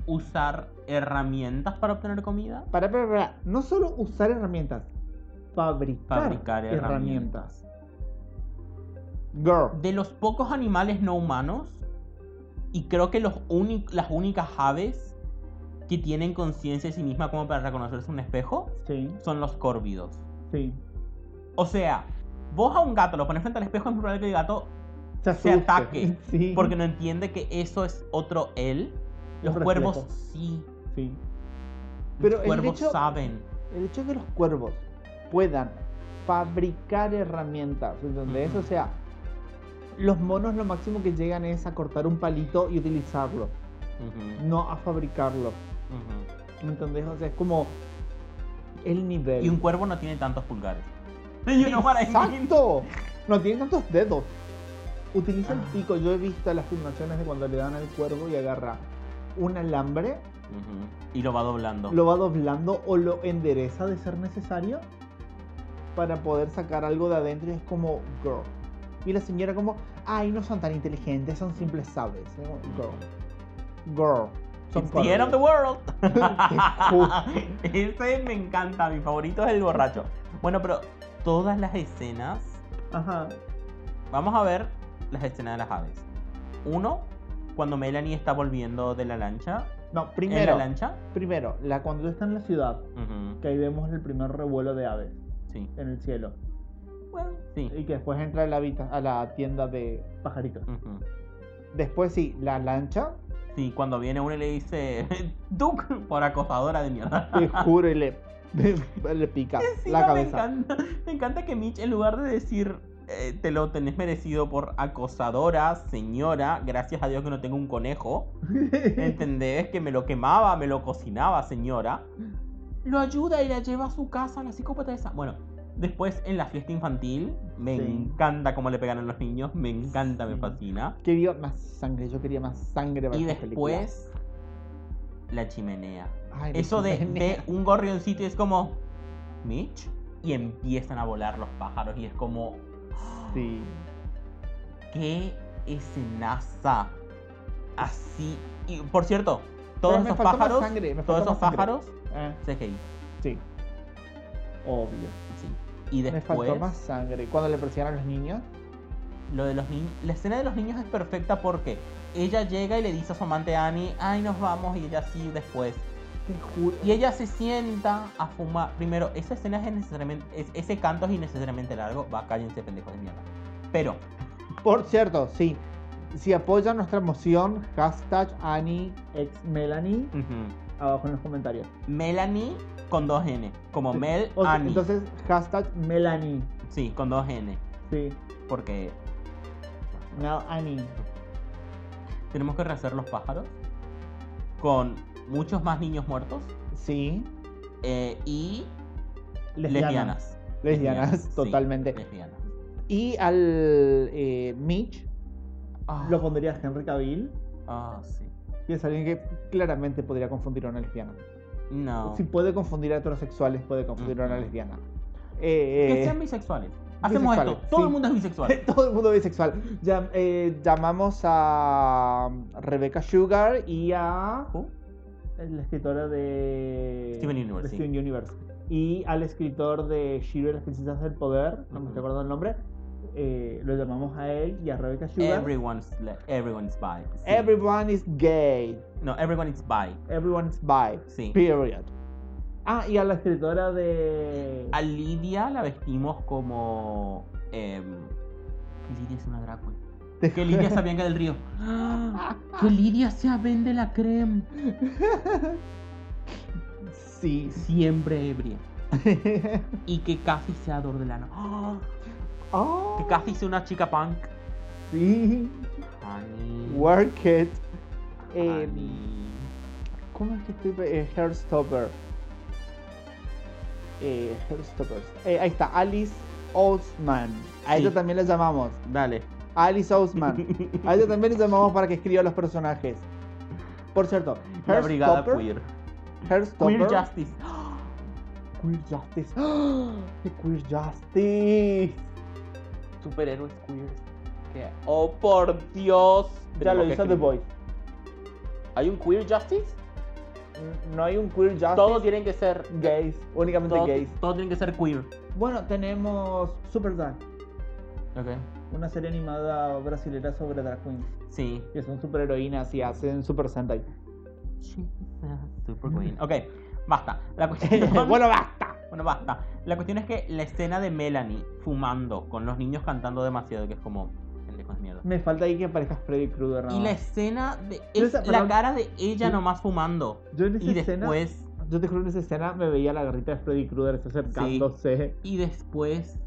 Speaker 3: usar herramientas para obtener comida.
Speaker 1: Para, para, para, no solo usar herramientas, fabricar,
Speaker 3: Fabricar herramientas.
Speaker 1: Girl.
Speaker 3: De los pocos animales no humanos, y creo que los uni- las únicas aves que tienen conciencia de sí misma como para reconocerse en un espejo,
Speaker 1: Sí,
Speaker 3: son los córvidos.
Speaker 1: sí.
Speaker 3: O sea, vos a un gato lo pones frente al espejo, es muy probable que el gato,
Speaker 1: Se,
Speaker 3: Se
Speaker 1: asuste.
Speaker 3: ataque,
Speaker 1: Sí.
Speaker 3: porque no entiende que eso es otro él. Los
Speaker 1: Un
Speaker 3: cuervos
Speaker 1: reflejo.
Speaker 3: sí.
Speaker 1: Sí.
Speaker 3: Los
Speaker 1: Pero el
Speaker 3: cuervos
Speaker 1: hecho-
Speaker 3: saben.
Speaker 1: el hecho de que los cuervos puedan fabricar herramientas, ¿entendés?
Speaker 3: Ujú.
Speaker 1: O sea, los monos lo máximo que llegan es a cortar un palito y utilizarlo,
Speaker 3: Ujú,
Speaker 1: no a fabricarlo,
Speaker 3: ujú.
Speaker 1: ¿entendés? O sea, es como el nivel.
Speaker 3: Y un cuervo no tiene tantos pulgares. You know what I mean?
Speaker 1: ¡Exacto! No tiene tantos dedos. Utiliza el
Speaker 3: Ah.
Speaker 1: pico. Yo he visto las filmaciones de cuando le dan al cuervo y agarra un alambre,
Speaker 3: Ujú. Y lo va doblando.
Speaker 1: lo va doblando o lo endereza de ser necesario para poder sacar algo de adentro y es como girl. Y la señora como, ay, no son tan inteligentes, son simples sabes. Es como, Girl. Girl. Son
Speaker 3: It's the end of the
Speaker 1: corvidos.
Speaker 3: world.
Speaker 1: Qué
Speaker 3: Ese me encanta, mi favorito es el borracho. Bueno, pero todas las escenas.
Speaker 1: Ajá.
Speaker 3: Vamos a ver las escenas de las aves. Uno, cuando Melanie está volviendo de la lancha.
Speaker 1: No,
Speaker 3: ¿En
Speaker 1: primero,
Speaker 3: la lancha?
Speaker 1: primero, la cuando está en la ciudad,
Speaker 3: Ujú,
Speaker 1: que ahí vemos el primer revuelo de aves
Speaker 3: Sí.
Speaker 1: en el cielo.
Speaker 3: Sí.
Speaker 1: Y que después entra a la, habita- a la tienda de pajaritos.
Speaker 3: ujú.
Speaker 1: Después sí, la lancha.
Speaker 3: Sí, cuando viene uno y le dice, Duke, por acosadora de mierda.
Speaker 1: Te juro, y le, le pica la
Speaker 3: Encima me
Speaker 1: cabeza.
Speaker 3: encanta, me encanta que Mitch, en lugar de decir eh, te lo tenés merecido por acosadora, señora, gracias a Dios que no tengo un conejo, ¿entendés? Que me lo quemaba, me lo cocinaba, señora. Lo ayuda y la lleva a su casa, la psicópata esa. Bueno, después en la fiesta infantil, me
Speaker 1: Sí.
Speaker 3: encanta cómo le pegan a los niños, me encanta, me
Speaker 1: Sí.
Speaker 3: fascina.
Speaker 1: Quería más sangre, yo quería más sangre para
Speaker 3: Y
Speaker 1: esta película.
Speaker 3: después, la chimenea.
Speaker 1: Ay,
Speaker 3: Eso de,
Speaker 1: Virginia.
Speaker 3: de un gorrioncito y es como. Mitch. Y empiezan a volar los pájaros y es como.
Speaker 1: Sí.
Speaker 3: ¡Qué escenaza! Así. Y por cierto,
Speaker 1: Pero
Speaker 3: todos
Speaker 1: me
Speaker 3: esos
Speaker 1: faltó más
Speaker 3: pájaros.
Speaker 1: sangre, me faltó
Speaker 3: Todos esos
Speaker 1: más sangre.
Speaker 3: pájaros.
Speaker 1: Eh,
Speaker 3: CGI.
Speaker 1: sí. Obvio.
Speaker 3: Sí. Y
Speaker 1: Me faltó
Speaker 3: después.
Speaker 1: más sangre. Cuando le persiguen a los niños.
Speaker 3: Lo de los niños. La escena de los niños es perfecta porque ella llega y le dice a su amante Annie, ay, nos vamos, y ella sí después.
Speaker 1: Te juro.
Speaker 3: Y ella se sienta a fumar. Primero, esa escena es innecesariamente. es- ese canto es innecesariamente largo. Va, cállense, pendejos de mierda. Pero,
Speaker 1: Por cierto, sí. Si apoyan nuestra moción, hashtag Annie ex Melanie,
Speaker 3: ujú,
Speaker 1: abajo en los comentarios.
Speaker 3: Melanie con dos N. Como Mel
Speaker 1: O sea,
Speaker 3: Annie.
Speaker 1: Entonces, hashtag Melanie.
Speaker 3: Sí, con dos N.
Speaker 1: Sí.
Speaker 3: Porque
Speaker 1: Now Annie.
Speaker 3: tenemos que rehacer los pájaros. Con muchos más niños muertos.
Speaker 1: Sí.
Speaker 3: eh, y
Speaker 1: Lesbianas.
Speaker 3: lesbianas.
Speaker 1: Lesbianas,
Speaker 3: sí,
Speaker 1: totalmente.
Speaker 3: lesbianas.
Speaker 1: Y al eh, Mitch
Speaker 3: Ah,
Speaker 1: lo pondría Henry Cavill,
Speaker 3: ah, sí.
Speaker 1: que es alguien que claramente podría confundir a una lesbiana.
Speaker 3: No.
Speaker 1: Si puede confundir a heterosexuales, puede confundir a una
Speaker 3: Ujú.
Speaker 1: lesbiana. Eh,
Speaker 3: Que
Speaker 1: eh,
Speaker 3: sean bisexuales. Hacemos esto.
Speaker 1: bisexuales,
Speaker 3: Todo
Speaker 1: sí.
Speaker 3: el mundo es bisexual.
Speaker 1: todo el mundo bisexual. Llam- eh, llamamos a um, Rebecca Sugar y a
Speaker 3: Who?
Speaker 1: la escritora de
Speaker 3: Steven Universe,
Speaker 1: de
Speaker 3: sí.
Speaker 1: Steven Universe. Y al escritor de Shiro y las princesas del poder, no me
Speaker 3: Ujú.
Speaker 1: recuerdo el nombre, eh, lo llamamos a él y a Rebecca Sugar.
Speaker 3: Everyone's, le- everyone's bi. sí.
Speaker 1: Everyone is gay.
Speaker 3: No, everyone is bi.
Speaker 1: Everyone is bi.
Speaker 3: Sí.
Speaker 1: Period. Ah, y a la escritora de.
Speaker 3: A Lidia la vestimos como. em, que Lidia es una drag queen.
Speaker 1: de-
Speaker 3: Que Lidia se venga del río. ¡Ah! Que Lidia sea vende la creme.
Speaker 1: Sí.
Speaker 3: Siempre ebria. Y que casi sea Dordelano. ¡Ah!
Speaker 1: Ah,
Speaker 3: Que casi hice una chica punk.
Speaker 1: sí.
Speaker 3: Honey.
Speaker 1: Work it. Eh,
Speaker 3: honey.
Speaker 1: ¿Cómo es que estoy? pe- Eh, Hairstopper. Eh, Hairstoppers. Eh, ahí está, Alice Ousman. A
Speaker 3: Sí.
Speaker 1: ella también la llamamos.
Speaker 3: Dale.
Speaker 1: Alice Ousman. A ella también le llamamos para que escriba los personajes. Por cierto,
Speaker 3: La brigada
Speaker 1: Hairstopper-
Speaker 3: queer.
Speaker 1: Hairstopper.
Speaker 3: Queer Justice.
Speaker 1: Queer Justice. ¡Ah! ¡Qué Queer Justice!
Speaker 3: Superhéroes queers. Que- Oh, por Dios.
Speaker 1: Ya lo
Speaker 3: Tenemos que
Speaker 1: hizo The
Speaker 3: escribir.
Speaker 1: Voice.
Speaker 3: ¿Hay un Queer Justice?
Speaker 1: No hay un Queer Justice.
Speaker 3: Todos tienen que ser
Speaker 1: gays. Únicamente
Speaker 3: Todos,
Speaker 1: gays.
Speaker 3: todos tienen que ser queer.
Speaker 1: Bueno, tenemos Superdrag.
Speaker 3: Ok.
Speaker 1: Una serie animada brasilera sobre drag queens.
Speaker 3: Sí.
Speaker 1: Que son superheroínas y hacen Super Sentai.
Speaker 3: Super queen. Ok, basta. La cuestión...
Speaker 1: bueno, basta.
Speaker 3: Bueno, basta. La cuestión es que la escena de Melanie fumando con los niños cantando demasiado, que es como. Pendejos de mierda.
Speaker 1: Me falta ahí que aparezca Freddy Krueger. nada
Speaker 3: Y la
Speaker 1: más.
Speaker 3: escena de.
Speaker 1: Yo
Speaker 3: es
Speaker 1: esa-
Speaker 3: la
Speaker 1: perdón.
Speaker 3: cara de ella
Speaker 1: Sí.
Speaker 3: nomás fumando.
Speaker 1: Yo en esa
Speaker 3: Y
Speaker 1: escena.
Speaker 3: después.
Speaker 1: Yo te juro en esa escena me veía la garrita de Freddy Krueger así acercándose.
Speaker 3: Y después.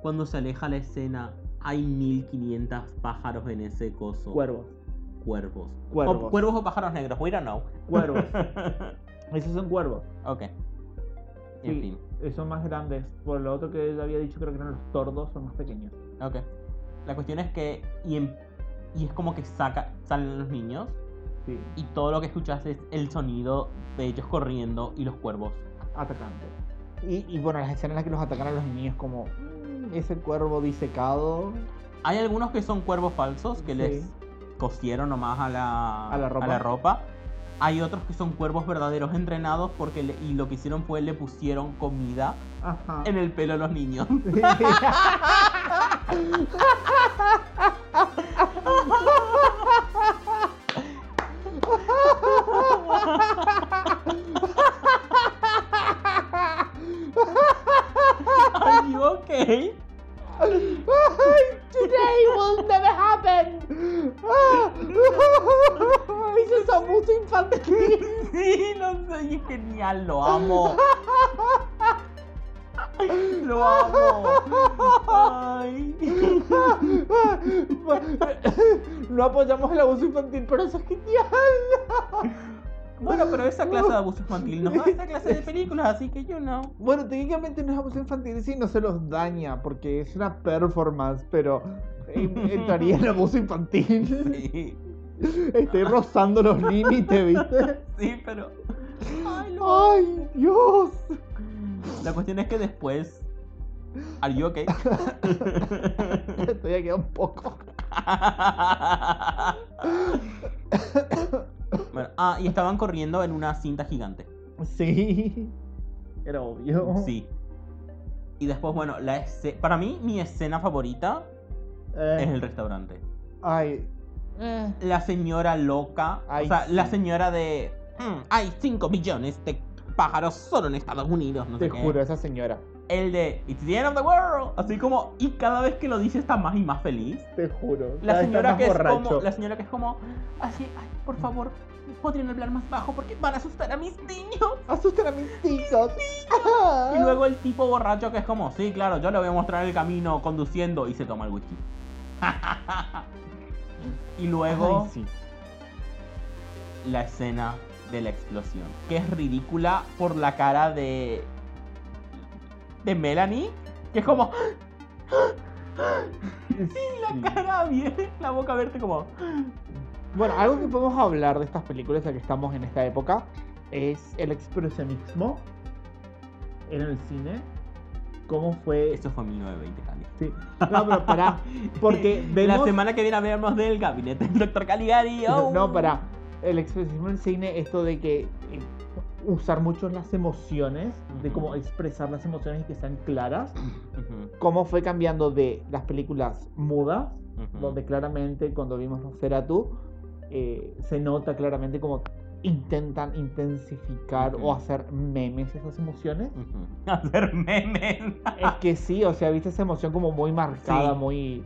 Speaker 3: Cuando se aleja la escena, hay 1500 pájaros en ese coso.
Speaker 1: Cuervos.
Speaker 3: Cuervos.
Speaker 1: Cuervos.
Speaker 3: O, cuervos o pájaros negros, we don't know.
Speaker 1: Cuervos. Esos son cuervos.
Speaker 3: ok. Y En
Speaker 1: Sí.
Speaker 3: fin.
Speaker 1: Eh, Son más grandes. Por lo otro que yo había dicho, creo que eran los tordos, son más pequeños.
Speaker 3: Ok. La cuestión es que. Y, en- y es como que saca, salen los niños.
Speaker 1: Sí,
Speaker 3: Y todo lo que escuchas es el sonido de ellos corriendo y los cuervos.
Speaker 1: atacantes. Y, y bueno, las escenas en las que los atacan a los niños, como mm, ese cuervo disecado.
Speaker 3: Hay algunos que son cuervos falsos que
Speaker 1: Sí.
Speaker 3: les cosieron nomás a la,
Speaker 1: A la ropa.
Speaker 3: ropa. Hay otros que son cuervos verdaderos entrenados porque le- y lo que hicieron fue le pusieron comida
Speaker 1: Ajá.
Speaker 3: en el pelo a los niños. Are you okay?
Speaker 1: Today will never happen. Eso es abuso infantil.
Speaker 3: Sí, no sé, y es genial, lo amo. Lo amo. Ay.
Speaker 1: No apoyamos el abuso infantil, pero eso es genial.
Speaker 3: Bueno, pero esa clase de abuso infantil no es esa clase de películas, así que yo no.
Speaker 1: Bueno, técnicamente no es abuso infantil si no se los daña, porque es una performance, pero en- entraría en abuso infantil.
Speaker 3: Sí,
Speaker 1: Estoy rozando los límites, ¿viste?
Speaker 3: sí, pero. Ay, lo amo.
Speaker 1: ¡Ay, Dios!
Speaker 3: La cuestión es que después. ¿Are you okay?
Speaker 1: Estoy aquí un poco.
Speaker 3: Bueno, ah, y estaban corriendo en una cinta gigante.
Speaker 1: Sí. Era obvio.
Speaker 3: Sí. Y después, bueno, la esce- para mí, mi escena favorita
Speaker 1: Eh,
Speaker 3: es el restaurante.
Speaker 1: Ay. Eh.
Speaker 3: La señora loca.
Speaker 1: Ay,
Speaker 3: o sea, la
Speaker 1: sí.
Speaker 3: señora de. "Mm, hay 5 millones de pájaros solo en Estados Unidos. No
Speaker 1: Te
Speaker 3: sé qué.
Speaker 1: juro, esa señora.
Speaker 3: El de It's the end of the world. Así como. Y cada vez que lo dice está más y más feliz.
Speaker 1: Te juro.
Speaker 3: La
Speaker 1: cada vez está
Speaker 3: señora
Speaker 1: más
Speaker 3: que es
Speaker 1: borracho.
Speaker 3: como. La señora que es como. Así, ay, por favor, podrían hablar más bajo porque van a asustar a mis niños.
Speaker 1: Asustan a mis hijos. Ah.
Speaker 3: Y luego el tipo borracho que es como, sí, claro, yo le voy a mostrar el camino conduciendo y se toma el whisky. y luego
Speaker 1: Ay, sí.
Speaker 3: la escena de la explosión, que es ridícula por la cara de de Melanie, que es como
Speaker 1: Sí.
Speaker 3: la cara bien, la boca verte como
Speaker 1: Bueno, algo que podemos hablar de estas películas ya que estamos en esta época es el expresionismo en el cine. ¿Cómo fue?
Speaker 3: eso fue 1920 Cali.
Speaker 1: Sí. No, pero pará. Porque vemos.
Speaker 3: La semana que viene hablamos del gabinete del doctor Caligari. oh.
Speaker 1: No, pará. El expresionismo en el cine, esto de que eh, usar mucho las emociones, de cómo
Speaker 3: Ujú.
Speaker 1: expresar las emociones y que sean claras.
Speaker 3: Ujú,
Speaker 1: Cómo fue cambiando de las películas mudas
Speaker 3: ujú.
Speaker 1: donde claramente cuando vimos Nosferatu tú se nota claramente como intentan intensificar
Speaker 3: Ujú.
Speaker 1: o hacer memes esas emociones.
Speaker 3: Ujú. Hacer memes.
Speaker 1: es que sí, o sea, viste esa emoción como muy marcada,
Speaker 3: Sí.
Speaker 1: muy,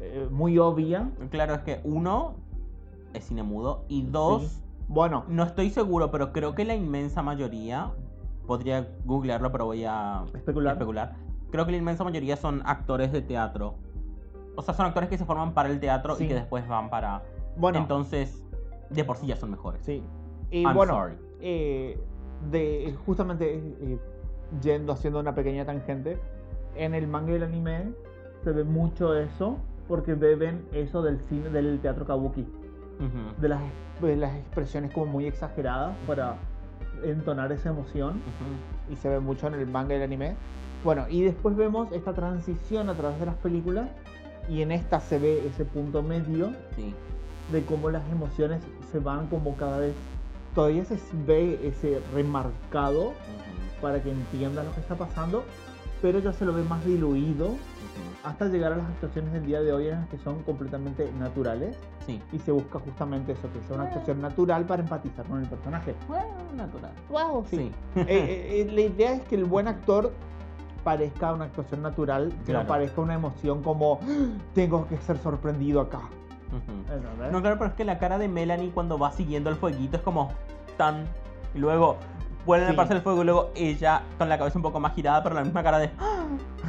Speaker 1: eh, muy obvia.
Speaker 3: Claro, es que uno es cine mudo y dos,
Speaker 1: Sí. Bueno,
Speaker 3: no estoy seguro, pero creo que la inmensa mayoría, podría googlearlo, pero voy a
Speaker 1: especular.
Speaker 3: especular, creo que la inmensa mayoría son actores de teatro. O sea, son actores que se forman para el teatro
Speaker 1: Sí.
Speaker 3: y que después van para...
Speaker 1: Bueno,
Speaker 3: Entonces, de por sí ya son mejores.
Speaker 1: sí. Y
Speaker 3: I'm
Speaker 1: bueno,
Speaker 3: sorry.
Speaker 1: eh, de, justamente eh, yendo, haciendo una pequeña tangente, en el manga y el anime se ve mucho eso porque beben eso del cine, del teatro kabuki,
Speaker 3: Ujú,
Speaker 1: de las, de las expresiones como muy exageradas para entonar esa emoción
Speaker 3: ujú.
Speaker 1: y se ve mucho en el manga y el anime. Bueno, y después vemos esta transición a través de las películas y en esta se ve ese punto medio
Speaker 3: Sí.
Speaker 1: de cómo las emociones se van como cada vez. Todavía se ve ese remarcado
Speaker 3: ujú,
Speaker 1: para que entiendan lo que está pasando, pero ya se lo ve más diluido
Speaker 3: ujú.
Speaker 1: hasta llegar a las actuaciones del día de hoy en las que son completamente naturales
Speaker 3: Sí.
Speaker 1: y se busca justamente eso, que sea una actuación natural para empatizar con el personaje.
Speaker 3: Bueno, natural.
Speaker 1: ¡Wow!
Speaker 3: Sí.
Speaker 1: Eh, eh, eh, la idea es que el buen actor parezca una actuación natural, que
Speaker 3: Claro.
Speaker 1: no parezca una emoción como "Ah, tengo que ser sorprendido acá.
Speaker 3: Ujú.
Speaker 1: ¿Entendés?
Speaker 3: No, claro, pero es que la cara de Melanie cuando va siguiendo el fueguito es como tan. Y luego vuelven
Speaker 1: Sí.
Speaker 3: a pasar el fuego y luego ella con la cabeza un poco más girada, pero la misma cara de.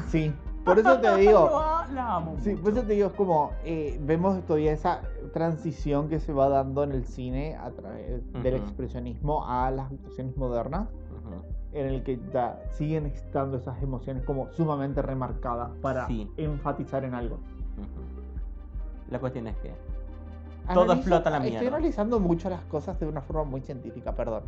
Speaker 1: Sí. Por eso te digo,
Speaker 3: "Ah, la amo.
Speaker 1: sí, por
Speaker 3: mucho".
Speaker 1: eso te digo, es como eh, vemos todavía esa transición que se va dando en el cine a través del
Speaker 3: Ujú.
Speaker 1: expresionismo a las actuaciones modernas,
Speaker 3: Ujú.
Speaker 1: en el que ya siguen estando esas emociones como sumamente remarcadas para
Speaker 3: Sí.
Speaker 1: enfatizar en algo.
Speaker 3: Ujú. La cuestión es que. Todo
Speaker 1: Analizo-
Speaker 3: explota la
Speaker 1: Estoy
Speaker 3: mierda.
Speaker 1: analizando mucho las cosas de una forma muy científica, perdón.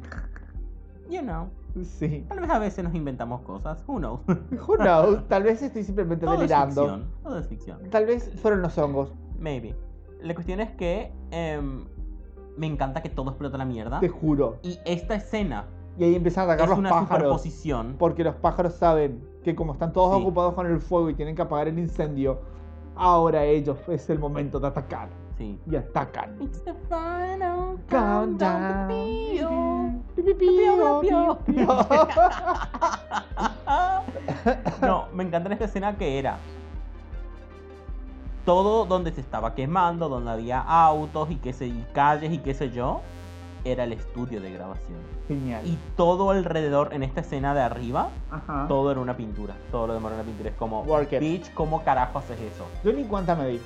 Speaker 3: You know.
Speaker 1: Sí.
Speaker 3: Tal vez a veces nos inventamos cosas. Who knows?
Speaker 1: Who knows? Tal vez estoy simplemente
Speaker 3: Todo es
Speaker 1: delirando.
Speaker 3: ficción. Todo es ficción.
Speaker 1: Tal vez fueron los hongos.
Speaker 3: Maybe. La cuestión es que. em, me encanta que todo explota la mierda.
Speaker 1: Te juro.
Speaker 3: Y esta escena
Speaker 1: Y ahí empiezan a atacar
Speaker 3: Ah. es
Speaker 1: los
Speaker 3: una
Speaker 1: pájaros.
Speaker 3: superposición.
Speaker 1: Porque los pájaros saben que como están todos
Speaker 3: Sí.
Speaker 1: ocupados con el fuego y tienen que apagar el incendio, ahora ellos es el momento de atacar.
Speaker 3: Sí.
Speaker 1: Y atacan.
Speaker 3: It's the final
Speaker 1: Countdown.
Speaker 3: countdown.
Speaker 1: Pi, pi, pi,
Speaker 3: Pío, pío,
Speaker 1: pi, pi.
Speaker 3: Ah. No, me encanta en esta escena que era todo donde se estaba quemando, donde había autos y qué sé, y calles y qué sé yo, era el estudio de grabación.
Speaker 1: Genial.
Speaker 3: Y todo alrededor en esta escena de arriba,
Speaker 1: Ajá.
Speaker 3: todo era una pintura, todo lo demás era una pintura. Es como,
Speaker 1: Work it.
Speaker 3: bitch, ¿cómo carajo haces eso?
Speaker 1: Yo ni cuenta me di.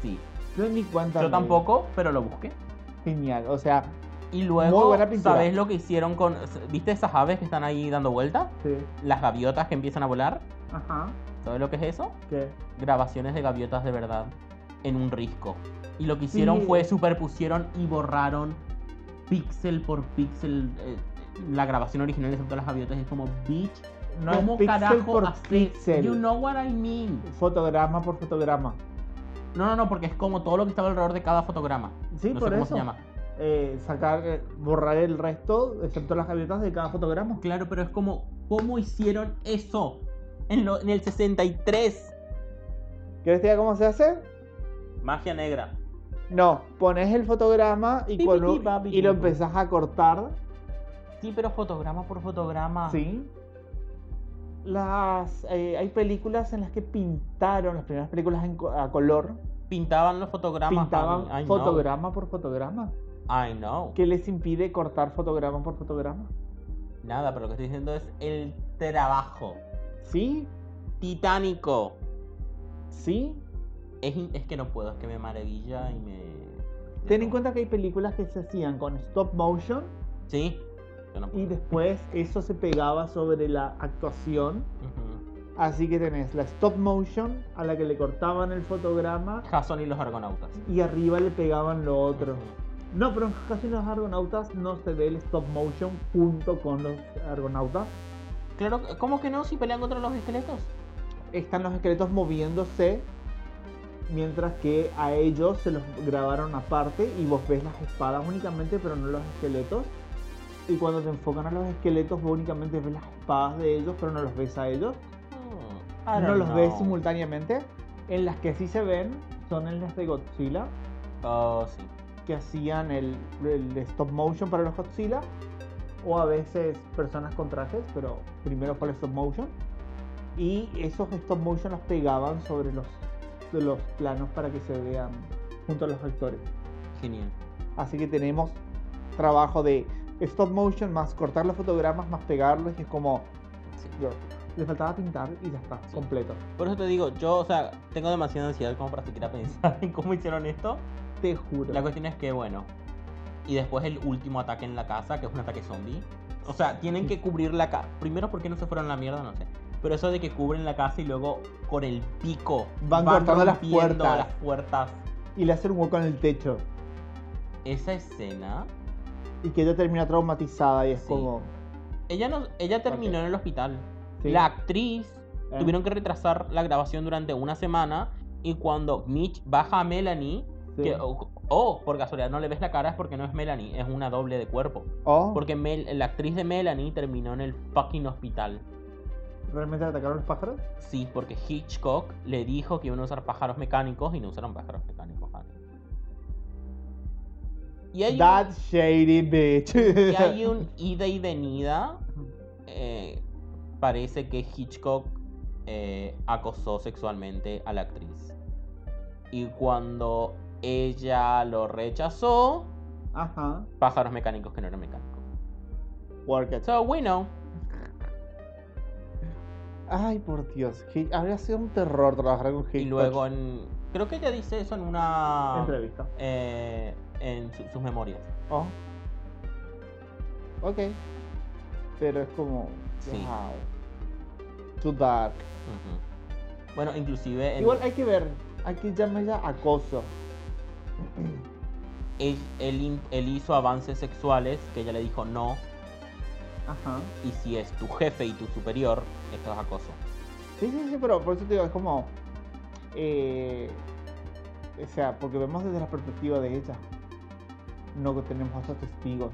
Speaker 3: Sí.
Speaker 1: Yo ni cuenta me
Speaker 3: Yo
Speaker 1: di.
Speaker 3: tampoco, pero lo busqué.
Speaker 1: Genial. O sea,
Speaker 3: Y
Speaker 1: Muy
Speaker 3: luego,
Speaker 1: buena pintura.
Speaker 3: ¿sabes lo que hicieron con... ¿Viste esas aves que están ahí dando vuelta?
Speaker 1: sí.
Speaker 3: Las gaviotas que empiezan a volar.
Speaker 1: Ajá.
Speaker 3: ¿Sabes lo que es eso?
Speaker 1: ¿Qué?
Speaker 3: Grabaciones de gaviotas de verdad en un risco. Y lo que hicieron
Speaker 1: Sí.
Speaker 3: fue superpusieron y borraron píxel por píxel eh, la grabación original excepto las gaviotas. Es como, bitch,
Speaker 1: No es
Speaker 3: ¿cómo
Speaker 1: píxel
Speaker 3: carajo
Speaker 1: por
Speaker 3: haces?
Speaker 1: píxel.
Speaker 3: You know what I mean.
Speaker 1: Fotograma por fotograma.
Speaker 3: No, no, no, porque es como todo lo que estaba alrededor de cada fotograma.
Speaker 1: Sí,
Speaker 3: no
Speaker 1: por
Speaker 3: sé cómo
Speaker 1: eso.
Speaker 3: se llama.
Speaker 1: eh, sacar, eh, borrar el resto, excepto las gaviotas de cada fotograma.
Speaker 3: Claro, pero es como, ¿cómo hicieron eso en, lo- en el
Speaker 1: ¿Quieres
Speaker 3: 63?
Speaker 1: que te diga cómo se hace?
Speaker 3: Magia negra.
Speaker 1: No, pones el fotograma y,
Speaker 3: Pi,
Speaker 1: con
Speaker 3: pi,
Speaker 1: un-
Speaker 3: pi, pa, pi,
Speaker 1: y lo
Speaker 3: pi, pi.
Speaker 1: empezás a cortar.
Speaker 3: Sí, pero fotograma por fotograma.
Speaker 1: Sí. Las, eh, hay películas en las que pintaron, las primeras películas en co- a color,
Speaker 3: Pintaban los fotogramas.
Speaker 1: pintaban
Speaker 3: honey. I know.
Speaker 1: fotograma por fotograma.
Speaker 3: I know.
Speaker 1: ¿Qué les impide cortar fotograma por fotograma?
Speaker 3: Nada, pero lo que estoy diciendo es el trabajo
Speaker 1: Sí,
Speaker 3: titánico.
Speaker 1: sí.
Speaker 3: Es, in- es que no puedo, es que me maravilla y me... me
Speaker 1: Ten en
Speaker 3: pongo-
Speaker 1: cuenta que hay películas que se hacían con stop motion
Speaker 3: Sí. Yo no puedo.
Speaker 1: y después eso se pegaba sobre la actuación
Speaker 3: Ujú.
Speaker 1: Así que tenés la stop motion a la que le cortaban el fotograma
Speaker 3: Jason y los argonautas.
Speaker 1: y arriba le pegaban lo otro.
Speaker 3: Ujú.
Speaker 1: No, pero en casi los argonautas no se ve el stop motion junto con los argonautas.
Speaker 3: Claro, ¿cómo que no si pelean contra los esqueletos?
Speaker 1: Están los esqueletos moviéndose mientras que a ellos se los grabaron aparte y vos ves las espadas únicamente pero no los esqueletos. Y cuando te enfocan a los esqueletos vos únicamente ves las espadas de ellos pero no los ves a ellos.
Speaker 3: Hmm, I
Speaker 1: No
Speaker 3: don't
Speaker 1: los ves
Speaker 3: know.
Speaker 1: simultáneamente. En las que sí se ven son en las de Godzilla.
Speaker 3: Oh, sí.
Speaker 1: que hacían el, el stop motion para los Godzilla o a veces personas con trajes, pero primero fue el stop motion y esos stop motion los pegaban sobre los, de los planos para que se vean junto a los actores.
Speaker 3: Genial.
Speaker 1: Así que tenemos trabajo de stop motion más cortar los fotogramas más pegarlos y es como
Speaker 3: Sí.
Speaker 1: yo, le faltaba pintar y ya está,
Speaker 3: Sí.
Speaker 1: completo.
Speaker 3: Por eso te digo, yo, o sea, tengo demasiada ansiedad como para siquiera pensar en cómo hicieron esto.
Speaker 1: Te juro.
Speaker 3: La cuestión es que, bueno. Y después el último ataque en la casa, que es un ataque zombie. O sea, tienen que cubrir la casa. Primero, ¿por qué no se fueron a la mierda? No sé. Pero eso de que cubren la casa y luego con el pico
Speaker 1: Van cortando las
Speaker 3: rompiendo
Speaker 1: puertas.
Speaker 3: las puertas.
Speaker 1: Y le hace un hueco en el techo.
Speaker 3: Esa escena.
Speaker 1: Y que ella termina traumatizada y es
Speaker 3: Sí.
Speaker 1: como.
Speaker 3: Ella, no, ella terminó en el hospital.
Speaker 1: Sí.
Speaker 3: La actriz
Speaker 1: eh,
Speaker 3: tuvieron que retrasar la grabación durante una semana. Y cuando Mitch baja a Melanie,
Speaker 1: sí.
Speaker 3: que, oh, oh, por casualidad no le ves la cara, es porque no es Melanie, es una doble de cuerpo.
Speaker 1: Oh,
Speaker 3: Porque Mel- la actriz de Melanie terminó en el fucking hospital.
Speaker 1: ¿Realmente le atacaron los pájaros?
Speaker 3: Sí, porque Hitchcock le dijo que iban a usar pájaros mecánicos y no usaron pájaros mecánicos. Ana. Y hay,
Speaker 1: That shady bitch.
Speaker 3: un, y hay un ida y venida. eh, parece que Hitchcock eh, acosó sexualmente a la actriz. Y cuando ella lo rechazó,
Speaker 1: Ajá.
Speaker 3: pájaros mecánicos que no eran mecánicos.
Speaker 1: Work it.
Speaker 3: So we know.
Speaker 1: Ay, por Dios. Hi- Habría sido un terror trabajar con Hitchcock.
Speaker 3: Y luego en. Creo que ella dice eso en una.
Speaker 1: Entrevista.
Speaker 3: eh, en su- sus memorias.
Speaker 1: Oh. Ok. Pero es como.
Speaker 3: Sí.
Speaker 1: Wow. Too dark.
Speaker 3: Ujú. Bueno, inclusive en-
Speaker 1: Igual hay que ver. Aquí llama ella acoso.
Speaker 3: él, él in- él hizo avances sexuales que ella le dijo no.
Speaker 1: Ajá.
Speaker 3: Y si es tu jefe y tu superior, esto es acoso.
Speaker 1: Sí, sí, sí, pero por eso te digo, es como. eh, o sea, porque vemos desde la perspectiva de ella. No tenemos otros testigos.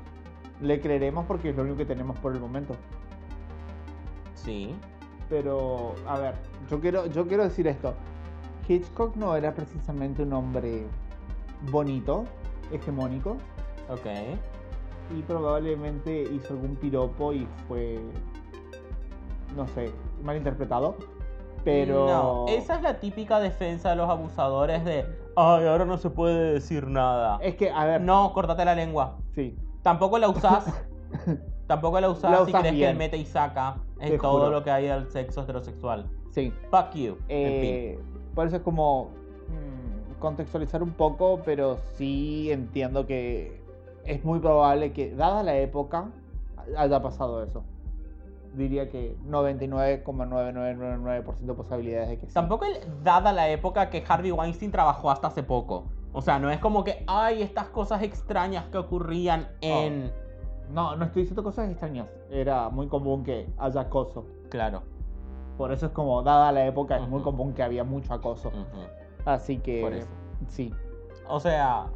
Speaker 1: Le creeremos porque es lo único que tenemos por el momento.
Speaker 3: Sí.
Speaker 1: Pero, a ver, yo quiero, yo quiero decir esto. Hitchcock no era precisamente un hombre bonito, hegemónico,
Speaker 3: Ok.
Speaker 1: y probablemente hizo algún piropo y fue, no sé, malinterpretado. Pero...
Speaker 3: No, esa es la típica defensa de los abusadores de. Ay, ahora no se puede decir nada.
Speaker 1: Es que, a ver,
Speaker 3: No, cortate la lengua.
Speaker 1: sí,
Speaker 3: Tampoco la usás. tampoco la usás,
Speaker 1: La
Speaker 3: si
Speaker 1: usás
Speaker 3: crees que
Speaker 1: bien.
Speaker 3: él mete y saca. Es
Speaker 1: Te
Speaker 3: todo
Speaker 1: juro.
Speaker 3: lo que hay al sexo heterosexual.
Speaker 1: sí.
Speaker 3: Fuck you. En
Speaker 1: Eh,
Speaker 3: fin.
Speaker 1: por eso es como mm, contextualizar un poco, pero sí entiendo que es muy probable que, dada la época, haya pasado eso. Diría que 99,9999% de posibilidades de que sí.
Speaker 3: Tampoco el- dada la época que Harvey Weinstein trabajó hasta hace poco. O sea, no es como que, ay, estas cosas extrañas que ocurrían
Speaker 1: Oh.
Speaker 3: en...
Speaker 1: No, no estoy diciendo cosas extrañas. Era muy común que haya acoso.
Speaker 3: Claro.
Speaker 1: Por eso es como, dada la época, es muy
Speaker 3: Ujú.
Speaker 1: común que había mucho acoso.
Speaker 3: Ujú.
Speaker 1: Así que,
Speaker 3: Por eso.
Speaker 1: sí.
Speaker 3: O sea,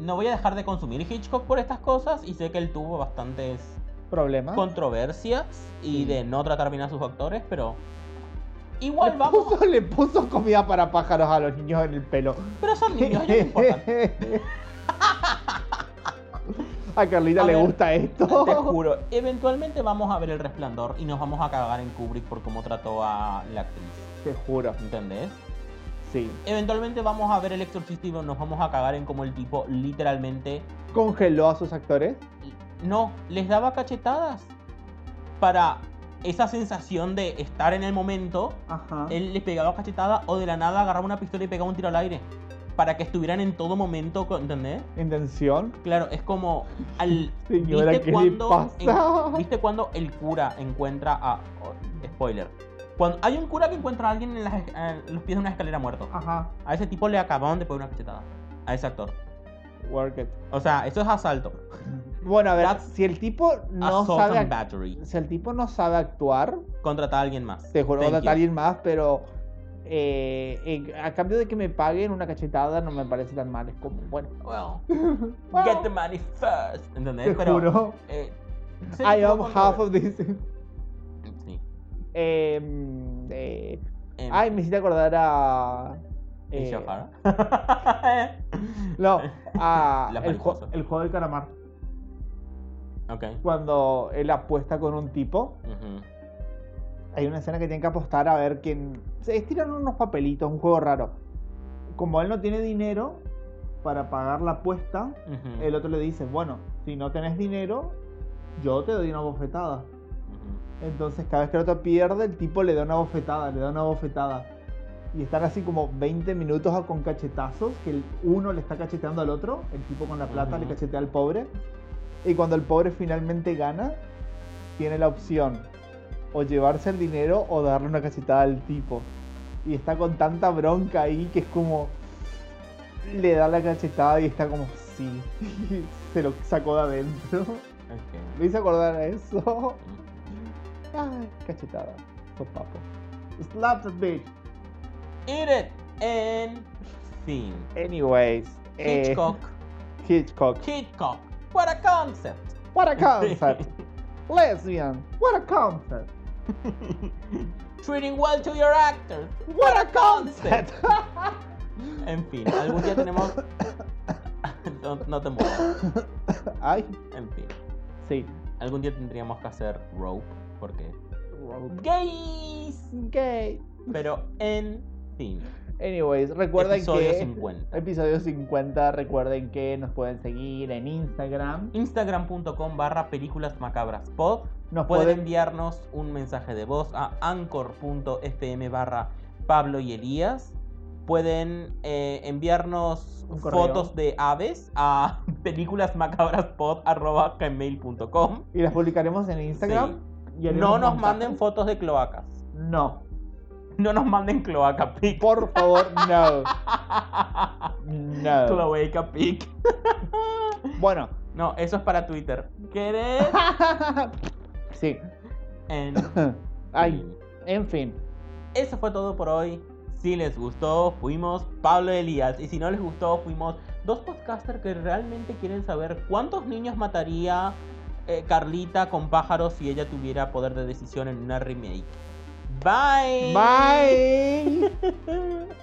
Speaker 3: no voy a dejar de consumir Hitchcock por estas cosas y sé que él tuvo bastantes
Speaker 1: ¿Problema?
Speaker 3: controversias
Speaker 1: ¿Ah?
Speaker 3: y
Speaker 1: Sí.
Speaker 3: de no tratar bien a sus actores, pero...
Speaker 1: Le
Speaker 3: Igual vamos...
Speaker 1: puso, le puso comida para pájaros a los niños en el pelo.
Speaker 3: Pero son niños, ellos no importan.
Speaker 1: A Carlita
Speaker 3: A
Speaker 1: le
Speaker 3: ver,
Speaker 1: gusta esto.
Speaker 3: Te juro, eventualmente vamos a ver el resplandor y nos vamos a cagar en Kubrick por cómo trató a la actriz.
Speaker 1: Te juro.
Speaker 3: ¿Entendés?
Speaker 1: Sí.
Speaker 3: Eventualmente vamos a ver el exorcista y nos vamos a cagar en cómo el tipo literalmente
Speaker 1: Congeló a sus actores.
Speaker 3: no les daba cachetadas para esa sensación de estar en el momento.
Speaker 1: Ajá.
Speaker 3: Él les pegaba cachetada o de la nada agarraba una pistola y pegaba un tiro al aire para que estuvieran en todo momento, con- ¿entendés?
Speaker 1: Intención.
Speaker 3: Claro, es como al
Speaker 1: Señora, ¿qué le pasa?
Speaker 3: en- ¿Viste cuando el cura encuentra a oh, spoiler? Cuando hay un cura que encuentra a alguien en, las es- en los pies de una escalera muerto.
Speaker 1: Ajá.
Speaker 3: A ese tipo le acababan de poner una cachetada. A ese actor.
Speaker 1: Work it.
Speaker 3: O sea, eso es asalto.
Speaker 1: Bueno, a ver,
Speaker 3: That's
Speaker 1: si el tipo no
Speaker 3: Assault
Speaker 1: sabe.
Speaker 3: and
Speaker 1: ac-
Speaker 3: battery.
Speaker 1: Si el tipo no sabe actuar,
Speaker 3: Contrata a alguien más.
Speaker 1: te juro
Speaker 3: Thank
Speaker 1: contratar a
Speaker 3: you.
Speaker 1: alguien más, pero. eh, en- a cambio de que me paguen una cachetada, no me parece tan mal. Es como, bueno.
Speaker 3: Well,
Speaker 1: Well.
Speaker 3: get the money first. ¿Entendés?
Speaker 1: Te
Speaker 3: Pero,
Speaker 1: juro.
Speaker 3: eh, sí,
Speaker 1: I
Speaker 3: tuvo
Speaker 1: am half
Speaker 3: controversia.
Speaker 1: of this.
Speaker 3: Sí.
Speaker 1: Eh, mm, eh,
Speaker 3: Em,
Speaker 1: ay, me hiciste acordar a.
Speaker 3: ¿y
Speaker 1: eh,
Speaker 3: Shahar?
Speaker 1: No, a
Speaker 3: Las
Speaker 1: el, ju-
Speaker 3: mariposas.
Speaker 1: el juego del calamar.
Speaker 3: Ok.
Speaker 1: Cuando él apuesta con un tipo,
Speaker 3: Ujú.
Speaker 1: hay una escena que tienen que apostar a ver quién. Se estiran unos papelitos, un juego raro. Como él no tiene dinero para pagar la apuesta,
Speaker 3: Ujú.
Speaker 1: el otro le dice: Bueno, si no tenés dinero, yo te doy una bofetada.
Speaker 3: Ujú.
Speaker 1: Entonces cada vez que el otro pierde, el tipo le da una bofetada, le da una bofetada. Y están así como 20 minutos con cachetazos, que el uno le está cacheteando al otro, el tipo con la plata
Speaker 3: Ajá.
Speaker 1: le cachetea al pobre. Y cuando el pobre finalmente gana, tiene la opción o llevarse el dinero o darle una cachetada al tipo. Y está con tanta bronca ahí que es como... Le da la cachetada y está como, sí, se lo sacó de adentro.
Speaker 3: Ok.
Speaker 1: Me hice acordar a eso. Ay, cachetada. Sopapo. Slap that bitch.
Speaker 3: Eat it. En fin.
Speaker 1: Anyways. eh,
Speaker 3: Hitchcock.
Speaker 1: Hitchcock.
Speaker 3: Hitchcock. What a concept.
Speaker 1: What a concept. Lesbian. What a concept.
Speaker 3: Treating well to your actors.
Speaker 1: What a
Speaker 3: concept.
Speaker 1: concept.
Speaker 3: En fin, algún día tenemos. no, no te muevas.
Speaker 1: Ay,
Speaker 3: En fin,
Speaker 1: sí.
Speaker 3: algún día tendríamos que hacer rope porque gays.
Speaker 1: Gay.
Speaker 3: Pero en fin.
Speaker 1: Anyways, recuerden
Speaker 3: episodio
Speaker 1: que.
Speaker 3: 50.
Speaker 1: Episodio 50. Recuerden que nos pueden seguir en Instagram.
Speaker 3: Instagram.com barra películas macabras pod.
Speaker 1: Nos
Speaker 3: Pueden
Speaker 1: pueden.
Speaker 3: enviarnos un mensaje de voz a anchor.fm barra Pablo y Elías. Pueden eh, enviarnos
Speaker 1: Un correo.
Speaker 3: fotos de aves a películasmacabraspod.com.
Speaker 1: Y las publicaremos en Instagram. y haremos
Speaker 3: No nos
Speaker 1: montajes.
Speaker 3: manden fotos de cloacas.
Speaker 1: No.
Speaker 3: No nos manden cloaca pic.
Speaker 1: Por favor, no. No.
Speaker 3: Cloaca pic.
Speaker 1: Bueno,
Speaker 3: No, eso es para Twitter. ¿Querés?
Speaker 1: sí.
Speaker 3: En
Speaker 1: Ay,
Speaker 3: fin.
Speaker 1: en fin.
Speaker 3: Eso fue todo por hoy. Si les gustó, fuimos Pablo Elías. Y si no les gustó, fuimos dos podcasters que realmente quieren saber cuántos niños mataría eh, Carlita con pájaros si ella tuviera poder de decisión en una remake. Bye.
Speaker 1: Bye.